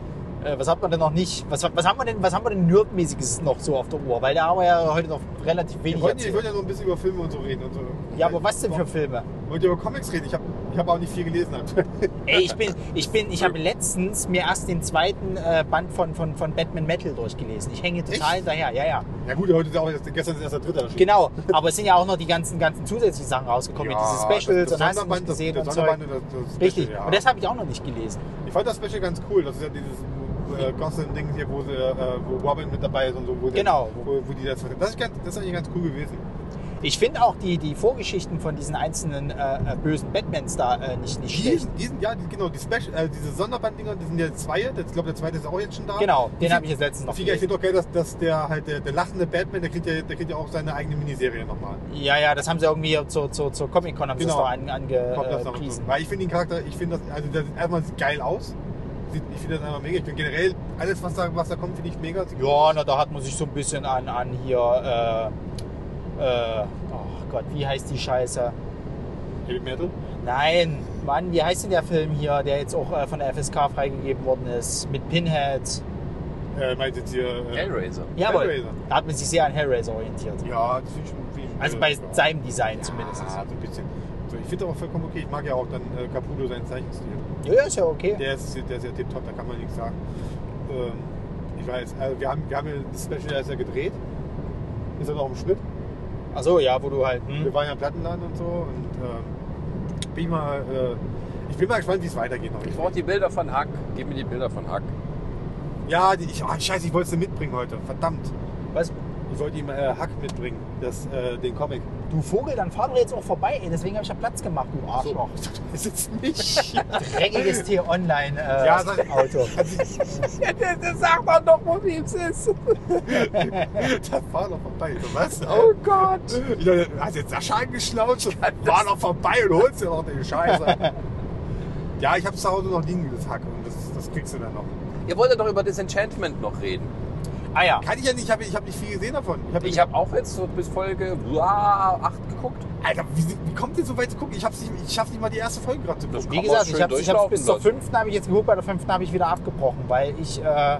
S1: Äh, was hat man denn noch nicht? Was, was haben wir denn, was haben wir denn Nerd-mäßiges noch so auf der Uhr? Weil da haben wir ja heute noch relativ
S2: Ich
S1: wenig
S2: wollte, ich
S1: erzählt.
S2: wollte ja noch ein bisschen über Filme und so reden. Und so.
S1: Ja, aber was denn für Filme?
S2: Ich wollte über Comics reden. Ich habe ich hab auch nicht viel gelesen. aktuell.
S1: Ey, ich bin, ich bin, ich habe letztens mir erst den zweiten äh, Band von, von, von Batman Metal durchgelesen. Ich hänge total
S2: Echt?
S1: hinterher, ja, ja.
S2: Ja gut, heute ist ja auch erst, gestern ist erst der dritte erschienen.
S1: Genau, aber es sind ja auch noch die ganzen, ganzen zusätzlichen Sachen rausgekommen,
S2: Ja,
S1: diese Specials
S2: das- das
S1: und hast du
S2: Sonderband,
S1: nicht gesehen
S2: das,
S1: und
S2: das
S1: Zeug.
S2: Sonderband und das, das Special,
S1: Richtig,
S2: ja.
S1: und das habe ich auch noch nicht gelesen.
S2: Ich fand das Special ganz cool. Das ist ja dieses äh, Gosling-Ding hier, wo, sie, äh, wo Robin mit dabei ist und so. Wo die-
S1: Genau.
S2: Wo, wo die das, das, ist ganz, das ist eigentlich ganz cool gewesen.
S1: Ich finde auch die, die Vorgeschichten von diesen einzelnen äh, äh, bösen Batmans da äh, nicht, nicht
S2: Die
S1: schlecht.
S2: sind, die sind, ja, die, genau, die Special, äh, diese Sonderbanddinger, das sind ja zwei. Ich glaube, der zweite ist auch jetzt schon da.
S1: Genau,
S2: Die
S1: den
S2: sind-
S1: habe ich jetzt letztens noch
S2: Auf jeden Fall, ich
S1: gelesen.
S2: finde auch geil, dass, dass der halt der, der lachende Batman, der kriegt, ja, der kriegt ja auch seine eigene Miniserie nochmal.
S1: Ja, ja, das haben sie irgendwie zur, zur, zur Comic-Con haben
S2: Genau.
S1: sie das da an,
S2: Kommt das
S1: äh,
S2: noch und so.
S1: angepriesen.
S2: Weil ich finde den Charakter, ich finde das, also das erstmal sieht geil aus. Sieht- Ich finde das einfach mega. Ich bin generell alles, was da, was da kommt, finde ich mega. Sieht gut
S1: ja, na, da hat man sich so ein bisschen an, an hier, äh, äh, oh Gott, wie heißt die Scheiße?
S2: Heavy Metal.
S1: Nein, Mann, wie heißt denn der Film hier, der jetzt auch äh, von der FSK freigegeben worden ist, mit Pinhead?
S2: Äh, meint jetzt hier. Äh,
S3: Hellraiser.
S1: Jawohl,
S2: Hellraiser.
S1: da hat man sich sehr an Hellraiser orientiert.
S2: ja, das finde ich schon. Find ich-
S1: Also
S2: äh,
S1: bei
S2: ja.
S1: seinem Design zumindest.
S2: zumindest. Ja, so ein bisschen. So, ich finde aber vollkommen okay. Ich mag ja auch dann äh, Caputo seinen Zeichenstil.
S1: Ja, ja, ist ja okay.
S2: Der ist, der ist ja tipptopp, da kann man nichts sagen. Ähm, ich weiß, also wir haben, wir haben ja das Special ist ja gedreht. Ist ja noch im Schnitt.
S1: Ach so, ja, wo du halt. Hm.
S2: Wir waren ja im Plattenladen und so. Und ähm, bin ich mal, äh, ich bin mal gespannt, wie es weitergeht. Noch.
S3: Ich brauche die Bilder von Hack. Gib mir die Bilder von Hack.
S2: Ja, die, ich, ah, scheiße, ich wollte sie mitbringen heute. Verdammt.
S1: Was?
S2: Ich wollte ihm äh, Hack mitbringen, das, äh, den Comic.
S1: Du Vogel, dann fahr doch jetzt auch vorbei. Ey, deswegen habe ich ja Platz gemacht, du Arschloch.
S2: Das ist nicht.
S1: Dreckiges T-Online-Auto. Äh,
S2: Ja, sag-
S1: Auto.
S3: das, sagt man doch, wo es ist.
S2: da war doch vorbei. So, was?
S3: Oh Gott.
S2: Ich dachte, hast jetzt Sascha angeschnauzt? War doch vorbei und holst dir noch den Scheiße. ja, ich hab's zu Hause noch liegen, das Hack. Und das, das kriegst du dann noch.
S3: Ihr wolltet doch über Disenchantment noch reden.
S1: Ah ja.
S2: Kann ich ja nicht, ich habe ich hab nicht viel gesehen davon. Ich hab,
S3: Ich habe auch jetzt so bis Folge boah, 8 geguckt.
S2: Alter, wie, wie kommt ihr so weit zu gucken? Ich, hab's nicht, ich schaff nicht mal die erste Folge gerade zu gucken.
S1: Wie
S3: Kann man
S1: gesagt,
S3: schön
S1: ich habe
S3: durchlaufen
S1: bis zur
S3: lassen.
S1: fünften habe ich jetzt geholt, bei der fünften habe ich wieder abgebrochen, weil ich, äh,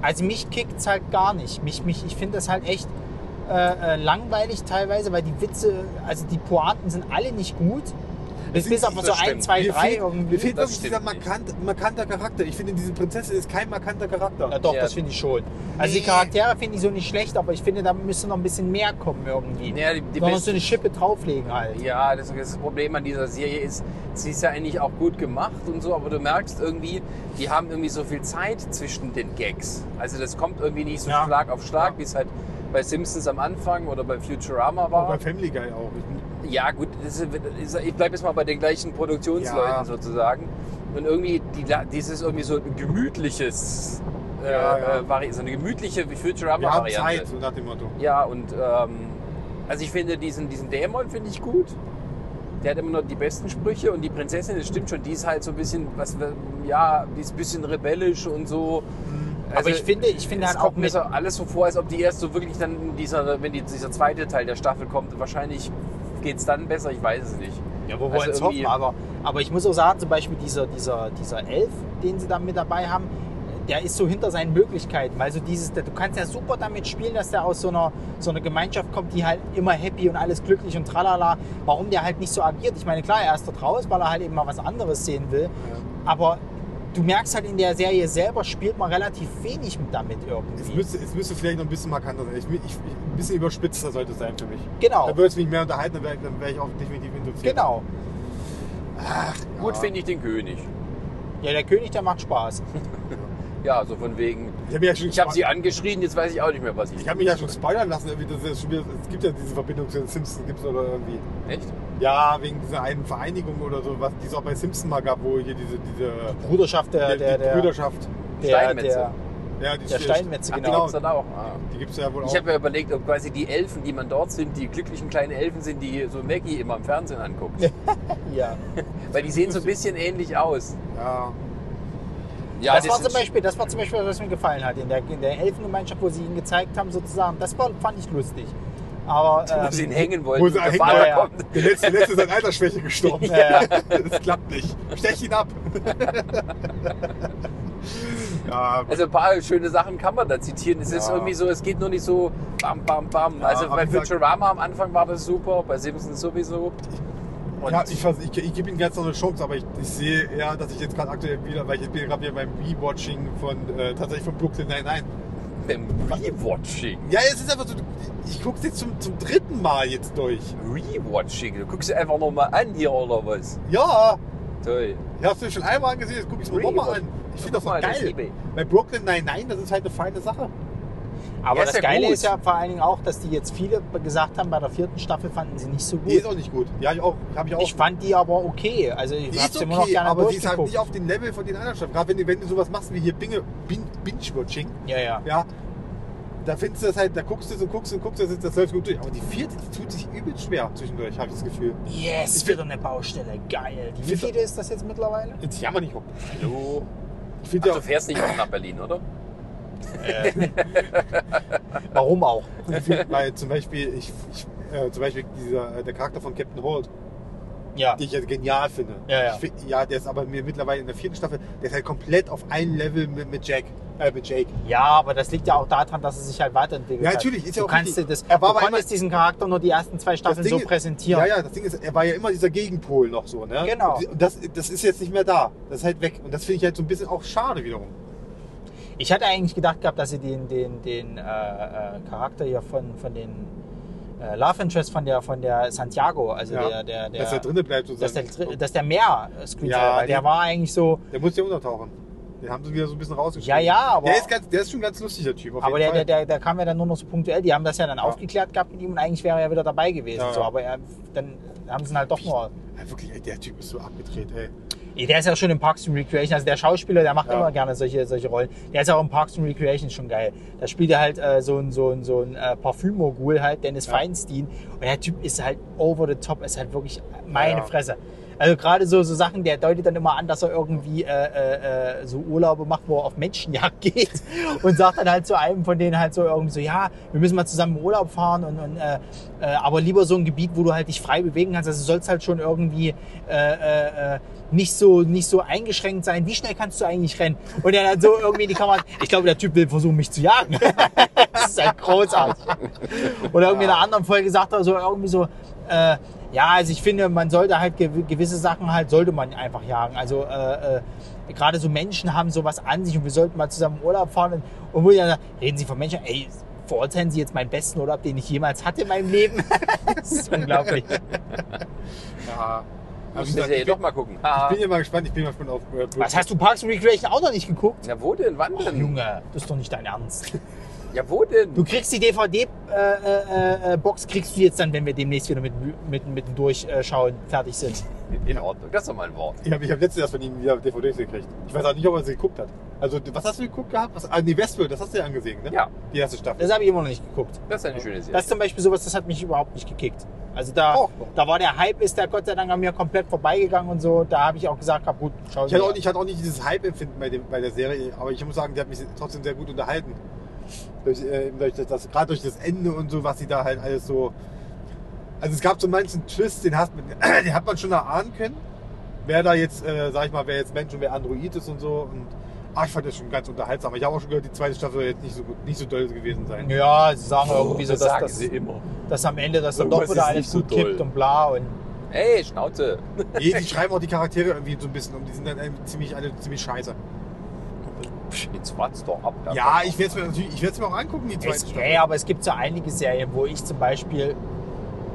S1: also mich kickt es halt gar nicht. Mich, mich, ich finde das halt echt äh, äh, langweilig teilweise, weil die Witze, also die Pointen sind alle nicht gut. Bis,
S2: sind-
S1: bis auf
S3: das
S1: so ein,
S3: stimmt.
S1: zwei,
S2: Mir
S1: drei
S2: fehlt, mir
S1: irgendwie.
S2: fehlt
S3: Das
S2: wirklich
S3: stimmt
S2: dieser markant, markanter Charakter. Ich finde, diese Prinzessin ist kein markanter Charakter.
S1: Na doch,
S3: Ja.
S1: das finde ich schon. Also die
S2: Nee.
S1: Charaktere finde ich so nicht schlecht, aber ich finde, da müsste noch ein bisschen mehr kommen irgendwie.
S3: Ja, die- die
S1: da musst
S3: besten-
S1: du eine Schippe drauflegen halt.
S3: Ja, das, das Problem an dieser Serie ist, sie ist ja eigentlich auch gut gemacht und so, aber du merkst irgendwie, die haben irgendwie so viel Zeit zwischen den Gags. Also das kommt irgendwie nicht so
S1: Ja.
S3: Schlag auf Schlag,
S2: Ja.
S3: wie es halt bei Simpsons am Anfang oder bei Futurama
S2: Auch
S3: war.
S2: bei Family Guy auch.
S3: Ja, gut, das ist, ich bleibe jetzt mal bei den gleichen Produktionsleuten
S2: Ja.
S3: sozusagen. Und irgendwie die, dieses irgendwie so ein gemütliches, äh,
S2: Ja, ja.
S3: äh, Vari so eine gemütliche
S2: Wir haben Zeit,
S3: Futurama-Variante.
S2: so nach dem Motto.
S3: Ja, und ähm, also ich finde diesen, diesen Dämon finde ich gut. Der hat immer noch die besten Sprüche und die Prinzessin, das stimmt schon, die ist halt so ein bisschen, was, wir- ja, die ist ein bisschen rebellisch und so. Also
S1: aber ich finde, ich finde
S3: Es
S1: halt auch
S3: kommt mir
S1: mit,
S3: so alles so vor, als ob die erst so wirklich dann in dieser, wenn die, dieser zweite Teil der Staffel kommt, wahrscheinlich geht es dann besser, ich weiß es nicht.
S1: Ja, wir
S3: Also
S1: wollen es
S3: irgendwie-
S1: hoffen, aber, aber ich muss auch sagen, zum Beispiel dieser, dieser, dieser Elf, den sie da mit dabei haben, der ist so hinter seinen Möglichkeiten. Also dieses, du kannst ja super damit spielen, dass der aus so einer, so einer Gemeinschaft kommt, die halt immer happy und alles glücklich und tralala. Warum der halt nicht so agiert? Ich meine, klar, er ist da draußen, weil er halt eben mal was anderes sehen will. Aber du merkst halt in der Serie selber, spielt man relativ wenig mit damit
S2: Es
S1: irgendwie.
S2: müsste, es müsste vielleicht noch ein bisschen markanter sein. Ich, ich, ich, ein bisschen überspitzter sollte es sein für mich.
S1: Genau,
S2: Da würde es mich mehr unterhalten, dann wäre dann wär ich auch definitiv interessiert.
S1: genau.
S3: Gut finde ich den König.
S1: Ja, der König, der macht Spaß.
S3: Ja, so von wegen.
S2: Ich habe ja schon
S3: Ich habe sie angeschrien, jetzt weiß ich auch nicht mehr, was ich.
S2: Ich habe mich ja schon spoilern lassen, irgendwie, dass es, schon wieder, es gibt ja diese Verbindung zu den Simpsons, gibt's oder irgendwie.
S3: Echt?
S2: Ja, wegen dieser einen Vereinigung oder so, was die es auch bei Simpsons mal gab, wo hier diese, diese
S1: Bruderschaft der, der,
S2: die,
S1: der,
S2: die
S1: der,
S2: Brüderschaft.
S1: der,
S3: Steinmetze.
S2: Ja, die
S1: der Steinmetze,
S3: Ach, die
S1: genau.
S3: gibt's dann auch. Ah.
S2: Die gibt es ja wohl auch.
S3: Ich habe mir überlegt, ob quasi die Elfen, die man dort sind, die glücklichen kleinen Elfen sind, die so Maggie immer im Fernsehen anguckt.
S1: Ja.
S3: Weil die sehen so ein bisschen ähnlich aus.
S2: ja.
S3: Ja,
S1: das, war zum Beispiel, das war zum Beispiel, was mir gefallen hat in der, in der Elfengemeinschaft, wo sie ihn gezeigt haben, sozusagen. Das war, fand ich lustig. Aber
S3: Wo sie ihn
S1: ähm,
S3: hängen wollten.
S2: Wo sie
S3: und der
S2: hängen
S3: Vater
S1: wollten.
S3: kommt.
S2: Der letzte, der letzte ist an Altersschwäche gestorben.
S1: Ja.
S2: Das klappt nicht. Stech ihn ab. Ja,
S3: Also ein paar schöne Sachen kann man da zitieren. Es ist
S2: Ja.
S3: irgendwie so, es geht nur nicht so bam, bam, bam.
S2: Ja,
S3: also
S2: aber
S3: bei
S2: wie gesagt-
S3: Futurama am Anfang war das super, bei Simpsons sowieso. Und
S2: ja, ich, vers- ich, ich gebe Ihnen jetzt noch eine Chance, aber ich, ich sehe eher, dass ich jetzt gerade aktuell wieder, weil ich jetzt bin gerade wieder beim Rewatching von, äh, tatsächlich von Brooklyn Nine-Nine.
S3: beim Rewatching.
S2: Ja, es ist einfach so, ich gucke es jetzt zum, zum dritten Mal jetzt durch.
S3: Rewatching. Du guckst sie einfach nochmal an hier oder was?
S2: Ja,
S3: Toll.
S2: ich habe es schon einmal angesehen, jetzt gucke ich es mir nochmal an. Ich finde das
S3: Guck
S2: doch
S3: mal, das
S2: geil.
S3: liebe ich.
S2: Bei Brooklyn Nine-Nine, das ist halt eine feine Sache.
S1: Aber
S3: Ja, ist
S1: das
S3: ja
S1: Geile
S3: gut.
S1: ist ja vor allen Dingen auch, dass die jetzt viele gesagt haben, bei der vierten Staffel fanden sie nicht so
S2: Die ist
S1: gut.
S2: auch nicht gut. Ja, ich auch. Hab ich auch.
S1: Ich fand die aber okay. Also ich
S2: die
S1: hab's
S2: ist
S1: immer noch
S2: okay,
S1: gerne
S2: aber die ist halt
S1: durchgeguckt.
S2: nicht auf dem Level von den anderen Staffeln. Gerade wenn, du- wenn du sowas machst wie hier Binge- Bin- Binge-Watching,
S1: ja, ja.
S2: ja, da findest du das halt, da guckst du es und guckst und guckst, das, ist- das läuft gut durch. Aber die vierte die tut sich übel schwer zwischendurch, habe ich das Gefühl.
S1: Yes,
S2: Ich
S1: wieder eine Baustelle. Geil. Die- Wie
S2: Find-
S1: viele ist das jetzt mittlerweile?
S2: Jetzt jammer nicht rum.
S3: Hallo.
S2: Ich find
S3: Ach,
S2: ja,
S3: du fährst nicht auch nach Berlin, oder?
S1: Warum auch?
S2: ich find, weil zum Beispiel, ich, ich, äh, zum Beispiel dieser, äh, der Charakter von Captain Holt,
S1: Ja.
S2: den ich halt genial finde.
S1: Ja, ja.
S2: Ich find, ja, der ist aber mir mittlerweile in der vierten Staffel, der ist halt komplett auf einem Level mit, mit Jack. Äh, mit Jake.
S1: Ja, aber das liegt ja auch daran, dass er sich halt weiterentwickelt
S2: Ja,
S1: hat.
S2: natürlich, ist
S1: du
S2: ja auch
S1: kannst dir
S2: richtig.
S1: das,
S2: Er war
S1: du
S2: aber
S1: konntest diesen Charakter nur die ersten zwei Staffeln
S2: Ding
S1: so
S2: ist-
S1: präsentieren.
S2: Ja, ja, das Ding ist, er war ja immer dieser Gegenpol noch so, ne?
S1: Genau.
S2: Und Das, das ist jetzt nicht mehr da. Das ist halt weg. Und das finde ich halt so ein bisschen auch schade wiederum.
S1: Ich hatte eigentlich gedacht gehabt, dass sie den, den, den äh, äh, Charakter hier von, von den äh, Love Interest von der, von der Santiago, also
S2: Ja.
S1: der, der, der,
S2: dass er drinnen bleibt
S1: dass der,
S2: sozusagen.
S1: dr- dass der mehr Screen
S2: Ja,
S1: ja, weil der
S2: die-
S1: war eigentlich so,
S2: der muss ja untertauchen. Den haben sie wieder so ein bisschen rausgeschrieben.
S1: ja, ja, aber,
S2: Der ist, ganz, der ist schon ein ganz lustiger Typ. Auf
S1: aber der,
S2: jeden
S1: der,
S2: Fall.
S1: der, der kam ja dann nur noch so punktuell. Die haben das ja dann aufgeklärt gehabt mit ihm und eigentlich wäre er ja wieder dabei gewesen.
S2: Ja, ja.
S1: So, aber er, dann haben sie ihn halt doch nur.
S2: ja, wirklich, ey, der Typ ist so abgedreht, ey.
S1: Ey, Der ist ja schon in Parks and Recreation, also der Schauspieler, der macht
S2: Ja.
S1: immer gerne solche, solche Rollen. Der ist auch in Parks and Recreation schon geil. Da spielt er halt äh, so ein, so ein, so ein äh, Parfümmogul halt, Dennis Feinstein. Und der Typ ist halt over the top, ist halt wirklich meine
S2: Ja.
S1: Fresse. Also gerade so, so Sachen, der deutet dann immer an, dass er irgendwie äh, äh, äh, so Urlaube macht, wo er auf Menschenjagd geht und sagt dann halt zu einem von denen halt so irgendwie so, ja, wir müssen mal zusammen in Urlaub fahren und, und äh, äh, aber lieber so ein Gebiet, wo du halt dich frei bewegen kannst. Also du sollst halt schon irgendwie äh, äh, äh, nicht so nicht so eingeschränkt sein. Wie schnell kannst du eigentlich rennen? Und er dann so irgendwie in die Kamera, ich glaube, der Typ will versuchen, mich zu jagen. das ist halt großartig. Oder irgendwie in einer anderen Folge sagt er so irgendwie so, äh, ja, also ich finde, man sollte halt gew- gewisse Sachen halt, sollte man einfach jagen. Also äh, äh, gerade so Menschen haben sowas an sich und wir sollten mal zusammen in Urlaub fahren. Und, und wo ich dann sage, reden Sie von Menschen, ey, verurteilen Sie jetzt meinen besten Urlaub, den ich jemals hatte in meinem Leben. das ist unglaublich.
S2: Ja. Aber wie
S3: Muss
S2: gesagt,
S3: ich
S2: ich,
S3: ja
S2: bin,
S3: doch mal gucken.
S2: ich bin ja mal gespannt. Ich bin mal gespannt auf. Äh,
S1: Was hast du Parks and Recreation auch noch nicht geguckt?
S3: Ja, wo denn? Wann denn?
S1: Junge, das ist doch nicht dein Ernst.
S3: Ja, wo denn?
S1: Du kriegst die DVD-Box, äh, kriegst du jetzt dann, wenn wir demnächst wieder mit, mit, mit durchschauen, fertig sind.
S3: In Ordnung, das ist doch mal ein Wort.
S2: Ich habe ich hab letztens erst von ihm wieder DVDs gekriegt. Ich weiß auch nicht, ob er sie geguckt hat. Also, was hast du geguckt gehabt? Was, ah, nee, Westworld, das hast du ja angesehen, ne?
S3: Ja.
S2: Die erste Staffel.
S1: Das habe ich immer noch nicht geguckt.
S3: Das ist eine schöne Serie.
S1: Das ist zum Beispiel sowas, das hat mich überhaupt nicht gekickt. Also da,
S2: Oh.
S1: da war der Hype, ist der Gott sei Dank an mir komplett vorbeigegangen und so. Da habe ich auch gesagt, hab, gut, schau
S2: Ich hatte, auch nicht, ich hatte auch nicht dieses Hype-Empfinden bei, dem- bei der Serie, aber ich muss sagen, die hat mich trotzdem sehr gut unterhalten. Durch, äh, eben durch das, das, Gerade durch das Ende und so, was sie da halt alles so. Also es gab so manchen Twist, den, hast, den hat man schon erahnen können. Wer da jetzt, äh, sag ich mal, wer jetzt Mensch und wer Android ist und so. Und, ach, ich fand das schon ganz unterhaltsam. Ich habe auch schon gehört, die zweite Staffel soll jetzt nicht so, gut- nicht so doll gewesen sein.
S1: Ja, sie sagen irgendwie so,
S3: das
S1: dass,
S3: sagen
S1: dass,
S3: sie immer.
S1: dass am Ende das dann
S3: Irgendwas
S1: doch wieder
S3: ist
S1: alles
S3: nicht so
S1: gut kippt
S3: doll.
S1: und bla. Und
S3: Ey, Schnauze.
S2: Nee, die schreiben auch die Charaktere irgendwie so ein bisschen um. Die sind dann irgendwie ziemlich, alle ziemlich scheiße.
S3: Psch, Jetzt wart's doch ab. da
S2: Ja,
S3: kommt
S2: ich werde es mir natürlich, ich werde es mir auch angucken, die zweite
S1: es,
S2: Staffel.
S1: ey, aber es gibt so einige Serien, wo ich zum Beispiel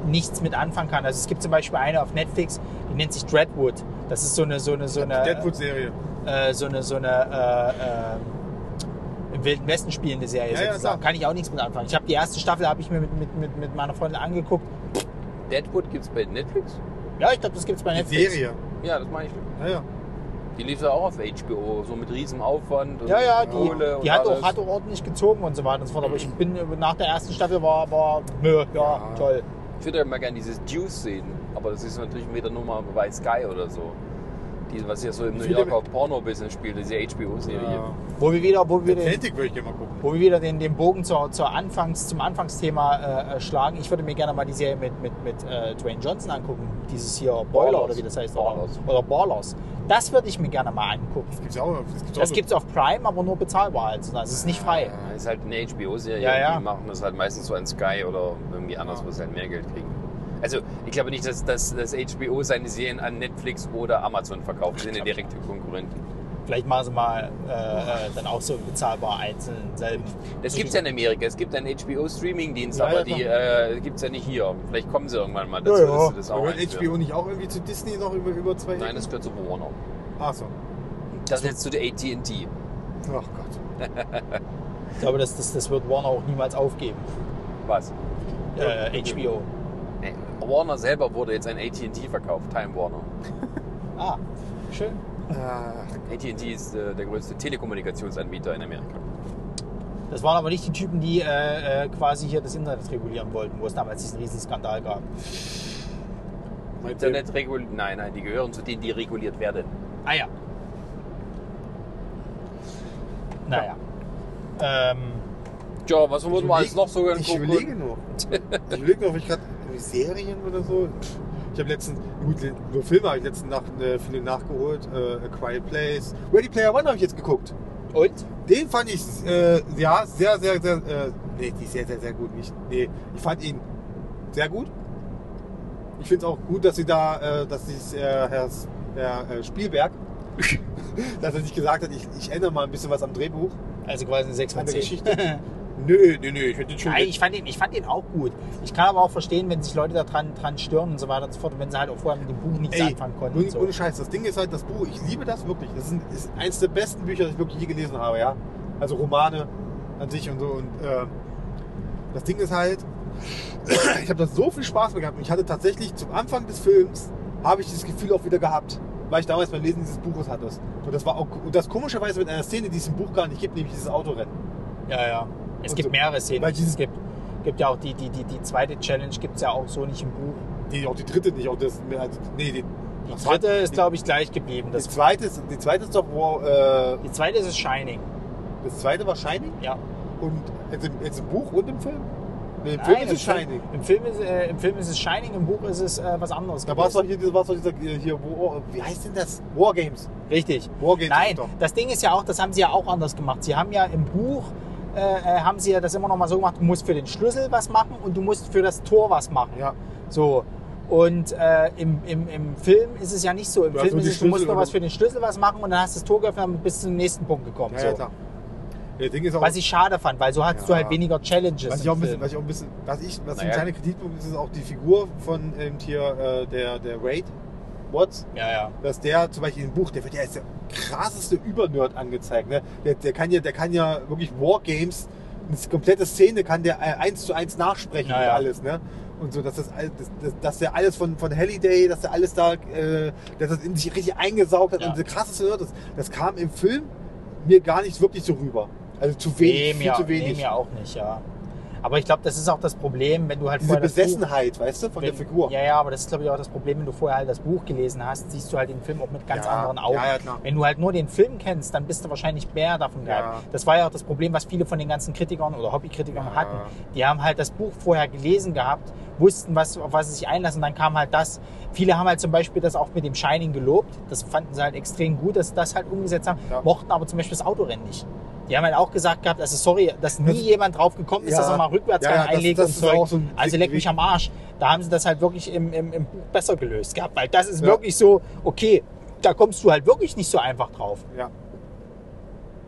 S1: nichts mit anfangen kann. Also es gibt zum Beispiel eine auf Netflix, die nennt sich Dreadwood. Das ist so eine, so eine, so eine.
S2: Die Deadwood-Serie.
S1: äh, so eine, so eine äh, äh, im Wilden Westen spielende Serie
S2: Ja, ja,
S1: sozusagen.
S2: klar.
S1: Kann ich auch nichts mit anfangen. Ich habe die erste Staffel habe ich mir mit, mit, mit, mit meiner Freundin angeguckt.
S3: Deadwood gibt's bei Netflix?
S1: Ja, ich glaube, das gibt's bei
S2: Die
S1: Netflix.
S2: Serie.
S3: Ja, das meine ich.
S2: Ja, ja.
S3: Die lief ja auch auf HBO, so mit riesigem Aufwand. und
S1: Ja, ja,
S3: Kohle
S1: die,
S3: und
S1: die hat, auch,
S3: alles.
S1: hat auch ordentlich gezogen und so weiter und so fort. Aber ich bin äh, nach der ersten Staffel war, war nö, ja,
S2: Ja.
S1: toll.
S3: Ich würde ja mal gerne dieses Juice sehen, aber das ist natürlich wieder nur mal bei Sky oder so. Die, was ja so im New
S2: Ich würde
S3: Yorker Porno-Business spielt, diese HBO-Serie.
S1: Wo wir wieder, wo wir den,
S2: Äh, Atlantic würde ich gerne mal gucken.
S1: wo wir wieder den, den Bogen zur, zur Anfangs, zum Anfangsthema äh, äh, schlagen. Ich würde mir gerne mal die Serie mit, mit, mit äh, Dwayne Johnson angucken. Dieses hier Boiler
S3: Ballers.
S1: oder wie das heißt.
S3: Ballers.
S1: Oder, oder Ballers. Das würde ich mir gerne mal angucken.
S2: Das gibt's ja auch. Das gibt's auch
S3: Mhm.
S1: Das gibt's auf Prime, aber nur bezahlbar halt. Also es ist nicht frei.
S3: Ja, ist halt eine HBO-Serie.
S1: Ja, ja.
S3: Die machen das halt meistens so an Sky oder irgendwie anders,
S2: Ja.
S3: wo sie halt mehr Geld kriegen. Also, ich glaube nicht, dass, dass, dass HBO seine Serien an Netflix oder Amazon verkauft. Die sind ja direkte Konkurrenten.
S1: Vielleicht machen sie mal äh, äh, dann auch so bezahlbar einzeln selben.
S3: Das gibt es ja in Amerika. Es gibt einen HBO-Streaming-Dienst,
S2: Ja,
S3: aber
S2: ja,
S3: die äh, gibt es ja nicht hier. Vielleicht kommen sie irgendwann mal
S1: Ja,
S3: dazu,
S1: ja.
S3: dass sie Also, das auch
S2: Aber wird
S3: einführen.
S2: HBO nicht auch irgendwie zu Disney noch über, über zwei
S3: Nein, das gehört zu Warner.
S2: Ach so.
S3: Das jetzt zu der AT&T.
S2: Ach Gott.
S1: Ich glaube, das, das, das wird Warner auch niemals aufgeben.
S3: Was?
S1: Äh, HBO.
S3: Nee. Warner selber wurde jetzt an AT&T verkauft, Time Warner.
S1: Ah, schön.
S3: AT&T ist äh, der größte Telekommunikationsanbieter in Amerika.
S1: Das waren aber nicht die Typen, die äh, äh, quasi hier das Internet regulieren wollten, wo es damals diesen riesen Skandal gab.
S2: Mein
S3: Internet reguliert. Nein, nein, die gehören zu denen, die reguliert werden.
S1: Ah ja. Naja. Ähm,
S3: Tja, was wurden wir alles noch so
S2: Ich überlege noch. Ich überlege noch, ob ich gerade irgendwie Serien oder so. Ich habe letztens, gut, nur Filme habe ich letztens nach, äh, viele nachgeholt. Äh, A Quiet Place. Ready Player One habe ich jetzt geguckt.
S1: und?
S2: Den fand ich, äh, ja, sehr, sehr, sehr, äh, nee, nicht sehr, sehr, sehr gut. Nicht, nee, ich fand ihn sehr gut. Ich finde es auch gut, dass sie da, äh, dass sich äh, Herr, S- Herr äh, Spielberg, dass er sich gesagt hat, ich, ich ändere mal ein bisschen was am Drehbuch.
S1: Also quasi eine 6 von
S2: An der
S1: 10.
S2: Geschichte. Nö, nö, nö, ich finde den schon.
S1: Nein, ich fand, den, ich fand den auch gut. Ich kann aber auch verstehen, wenn sich Leute da dran, dran stören und so weiter und so fort, und wenn sie halt auch vorher mit dem Buch nichts
S2: Ey,
S1: anfangen konnten.
S2: ohne,
S1: und so.
S2: ohne Scheiß, das Ding ist halt das Buch. Ich liebe das wirklich. Das ist, ein, ist eins der besten Bücher, das ich wirklich je gelesen habe, ja. Also Romane an sich und so. Und äh, das Ding ist halt, ich habe da so viel Spaß mit gehabt. Und ich hatte tatsächlich zum Anfang des Films, habe ich dieses Gefühl auch wieder gehabt, weil ich damals beim Lesen dieses Buches hatte. Und das war auch, und das komischerweise mit einer Szene, die es im Buch gar nicht gibt, nämlich dieses Autorennen.
S1: Ja, ja. Es
S2: Und
S1: gibt
S2: so-
S1: mehrere Szenen.
S2: Also, weil dieses-
S1: es gibt, gibt ja auch die, die, die, die zweite Challenge, gibt es ja auch so nicht im Buch.
S2: Die, auch die dritte nicht, auch das, also, nee, die,
S1: Die
S2: Was
S1: dritte
S2: war-
S1: ist,
S2: die-
S1: glaube ich, gleich geblieben.
S2: das
S1: Das,
S2: zweite ist, die zweite ist doch, wo, äh,
S1: die zweite ist Shining.
S2: das zweite war Shining?
S1: Ja.
S2: Und jetzt im, jetzt im Buch und im Film? Nee, im
S1: Nein,
S2: Film ist es
S1: im Film-
S2: Shining.
S1: Im Film, ist, äh, Im Film ist es Shining, im Buch ist es äh, was anderes.
S2: Da war es doch
S1: gewesen.
S2: hier, das war's doch dieser, hier, hier War, wie heißt denn das? Wargames.
S1: Richtig.
S2: Wargames
S1: Nein,
S2: ist doch.
S1: das Ding ist ja auch, das haben sie ja auch anders gemacht. Sie haben ja im Buch, äh, äh, haben sie ja das immer noch mal so gemacht, du musst für den Schlüssel was machen und du musst für das Tor was machen.
S2: Ja.
S1: So. Und äh, im, im, im Film ist es ja nicht so. Im
S2: Du hast
S1: Film
S2: nur
S1: ist
S2: die
S1: es, du musst
S2: Schlüssel
S1: nur
S2: oder-
S1: was für den Schlüssel was machen und dann hast du das Tor geöffnet und bist zum nächsten Punkt gekommen.
S2: Ja,
S1: so.
S2: ja, klar. Ja, Ding ist auch,
S1: was ich schade fand, weil so hattest du
S2: Ja.
S1: halt weniger Challenges.
S2: was ich
S1: im
S2: auch ein bisschen,
S1: Film.
S2: was ich auch ein bisschen, was ich, was
S3: Naja.
S2: ein kleiner Kreditpunkt ist, ist auch die Figur von eben hier, äh, der, der Raid, Watts,
S1: ja, ja.
S2: dass der zum Beispiel im Buch, der wird ja als der krasseste Übernerd angezeigt, ne? Der, der kann ja, der kann ja wirklich Wargames, eine komplette Szene kann der äh, eins zu eins nachsprechen
S1: Naja.
S2: und alles, ne? Und so, dass das, all- dass, dass, dass der alles von, von Halliday, dass der alles da, äh, dass das in sich richtig eingesaugt hat
S1: Ja.
S2: und der krasseste Nerd ist. Das kam im Film mir gar nicht wirklich so rüber. Also zu wenig,
S1: nee,
S2: viel
S1: mir,
S2: zu
S1: Nee,
S2: wenig.
S1: mir auch nicht, ja. Aber ich glaube, das ist auch das Problem, wenn du halt
S2: Diese
S1: vorher das Buch-
S2: Besessenheit, weißt du, von der
S1: Wenn-
S2: Figur.
S1: Ja, ja, aber das ist, glaube ich, auch das Problem, wenn du vorher halt das Buch gelesen hast, siehst du halt den Film auch mit ganz
S2: Ja,
S1: anderen Augen.
S2: ja, ja, klar.
S1: Wenn du halt nur den Film kennst, dann bist du wahrscheinlich mehr davon
S2: Ja.
S1: gehabt. Das war ja auch das Problem, was viele von den ganzen Kritikern oder Hobbykritikern
S2: Ja.
S1: hatten. Die haben halt das Buch vorher gelesen gehabt, wussten, was, auf was sie sich einlassen, dann kam halt das. Viele haben halt zum Beispiel das auch mit dem Shining gelobt. Das fanden sie halt extrem gut, dass sie das halt umgesetzt haben,
S2: Ja.
S1: mochten aber zum Beispiel das Autorennen nicht. Die haben halt auch gesagt gehabt, also sorry, dass nie jemand drauf gekommen ist,
S2: Ja.
S1: dass er mal rückwärts
S2: Ja, ja, das-
S1: einlegt
S2: das
S1: und
S2: ist
S1: Zeug.
S2: auch so ein
S1: also leck
S2: Weg-
S1: mich am Arsch. Da haben sie das halt wirklich im, im, im Buch besser gelöst gehabt, weil das ist
S2: Ja.
S1: wirklich so, okay, da kommst du halt wirklich nicht so einfach drauf.
S2: Ja.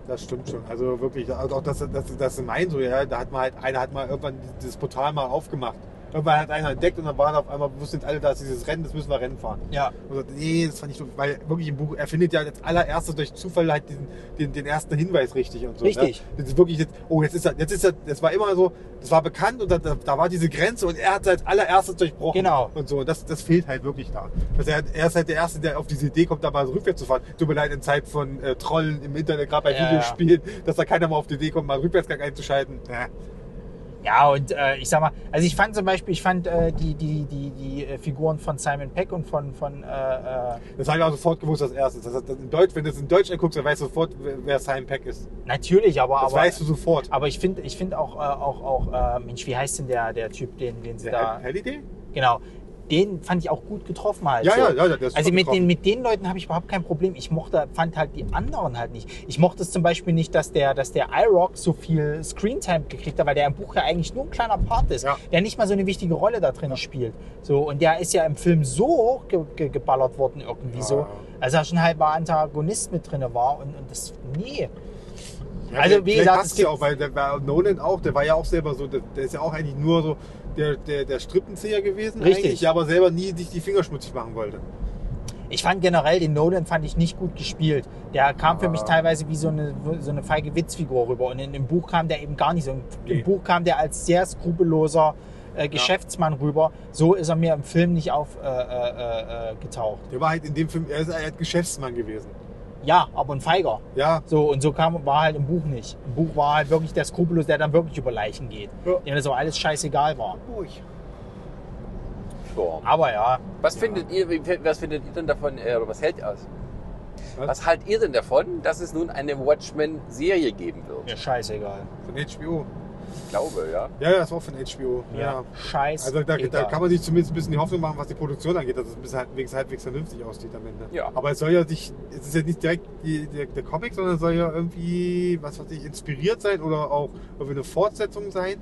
S2: Das stimmt schon. Also wirklich, also auch das, das, das ist mein so, ja. Da hat man halt, einer hat mal irgendwann dieses Portal mal aufgemacht. Irgendwann hat einer entdeckt und dann waren auf einmal, wussten jetzt alle, dass dieses Rennen, das müssen wir Rennen fahren.
S1: Ja.
S2: Und so, Also, nee, das fand ich so, weil wirklich im Buch, er findet ja als allererstes durch Zufall halt den, den, den ersten Hinweis richtig und so.
S1: Richtig.
S2: Ne? Das ist wirklich jetzt, oh, jetzt ist er, jetzt ist er, das war immer so, das war bekannt und da, da, da war diese Grenze und er hat als allererstes durchbrochen.
S1: Genau.
S2: Und so, das, das fehlt halt wirklich da. Also er, er ist halt der Erste, der auf diese Idee kommt, da mal so rückwärts zu fahren. Tut mir leid, in Zeit von äh, Trollen im Internet, gerade bei
S1: Ja, ja.
S2: Videospielen, dass da keiner mal auf die Idee kommt, mal einen Rückwärtsgang einzuschalten. Ja.
S1: Ja, und äh, ich sag mal, also ich fand zum Beispiel, ich fand äh, die, die, die, die äh, Figuren von Simon Peck und von, von äh, äh,
S2: Das habe ich auch sofort gewusst als erstes. Das, das, in Deutsch, wenn du es in Deutsch anguckst, dann weißt du sofort, wer, wer Simon Peck ist.
S1: natürlich, aber,
S2: Das
S1: aber,
S2: weißt du sofort.
S1: aber ich finde ich find auch, äh, auch, auch äh, Mensch, wie heißt denn der, der Typ, den, den sie
S2: Der
S1: da.
S2: Halliday?
S1: Genau. den fand ich auch gut getroffen halt.
S2: ja,
S1: so.
S2: ja, ja, ja, der ist
S1: Also
S2: super
S1: mit
S2: getroffen.
S1: den, mit den Leuten habe ich überhaupt kein Problem. Ich mochte, fand halt die anderen halt nicht. Ich mochte es zum Beispiel nicht, dass der, dass der iRock so viel Screentime gekriegt hat, weil der im Buch ja eigentlich nur ein kleiner Part ist,
S2: Ja.
S1: der nicht mal so eine wichtige Rolle da drin spielt. So, und der ist ja im Film so hoch ge ge geballert worden irgendwie
S2: Ja.
S1: so. Also da schon ein halber Antagonist mit drin war und, und das, nee.
S2: Ja,
S1: Also,
S2: vielleicht-
S1: wie
S2: vielleicht
S1: gesagt,
S2: passt
S1: es
S2: ja
S1: gibt-
S2: auch, weil der war Nolan auch, der war ja auch selber so, der, der ist ja auch eigentlich nur so der, der, der Strippenzieher gewesen,
S1: Richtig.
S2: eigentlich, der aber selber nie sich die Finger schmutzig machen wollte.
S1: Ich fand generell den Nolan fand ich nicht gut gespielt. Der kam für
S2: Ja.
S1: mich teilweise wie so eine, so eine feige Witzfigur rüber. Und in dem Buch kam der eben gar nicht so. Im
S2: Nee.
S1: Buch kam der als sehr skrupelloser äh, Geschäftsmann rüber. So ist er mir im Film nicht aufgetaucht. Äh, äh, äh, getaucht.
S2: Der war halt in dem Film, er ist halt Geschäftsmann gewesen.
S1: ja, aber ein Feiger.
S2: Ja,
S1: So, und so kam, war halt im Buch nicht. Im Buch war halt wirklich der Skrupellos, der dann wirklich über Leichen geht.
S2: Ja.
S1: Dem das auch alles scheißegal war.
S2: ruhig.
S3: Ja.
S1: Aber ja,
S3: Was findet ihr, wie- was findet ihr denn davon, äh, oder was hält ihr aus?
S2: Was?
S3: Was haltet ihr denn davon, dass es nun eine Watchmen-Serie geben wird?
S1: mir scheißegal.
S2: Von HBO.
S3: Ich glaube, ja.
S2: Ja, ja, das war von HBO. Ja.
S1: Mir scheißegal.
S2: Also da, da kann man sich zumindest ein bisschen die Hoffnung machen, was die Produktion angeht, dass es ein bisschen halbwegs, halbwegs vernünftig aussieht am Ende.
S3: Ja.
S2: Aber es soll ja nicht, es ist ja nicht direkt die, der, der Comic, sondern es soll ja irgendwie, was weiß ich, inspiriert sein oder auch irgendwie eine Fortsetzung sein.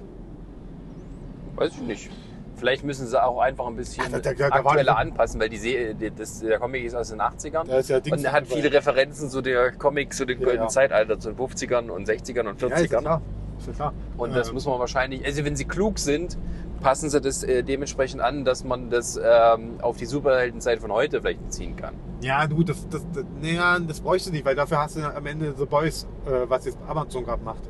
S3: Weiß ich nicht. Vielleicht müssen sie auch einfach ein bisschen
S2: Ach, da- da- da- da war
S3: aktueller
S2: die-
S3: anpassen, weil die Serie, die- das, der Comic ist aus den 80ern.
S2: Da ist ja Dings
S3: Und er hat
S2: dabei.
S3: viele Referenzen zu der Comic, zu dem
S2: Ja,
S3: goldenen
S2: ja.
S3: Zeitalter, zu den 50ern und 60ern und
S2: Ja, ist ja
S3: 40ern.
S2: klar. Ist ja klar.
S3: und das
S2: Ähm,
S3: muss man wahrscheinlich, also wenn sie klug sind, passen sie das äh, dementsprechend an, dass man das ähm, auf die Superheldenzeit von heute vielleicht beziehen kann.
S2: Ja, du, das, das, das, nee, ja, das bräuchst du nicht, weil dafür hast du ja am Ende The Boys, äh, was jetzt Amazon gerade macht.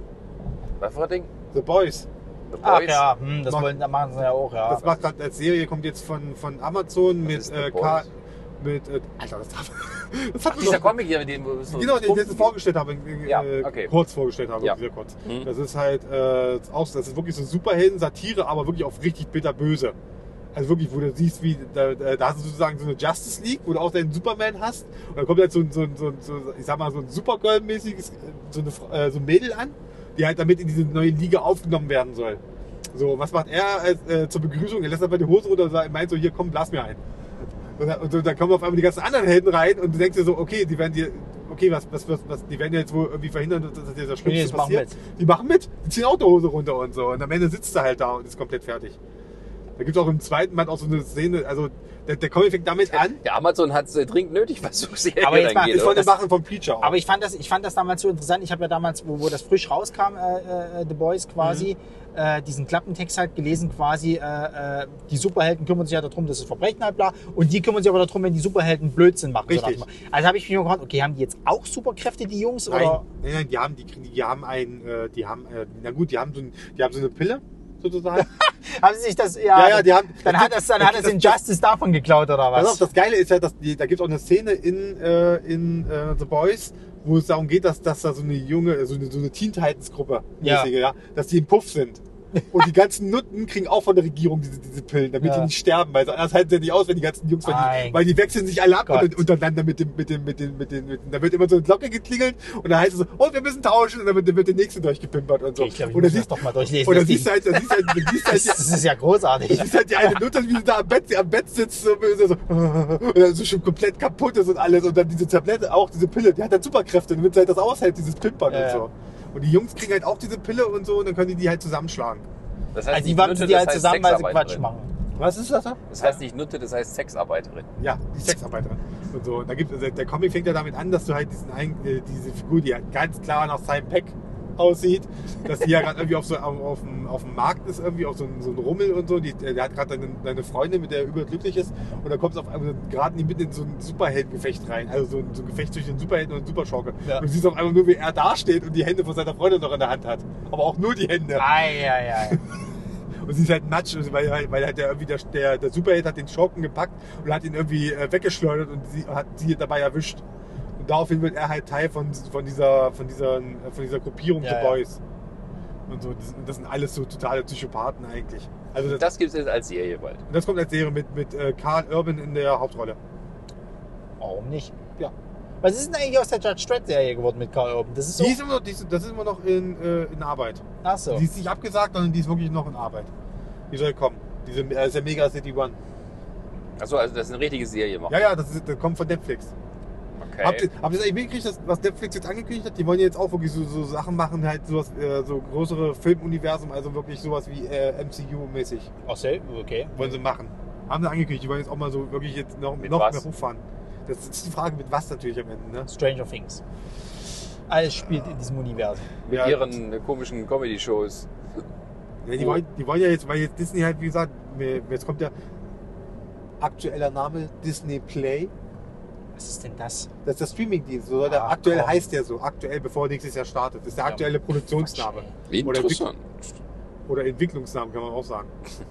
S3: Was war das Ding?
S2: The Boys.
S3: The Boys?
S1: Ach ja, hm, das
S2: Mag-
S1: wollen, das machen sie ja auch, ja.
S2: Das macht gerade als Serie, kommt jetzt von, von Amazon
S3: Was
S2: mit,
S3: ist The
S2: äh,
S3: Boys?
S2: Ka- mit, äh, Alter, das darf, das hat
S3: Dieser Comic hier, mit dem wir so
S2: Genau, den ich jetzt vorgestellt habe, äh,
S3: Hm. Ja, okay.
S2: kurz vorgestellt habe,
S3: Ja.
S2: sehr kurz.
S3: Mhm.
S2: Das ist halt äh, auch, so- das ist wirklich so Superhelden-Satire, aber wirklich auf richtig bitterböse. Also wirklich, wo du siehst, wie da, da da hast du sozusagen so eine Justice League, wo du auch deinen Superman hast. Und dann kommt halt so ein, so ein, so ein so, ich sag mal, so ein Supergirl-mäßiges, äh, so, eine, Fra- äh, so ein Mädel an, die halt damit in diese neue Liga aufgenommen werden soll. So, was macht er als, äh, zur Begrüßung? Er lässt einfach die Hose runter und sagt- meint so, hier komm, lass mir ein. Und, da- und so, dann kommen auf einmal die ganzen anderen Helden rein und du denkst dir so, okay, die werden dir, okay, was, was, was, was, die werden jetzt wohl irgendwie verhindern, dass dass dir das
S1: Nee,
S2: Schlimmste
S1: das machen
S2: passiert. Die machen mit, die ziehen auch die Hose runter und so. Und am Ende sitzt er halt da und ist komplett fertig. Da gibt es auch im zweiten Band auch so eine Szene, also der, der Comic fängt damit an,
S3: Ja, Amazon hat es äh, dringend nötig, was so Serien
S1: Aber jetzt mal-
S3: angeht.
S2: ist von
S3: oder?
S2: den Machen von Preacher auch.
S1: Aber ich fand das, ich fand das damals so interessant. Ich habe ja damals, wo, wo das frisch rauskam, äh, äh, The Boys quasi,
S2: Mhm.
S1: äh, diesen Klappentext halt gelesen quasi, äh, äh, die Superhelden kümmern sich ja darum, dass es Verbrechen halt bla. Und die kümmern sich aber darum, wenn die Superhelden Blödsinn machen.
S2: Richtig.
S1: nach dem Motto. also habe ich mich nur gefragt, okay, haben die jetzt auch Superkräfte, die Jungs?
S2: Nein,
S1: Oder?
S2: nein, nein, die haben, die, kriegen- die haben einen, äh, die haben, äh, na gut, die haben so, ein, die haben so eine Pille sozusagen.
S1: Haben sie sich das, ja,
S2: Ja, ja, die haben-
S1: dann hat das, dann hat das Injustice davon geklaut oder
S2: Pass auf,
S1: was?
S2: das Geile ist ja, dass die, da gibt es auch eine Szene in, äh, in äh, The Boys, wo es darum geht, dass, dass da so eine junge, so eine, so eine Teen Titans Gruppe,
S1: Ja.
S2: mäßige, ja, dass die im Puff sind. Und die ganzen Nutten kriegen auch von der Regierung diese, diese Pillen, damit
S1: Ja.
S2: die nicht sterben, weil anders halten sie nicht aus, wenn die ganzen Jungs, weil
S1: Mein
S2: die, weil die wechseln sich alle ab
S1: Gott.
S2: und, untereinander mit dem, mit dem, mit dem, mit dem, mit dem, da wird immer so eine Glocke geklingelt und dann heißt es so, oh, wir müssen tauschen und dann wird, wird der nächste durchgepimpert und so.
S1: Okay, ich glaube, ich
S2: und dann
S1: muss das
S2: siehst,
S1: doch mal durchlesen.
S2: und dann
S1: das,
S2: siehst du
S1: Ding.
S2: halt, dann siehst du halt, dann siehst du halt,
S1: das,
S2: die-
S1: das ist ja großartig.
S2: das ist halt die eine Nutte, wie sie da am Bett, am Bett sitzt so, so, so, und dann so schon komplett kaputt ist und alles. Und dann diese Tablette, auch diese Pille, die hat dann Superkräfte, damit sie halt das aushält, dieses Pimpern
S1: Ja,
S2: und
S1: ja.
S2: so. Und die Jungs kriegen halt auch diese Pille und so und dann können die die halt zusammenschlagen.
S3: Das heißt
S1: Also die
S3: nicht
S1: waren
S3: Nutte,
S1: die
S3: das
S1: halt
S3: heißt
S1: zusammen, weil sie Quatsch
S3: Sexarbeiterin.
S1: machen.
S2: Was ist das da?
S3: Das heißt nicht Nutte, das heißt Sexarbeiterin.
S2: Ja, die Sexarbeiterin. Und so. Und da gibt, der, der Comic fängt ja damit an, dass du halt diesen, einen- äh, diese Figur, die halt ganz klar nach seinem Pack aussieht, dass die ja gerade irgendwie auf, so, auf, auf, dem, auf dem Markt ist, irgendwie auf so einem so einem Rummel und so. Die, der der hat gerade eine, eine Freundin, mit der er überglücklich ist. Und da kommt es auf einmal gerade in die Mitte in so ein Superheldengefecht rein. Also so ein, so ein Gefecht zwischen den Superhelden und Superschurken.
S1: Ja.
S2: Und du siehst auf einmal nur, wie er dasteht und die Hände von seiner Freundin noch in der Hand hat. Aber auch nur die Hände.
S1: Ei, ei, ei.
S2: Und sie ist halt matsch, also weil, weil- weil halt der, irgendwie der, der, der Superheld hat den Schurken gepackt und hat ihn irgendwie äh, weggeschleudert und sie hat sie dabei erwischt. Und daraufhin wird er halt Teil von, von, dieser, von, dieser, von dieser Gruppierung
S1: Ja,
S2: The
S1: ja.
S2: Boys. Und so, das, das sind alles so totale Psychopathen eigentlich. Also das, das,
S3: Das gibt es jetzt als Serie bald.
S2: das kommt als Serie mit, mit äh, Karl Urban in der Hauptrolle.
S1: Warum nicht?
S2: Ja.
S1: Was ist denn eigentlich aus der Judge Dredd-Serie geworden mit Karl Urban? Das ist so.
S2: Die ist immer noch, die ist, das ist immer noch in, äh, in Arbeit.
S1: Ach so.
S2: Die ist nicht abgesagt, sondern die ist wirklich noch in Arbeit. Die soll kommen. Diese, äh, ist der Mega City One.
S3: Achso, also das ist eine richtige Serie machen.
S2: Ja, ja, das, ist, das kommt von Netflix.
S3: Okay.
S2: Habt ihr, habt ihr das eigentlich mitgekriegt, dass, was Netflix jetzt angekündigt hat? Die wollen jetzt auch wirklich so, so Sachen machen, halt sowas, äh, so größere Filmuniversum, also wirklich sowas wie äh, MCU-mäßig.
S1: Auch selten, okay.
S2: Wollen sie machen. Haben sie angekündigt, die wollen jetzt auch mal so wirklich jetzt noch,
S3: Mit
S2: noch
S3: was?
S2: mehr hochfahren. Das ist die Frage, mit was natürlich am Ende, ne?
S1: Stranger Things. Alles spielt in diesem Universum.
S3: Mit
S2: Ja.
S3: ihren äh, komischen Comedy-Shows.
S2: Ja, die,
S3: Oh.
S2: wollen, die wollen ja jetzt, weil jetzt Disney halt, wie gesagt, mir- jetzt kommt ja aktueller Name Disney Play.
S1: Was ist denn das?
S2: Das ist der Streaming-Dienst. So soll der
S1: Ah,
S2: aktuell
S1: komm.
S2: heißt der so. Aktuell, bevor nächstes Jahr startet. Das ist der
S1: Ja,
S2: aktuelle Produktionsname. Oder
S3: Interessant.
S2: Oder Entwicklungsname, kann man auch sagen.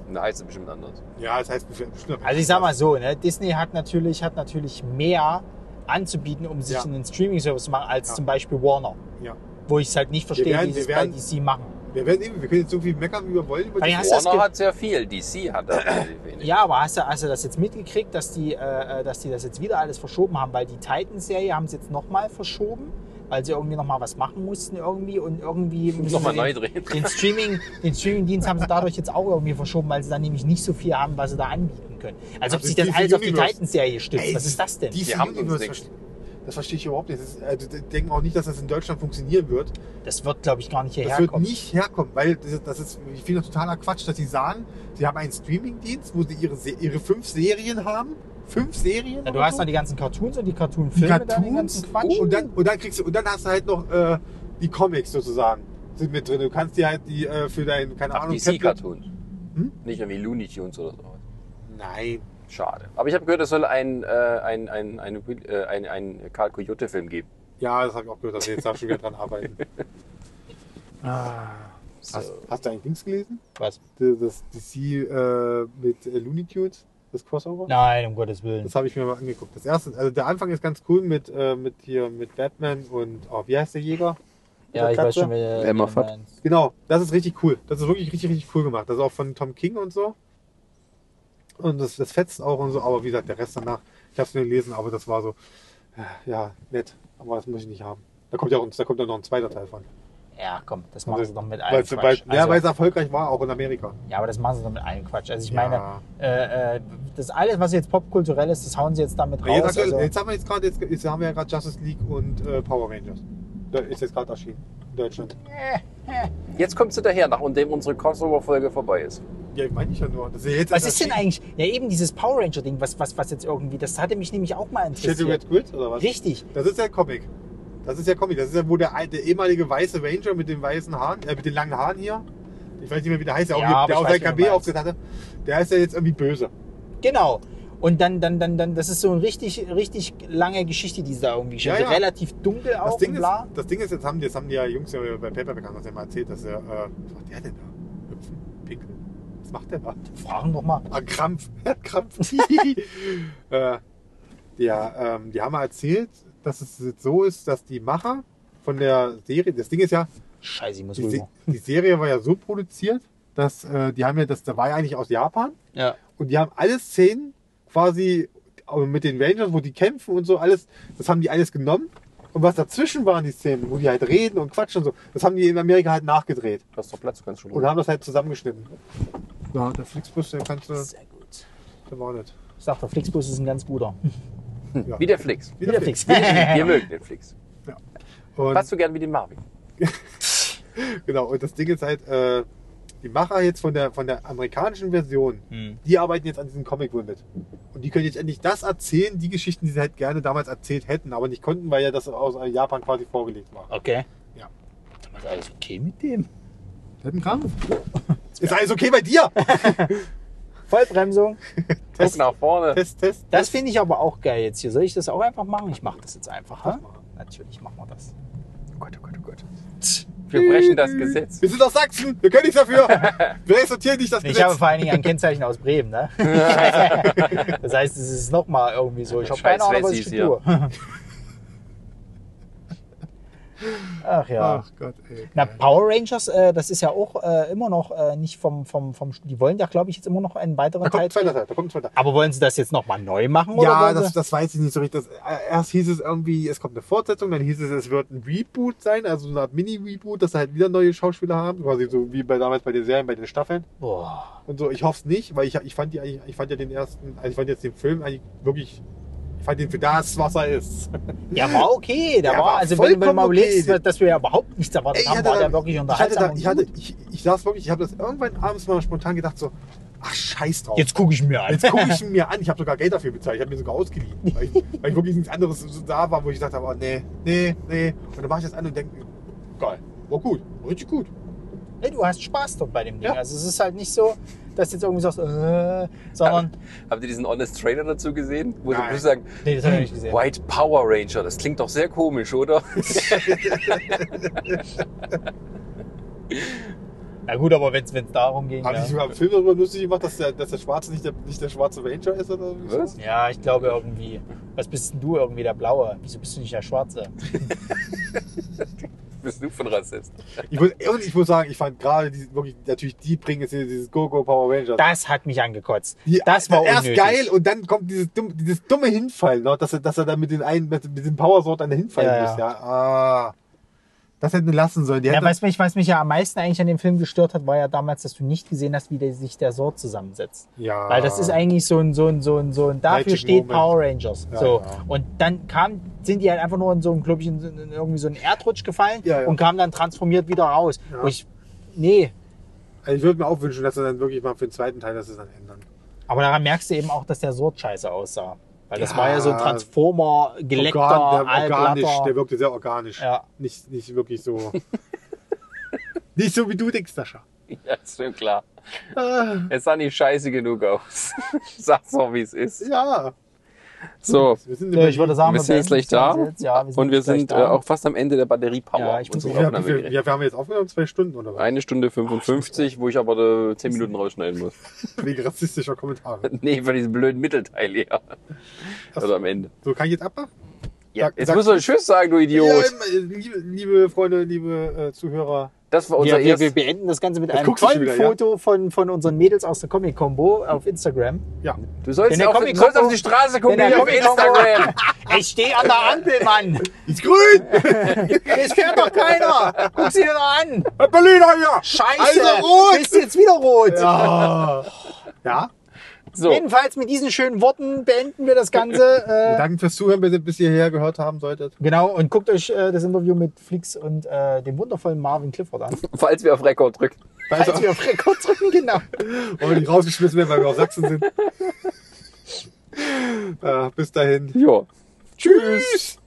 S3: Na, heißt es bestimmt anders.
S2: Ja, das heißt bestimmt.
S1: Also ich sag mal so, ne? Disney hat natürlich, hat natürlich mehr anzubieten, um sich
S2: Ja.
S1: einen Streaming-Service zu machen, als
S2: Ja.
S1: zum Beispiel Warner.
S2: Ja.
S1: Wo ich es halt nicht verstehe, wie
S2: werden-
S1: sie
S2: wir
S1: es bei
S2: werden-
S1: DC machen.
S2: Wir, werden eben, wir können jetzt so viel meckern, wie wir wollen. Über
S1: Weil
S2: Disney.
S1: Hast du das
S3: Warner
S1: ge-
S3: hat sehr viel, DC hat da relativ wenig.
S1: Ja, aber hast du, hast du das jetzt mitgekriegt, dass die, äh, äh, dass die das jetzt wieder alles verschoben haben? Weil die Titans-Serie haben sie jetzt nochmal verschoben, weil sie irgendwie nochmal was machen mussten irgendwie und irgendwie... müssen
S3: Nochmal
S1: sie den-
S3: neu drehen.
S1: den Streaming, den Streaming-Dienst haben sie dadurch jetzt auch irgendwie verschoben, weil sie dann nämlich nicht so viel haben, was sie da anbieten können. Als ob
S2: Also
S1: sich das
S2: DC
S1: alles auf die
S2: Universe.
S1: Titans-Serie stützt.
S2: Ey,
S1: Was ist das denn?
S2: DC
S3: Die haben uns
S2: Universe
S3: nichts.
S2: verste- das verstehe ich überhaupt nicht. Das ist, also, die denken auch nicht, dass das in Deutschland funktionieren wird.
S1: Das wird, glaube ich, gar nicht
S2: Das
S1: hierher
S2: wird
S1: kommen.
S2: nicht herkommen, weil das ist, das ist ich finde das totaler Quatsch, dass sie sagen, sie haben einen Streamingdienst, wo sie ihre, Se- ihre fünf Serien haben. Fünf Serien?
S1: ja, du
S2: oder
S1: hast
S2: so.
S1: noch die ganzen Cartoons und die
S2: die
S1: Cartoon-Filme, da den
S2: Cartoons Oh,
S1: ganzen Quatsch.
S2: und, dann, und dann kriegst du, und dann hast du halt noch äh, die Comics sozusagen sind mit drin. Du kannst dir halt die äh, für deinen, keine
S3: Ach,
S2: Ahnung, Captain-
S3: DC-Cartoons.
S2: Hm?
S3: Nicht irgendwie Looney Tunes oder so.
S2: Nein.
S3: Schade. Aber ich habe gehört, es soll ein, äh, ein, ein, ein, äh, ein, ein Karl Coyote-Film geben.
S2: Ja, das habe ich auch gehört, dass sie jetzt da schon wieder dran arbeiten. Hast,
S3: So.
S2: hast du eigentlich Dings gelesen?
S1: Was?
S2: Das, das DC äh, mit äh, Looney Tunes, das Crossover?
S1: Nein, um Gottes Willen.
S2: Das habe ich mir mal angeguckt. Das erste, also der Anfang ist ganz cool mit, äh, mit hier mit Batman und oh, wie heißt der Jäger?
S1: Ja, ich
S2: Katze?
S1: weiß schon, wer
S3: Emma
S1: wer
S3: Fudd.
S1: meint's.
S2: Genau, das ist richtig cool. Das ist wirklich richtig, richtig cool gemacht. Das ist auch von Tom King und so. Und das, das fetzt auch und so. Aber wie gesagt, der Rest danach, ich habe es nur gelesen, aber das war so, äh, ja, nett. Aber das muss ich nicht haben. Da kommt ja, auch, ein- da kommt ja noch ein zweiter Teil von.
S1: Ja, komm, das machen sie doch mit
S2: Weil
S1: allem
S2: es weil-
S1: Quatsch.
S2: ja, weil es
S1: Also,
S2: erfolgreich war, auch in Amerika.
S1: ja, aber das machen sie doch mit allem Quatsch. Also ich
S2: Ja.
S1: meine, äh, äh, das alles, was jetzt popkulturell ist, das hauen sie jetzt damit
S2: Aber äh, Jetzt,
S1: raus.
S2: aktuell,
S1: Also,
S2: jetzt haben wir jetzt gerade, jetzt, jetzt haben wir ja gerade Justice League und äh, Power Rangers. Da ist jetzt gerade erschienen. In Deutschland.
S3: Jetzt kommst du daher, nachdem unsere Crossover-Folge vorbei ist.
S2: Ja, ich meine ich ja nur. Das ist ja jetzt
S1: was ist
S2: erst
S1: denn
S2: erschienen.
S1: eigentlich? Ja, eben dieses Power Ranger-Ding, was, was, was jetzt irgendwie, das hatte mich nämlich auch mal
S2: Shadow
S1: interessiert.
S2: Red Grid oder was?
S1: Richtig.
S2: Das ist der Comic. Das ist der Comic. Das ist ja, wo der alte ehemalige weiße Ranger mit den weißen Haaren, äh, mit den langen Haaren hier, ich weiß nicht mehr, wie der heißt, der
S1: Ja,
S2: auch,
S1: aber
S2: hier,
S1: ich
S2: der auch
S1: weiß,
S2: sein
S1: wen du
S2: KB
S1: meinst.
S2: aufgesetzt hatte, der ist ja jetzt irgendwie böse.
S1: Genau. Und dann, dann, dann, dann, das ist so eine richtig, richtig lange Geschichte, die sie da irgendwie geschrieben
S2: Ja,
S1: haben.
S2: ja.
S1: Relativ dunkel auch.
S2: Das Ding,
S1: und
S2: ist,
S1: bla.
S2: das Ding ist, jetzt haben die, jetzt haben die ja Jungs ja bei Paperback haben das ja mal erzählt, dass er, äh, was macht der denn da? Hüpfen, pinkeln. Was macht der da?
S1: Fragen doch mal.
S2: Ah, Krampf. Er hat Krampf. äh, ja, ähm, die haben mal erzählt, dass es jetzt so ist, dass die Macher von der Serie, das Ding ist ja,
S1: Scheiße, ich muss
S2: die, Se-
S1: rüber.
S2: die Serie war ja so produziert, dass äh, die haben ja, das, da war ja eigentlich aus Japan
S1: Ja.
S2: und die haben alle Szenen quasi äh, mit den Rangers, wo die kämpfen und so alles, das haben die alles genommen. Und was dazwischen waren die Szenen, wo die halt reden und quatschen und so, das haben die in Amerika halt nachgedreht
S3: Du hast doch Platz, du kannst schon
S2: und haben das halt zusammengeschnitten. Ja, der Flixbus, der kannst du,
S1: Sehr gut.
S2: der war nicht.
S1: Ich sag, der Flixbus ist ein ganz guter.
S2: Ja.
S3: Wie der Flix.
S1: Wie der Flix.
S3: Ihr mögt den Flix.
S2: Und
S3: Passt so gern wie den Marvin.
S2: genau, und das Ding ist halt, äh, die Macher jetzt von der, von der amerikanischen Version,
S1: Hm.
S2: die arbeiten jetzt an diesem Comic wohl mit. Und die können jetzt endlich das erzählen, die Geschichten, die sie halt gerne damals erzählt hätten, aber nicht konnten, weil ja das aus Japan quasi vorgelegt war.
S1: Okay.
S2: Ja.
S1: Ist alles okay mit dem?
S2: Hätten Krampf. Ist alles okay bei dir?
S1: Vollbremsung.
S3: Guck nach vorne.
S2: Test, Test.
S1: Das finde ich aber auch geil jetzt hier. Soll ich das auch einfach machen? Ich mache das jetzt einfach. Ha?
S2: mal.
S1: Natürlich machen wir das.
S3: Oh Gott, oh Gott, oh Gott. Wir brechen das Gesetz.
S2: Wir sind aus Sachsen, wir können nichts dafür. Wir respektieren nicht das
S1: Ich habe
S2: Gesetz.
S1: vor allen Dingen ein Kennzeichen aus Bremen, ne? Scheiße. das heißt, es ist nochmal irgendwie so. Ich habe
S3: Scheiß
S1: keine Ahnung, was ich
S3: Wessis
S1: hier tue. Ach ja.
S2: Ach Gott, ey.
S1: Na,
S2: geil.
S1: Power Rangers, äh, das ist ja auch äh, immer noch äh, nicht vom, vom, vom, die wollen ja, glaube ich, jetzt immer noch einen
S2: Da
S1: weiteren Teil.
S2: kommt ein zweiter Teil, da kommt ein zweiter Teil.
S1: Aber wollen sie das jetzt nochmal neu machen?
S2: Ja,
S1: oder wollen
S2: das,
S1: sie-
S2: das weiß ich nicht so richtig. Das, äh, erst hieß es irgendwie, es kommt eine Fortsetzung, dann hieß es, es wird ein Reboot sein, also so eine Art Mini-Reboot, dass sie halt wieder neue Schauspieler haben, quasi so wie bei damals bei den Serien, bei den Staffeln
S1: Boah.
S2: und so. Ich hoffe es nicht, weil ich, ich fand die eigentlich, ich fand ja den ersten, also ich fand jetzt den Film eigentlich wirklich, ich fand den für das, was er ist.
S1: Der war okay. Der war,
S2: Der war
S1: also wenn, wenn
S2: vollkommen
S1: man überlegst,
S2: okay.
S1: dass wir ja überhaupt nichts erwartet
S2: Ey,
S1: haben, war
S2: da-
S1: der wirklich
S2: ich hatte,
S1: unterhaltsam.
S2: da,
S1: und
S2: ich, hatte
S1: gut.
S2: ich, ich saß wirklich, ich habe das irgendwann abends mal spontan gedacht so, ach scheiß drauf.
S1: jetzt gucke ich mir an.
S2: Jetzt gucke ich ihn mir an. Ich habe sogar Geld dafür bezahlt. Ich habe mir sogar ausgeliehen. Weil ich, weil ich wirklich nichts anderes so da war, wo ich dachte, oh, nee, nee, nee. Und dann mache ich das an und denke, geil. War gut. War richtig gut.
S1: Nee, du hast Spaß dort bei dem Ding.
S2: Ja.
S1: Also es ist halt nicht so, dass du jetzt irgendwie sagst, äh, sondern,
S3: Habt ihr diesen Honest Trailer dazu gesehen? Wo sie
S2: Nein.
S3: bloß sagen,
S1: nee, das habe ich nicht gesehen.
S3: White Power Ranger, das klingt doch sehr komisch, oder?
S1: Na gut, aber wenn es darum ging,
S2: Haben sie sich
S1: ja.
S2: sogar im Film darüber lustig gemacht, dass der, dass der Schwarze nicht der, nicht der schwarze Ranger ist oder so?
S3: Was?
S1: ja, ich glaube irgendwie, was bist denn du irgendwie, der Blaue? Wieso bist du nicht der Schwarze?
S3: Bist du von Rassist?
S2: Ich muss, und ich muss sagen, ich fand gerade die, wirklich, natürlich die bringen jetzt hier dieses Go-Go Power Rangers.
S1: Das hat mich angekotzt.
S2: Die-
S1: das war
S2: erst
S1: unnötig.
S2: geil und dann kommt dieses, dumm, dieses dumme Hinfallen, ne? dass er, dass er da mit, den einen, mit mit dem Power Sword dann hinfallen
S1: Ja,
S2: muss. Ja. Ah, das hätten wir lassen sollen. Die
S1: Ja,
S2: hätten-
S1: was, mich, was mich ja am meisten eigentlich an dem Film gestört hat, war ja damals, dass du nicht gesehen hast, wie der, sich der Sort zusammensetzt.
S2: ja.
S1: Weil das ist eigentlich so ein, so ein, so ein, so ein dafür
S2: Magic
S1: steht
S2: Moment.
S1: Power Rangers.
S2: Ja,
S1: so.
S2: ja.
S1: Und dann kam, sind die halt einfach nur in so einem, glaube ich, in, so- in irgendwie so einen Erdrutsch gefallen
S2: Ja, ja.
S1: und kamen dann transformiert wieder raus.
S2: Ja.
S1: Wo ich, nee.
S2: Also ich würde mir auch wünschen, dass sie dann wirklich mal für den zweiten Teil, dass sie es dann ändern.
S1: Aber daran merkst du eben auch, dass der Sort scheiße aussah. Weil das
S2: Ja.
S1: war ja so ein Transformer, geleckter,
S2: der, organisch, der
S1: allglatter.
S2: wirkte sehr organisch.
S1: Ja.
S2: Nicht, nicht wirklich so. nicht so wie du denkst, Sascha.
S3: Ja, ist schon klar.
S2: Ah,
S3: Es sah nicht scheiße genug aus. Sag's doch, wie es ist.
S2: ja.
S3: So,
S2: Wir sind
S1: Ja, ich würde sagen,
S3: wir sind jetzt
S1: beenden
S3: gleich
S1: das
S3: da.
S1: Ganze jetzt. Ja, wir sind
S3: Und wir
S1: jetzt gleich
S3: sind äh,
S1: da.
S3: auch fast am Ende der Batterie Power.
S1: Ja, ich muss
S3: unserer
S1: auch-
S2: ja,
S3: Aufnahme
S2: wie viel,
S3: gerechnet.
S2: ja, wir haben jetzt aufgenommen, zwei Stunden oder was?
S3: Eine Stunde 55, wo ich aber äh, 10 Minuten rausschneiden muss.
S2: Wegen rassistischer Kommentare.
S3: nee, von diesem blöden Mittelteil hier.
S2: Ach
S3: Oder am Ende.
S2: So, kann ich jetzt abmachen?
S3: Ja,
S2: Sag-
S3: jetzt
S2: sag-
S3: musst du einen Tschüss sagen, du
S2: Ja,
S3: Idiot.
S2: äh, liebe, liebe Freunde, liebe äh, Zuhörer.
S3: Das war unser
S1: Wir, wir, wir
S3: erstes.
S1: beenden das Ganze mit einem
S2: guckst du
S1: tollen
S2: schon wieder, ja?
S1: Foto von, von unseren Mädels aus der Comic Combo auf Instagram.
S2: Ja.
S3: Du sollst,
S1: Wenn der
S3: auf, du
S1: Comic
S3: sollst auf
S1: Combo-
S3: die Straße gucken,
S1: wenn
S3: nicht
S1: der
S3: auf
S1: Comic oh, Combo-
S3: Instagram.
S1: Ich stehe an der Ampel, Mann!
S2: Ist grün!
S1: Es fährt doch keiner! Guck sie dir doch an!
S2: Berliner hier!
S1: Scheiße!
S2: Also rot!
S1: Bist jetzt wieder rot!
S2: Ja. ja.
S3: So,
S1: Jedenfalls mit diesen schönen Worten beenden wir das Ganze. Äh,
S2: Danke fürs Zuhören, bis ihr bis ihr hierher gehört haben solltet.
S1: genau, und guckt euch äh, das Interview mit Flix und äh, dem wundervollen Marvin Clifford an.
S3: falls wir auf Rekord drücken.
S2: Also-
S1: Falls wir auf Rekord drücken, genau.
S2: Wollen wir nicht rausgeschmissen werden, weil wir auf Sachsen sind. äh, bis dahin.
S3: Jo. Tschüss.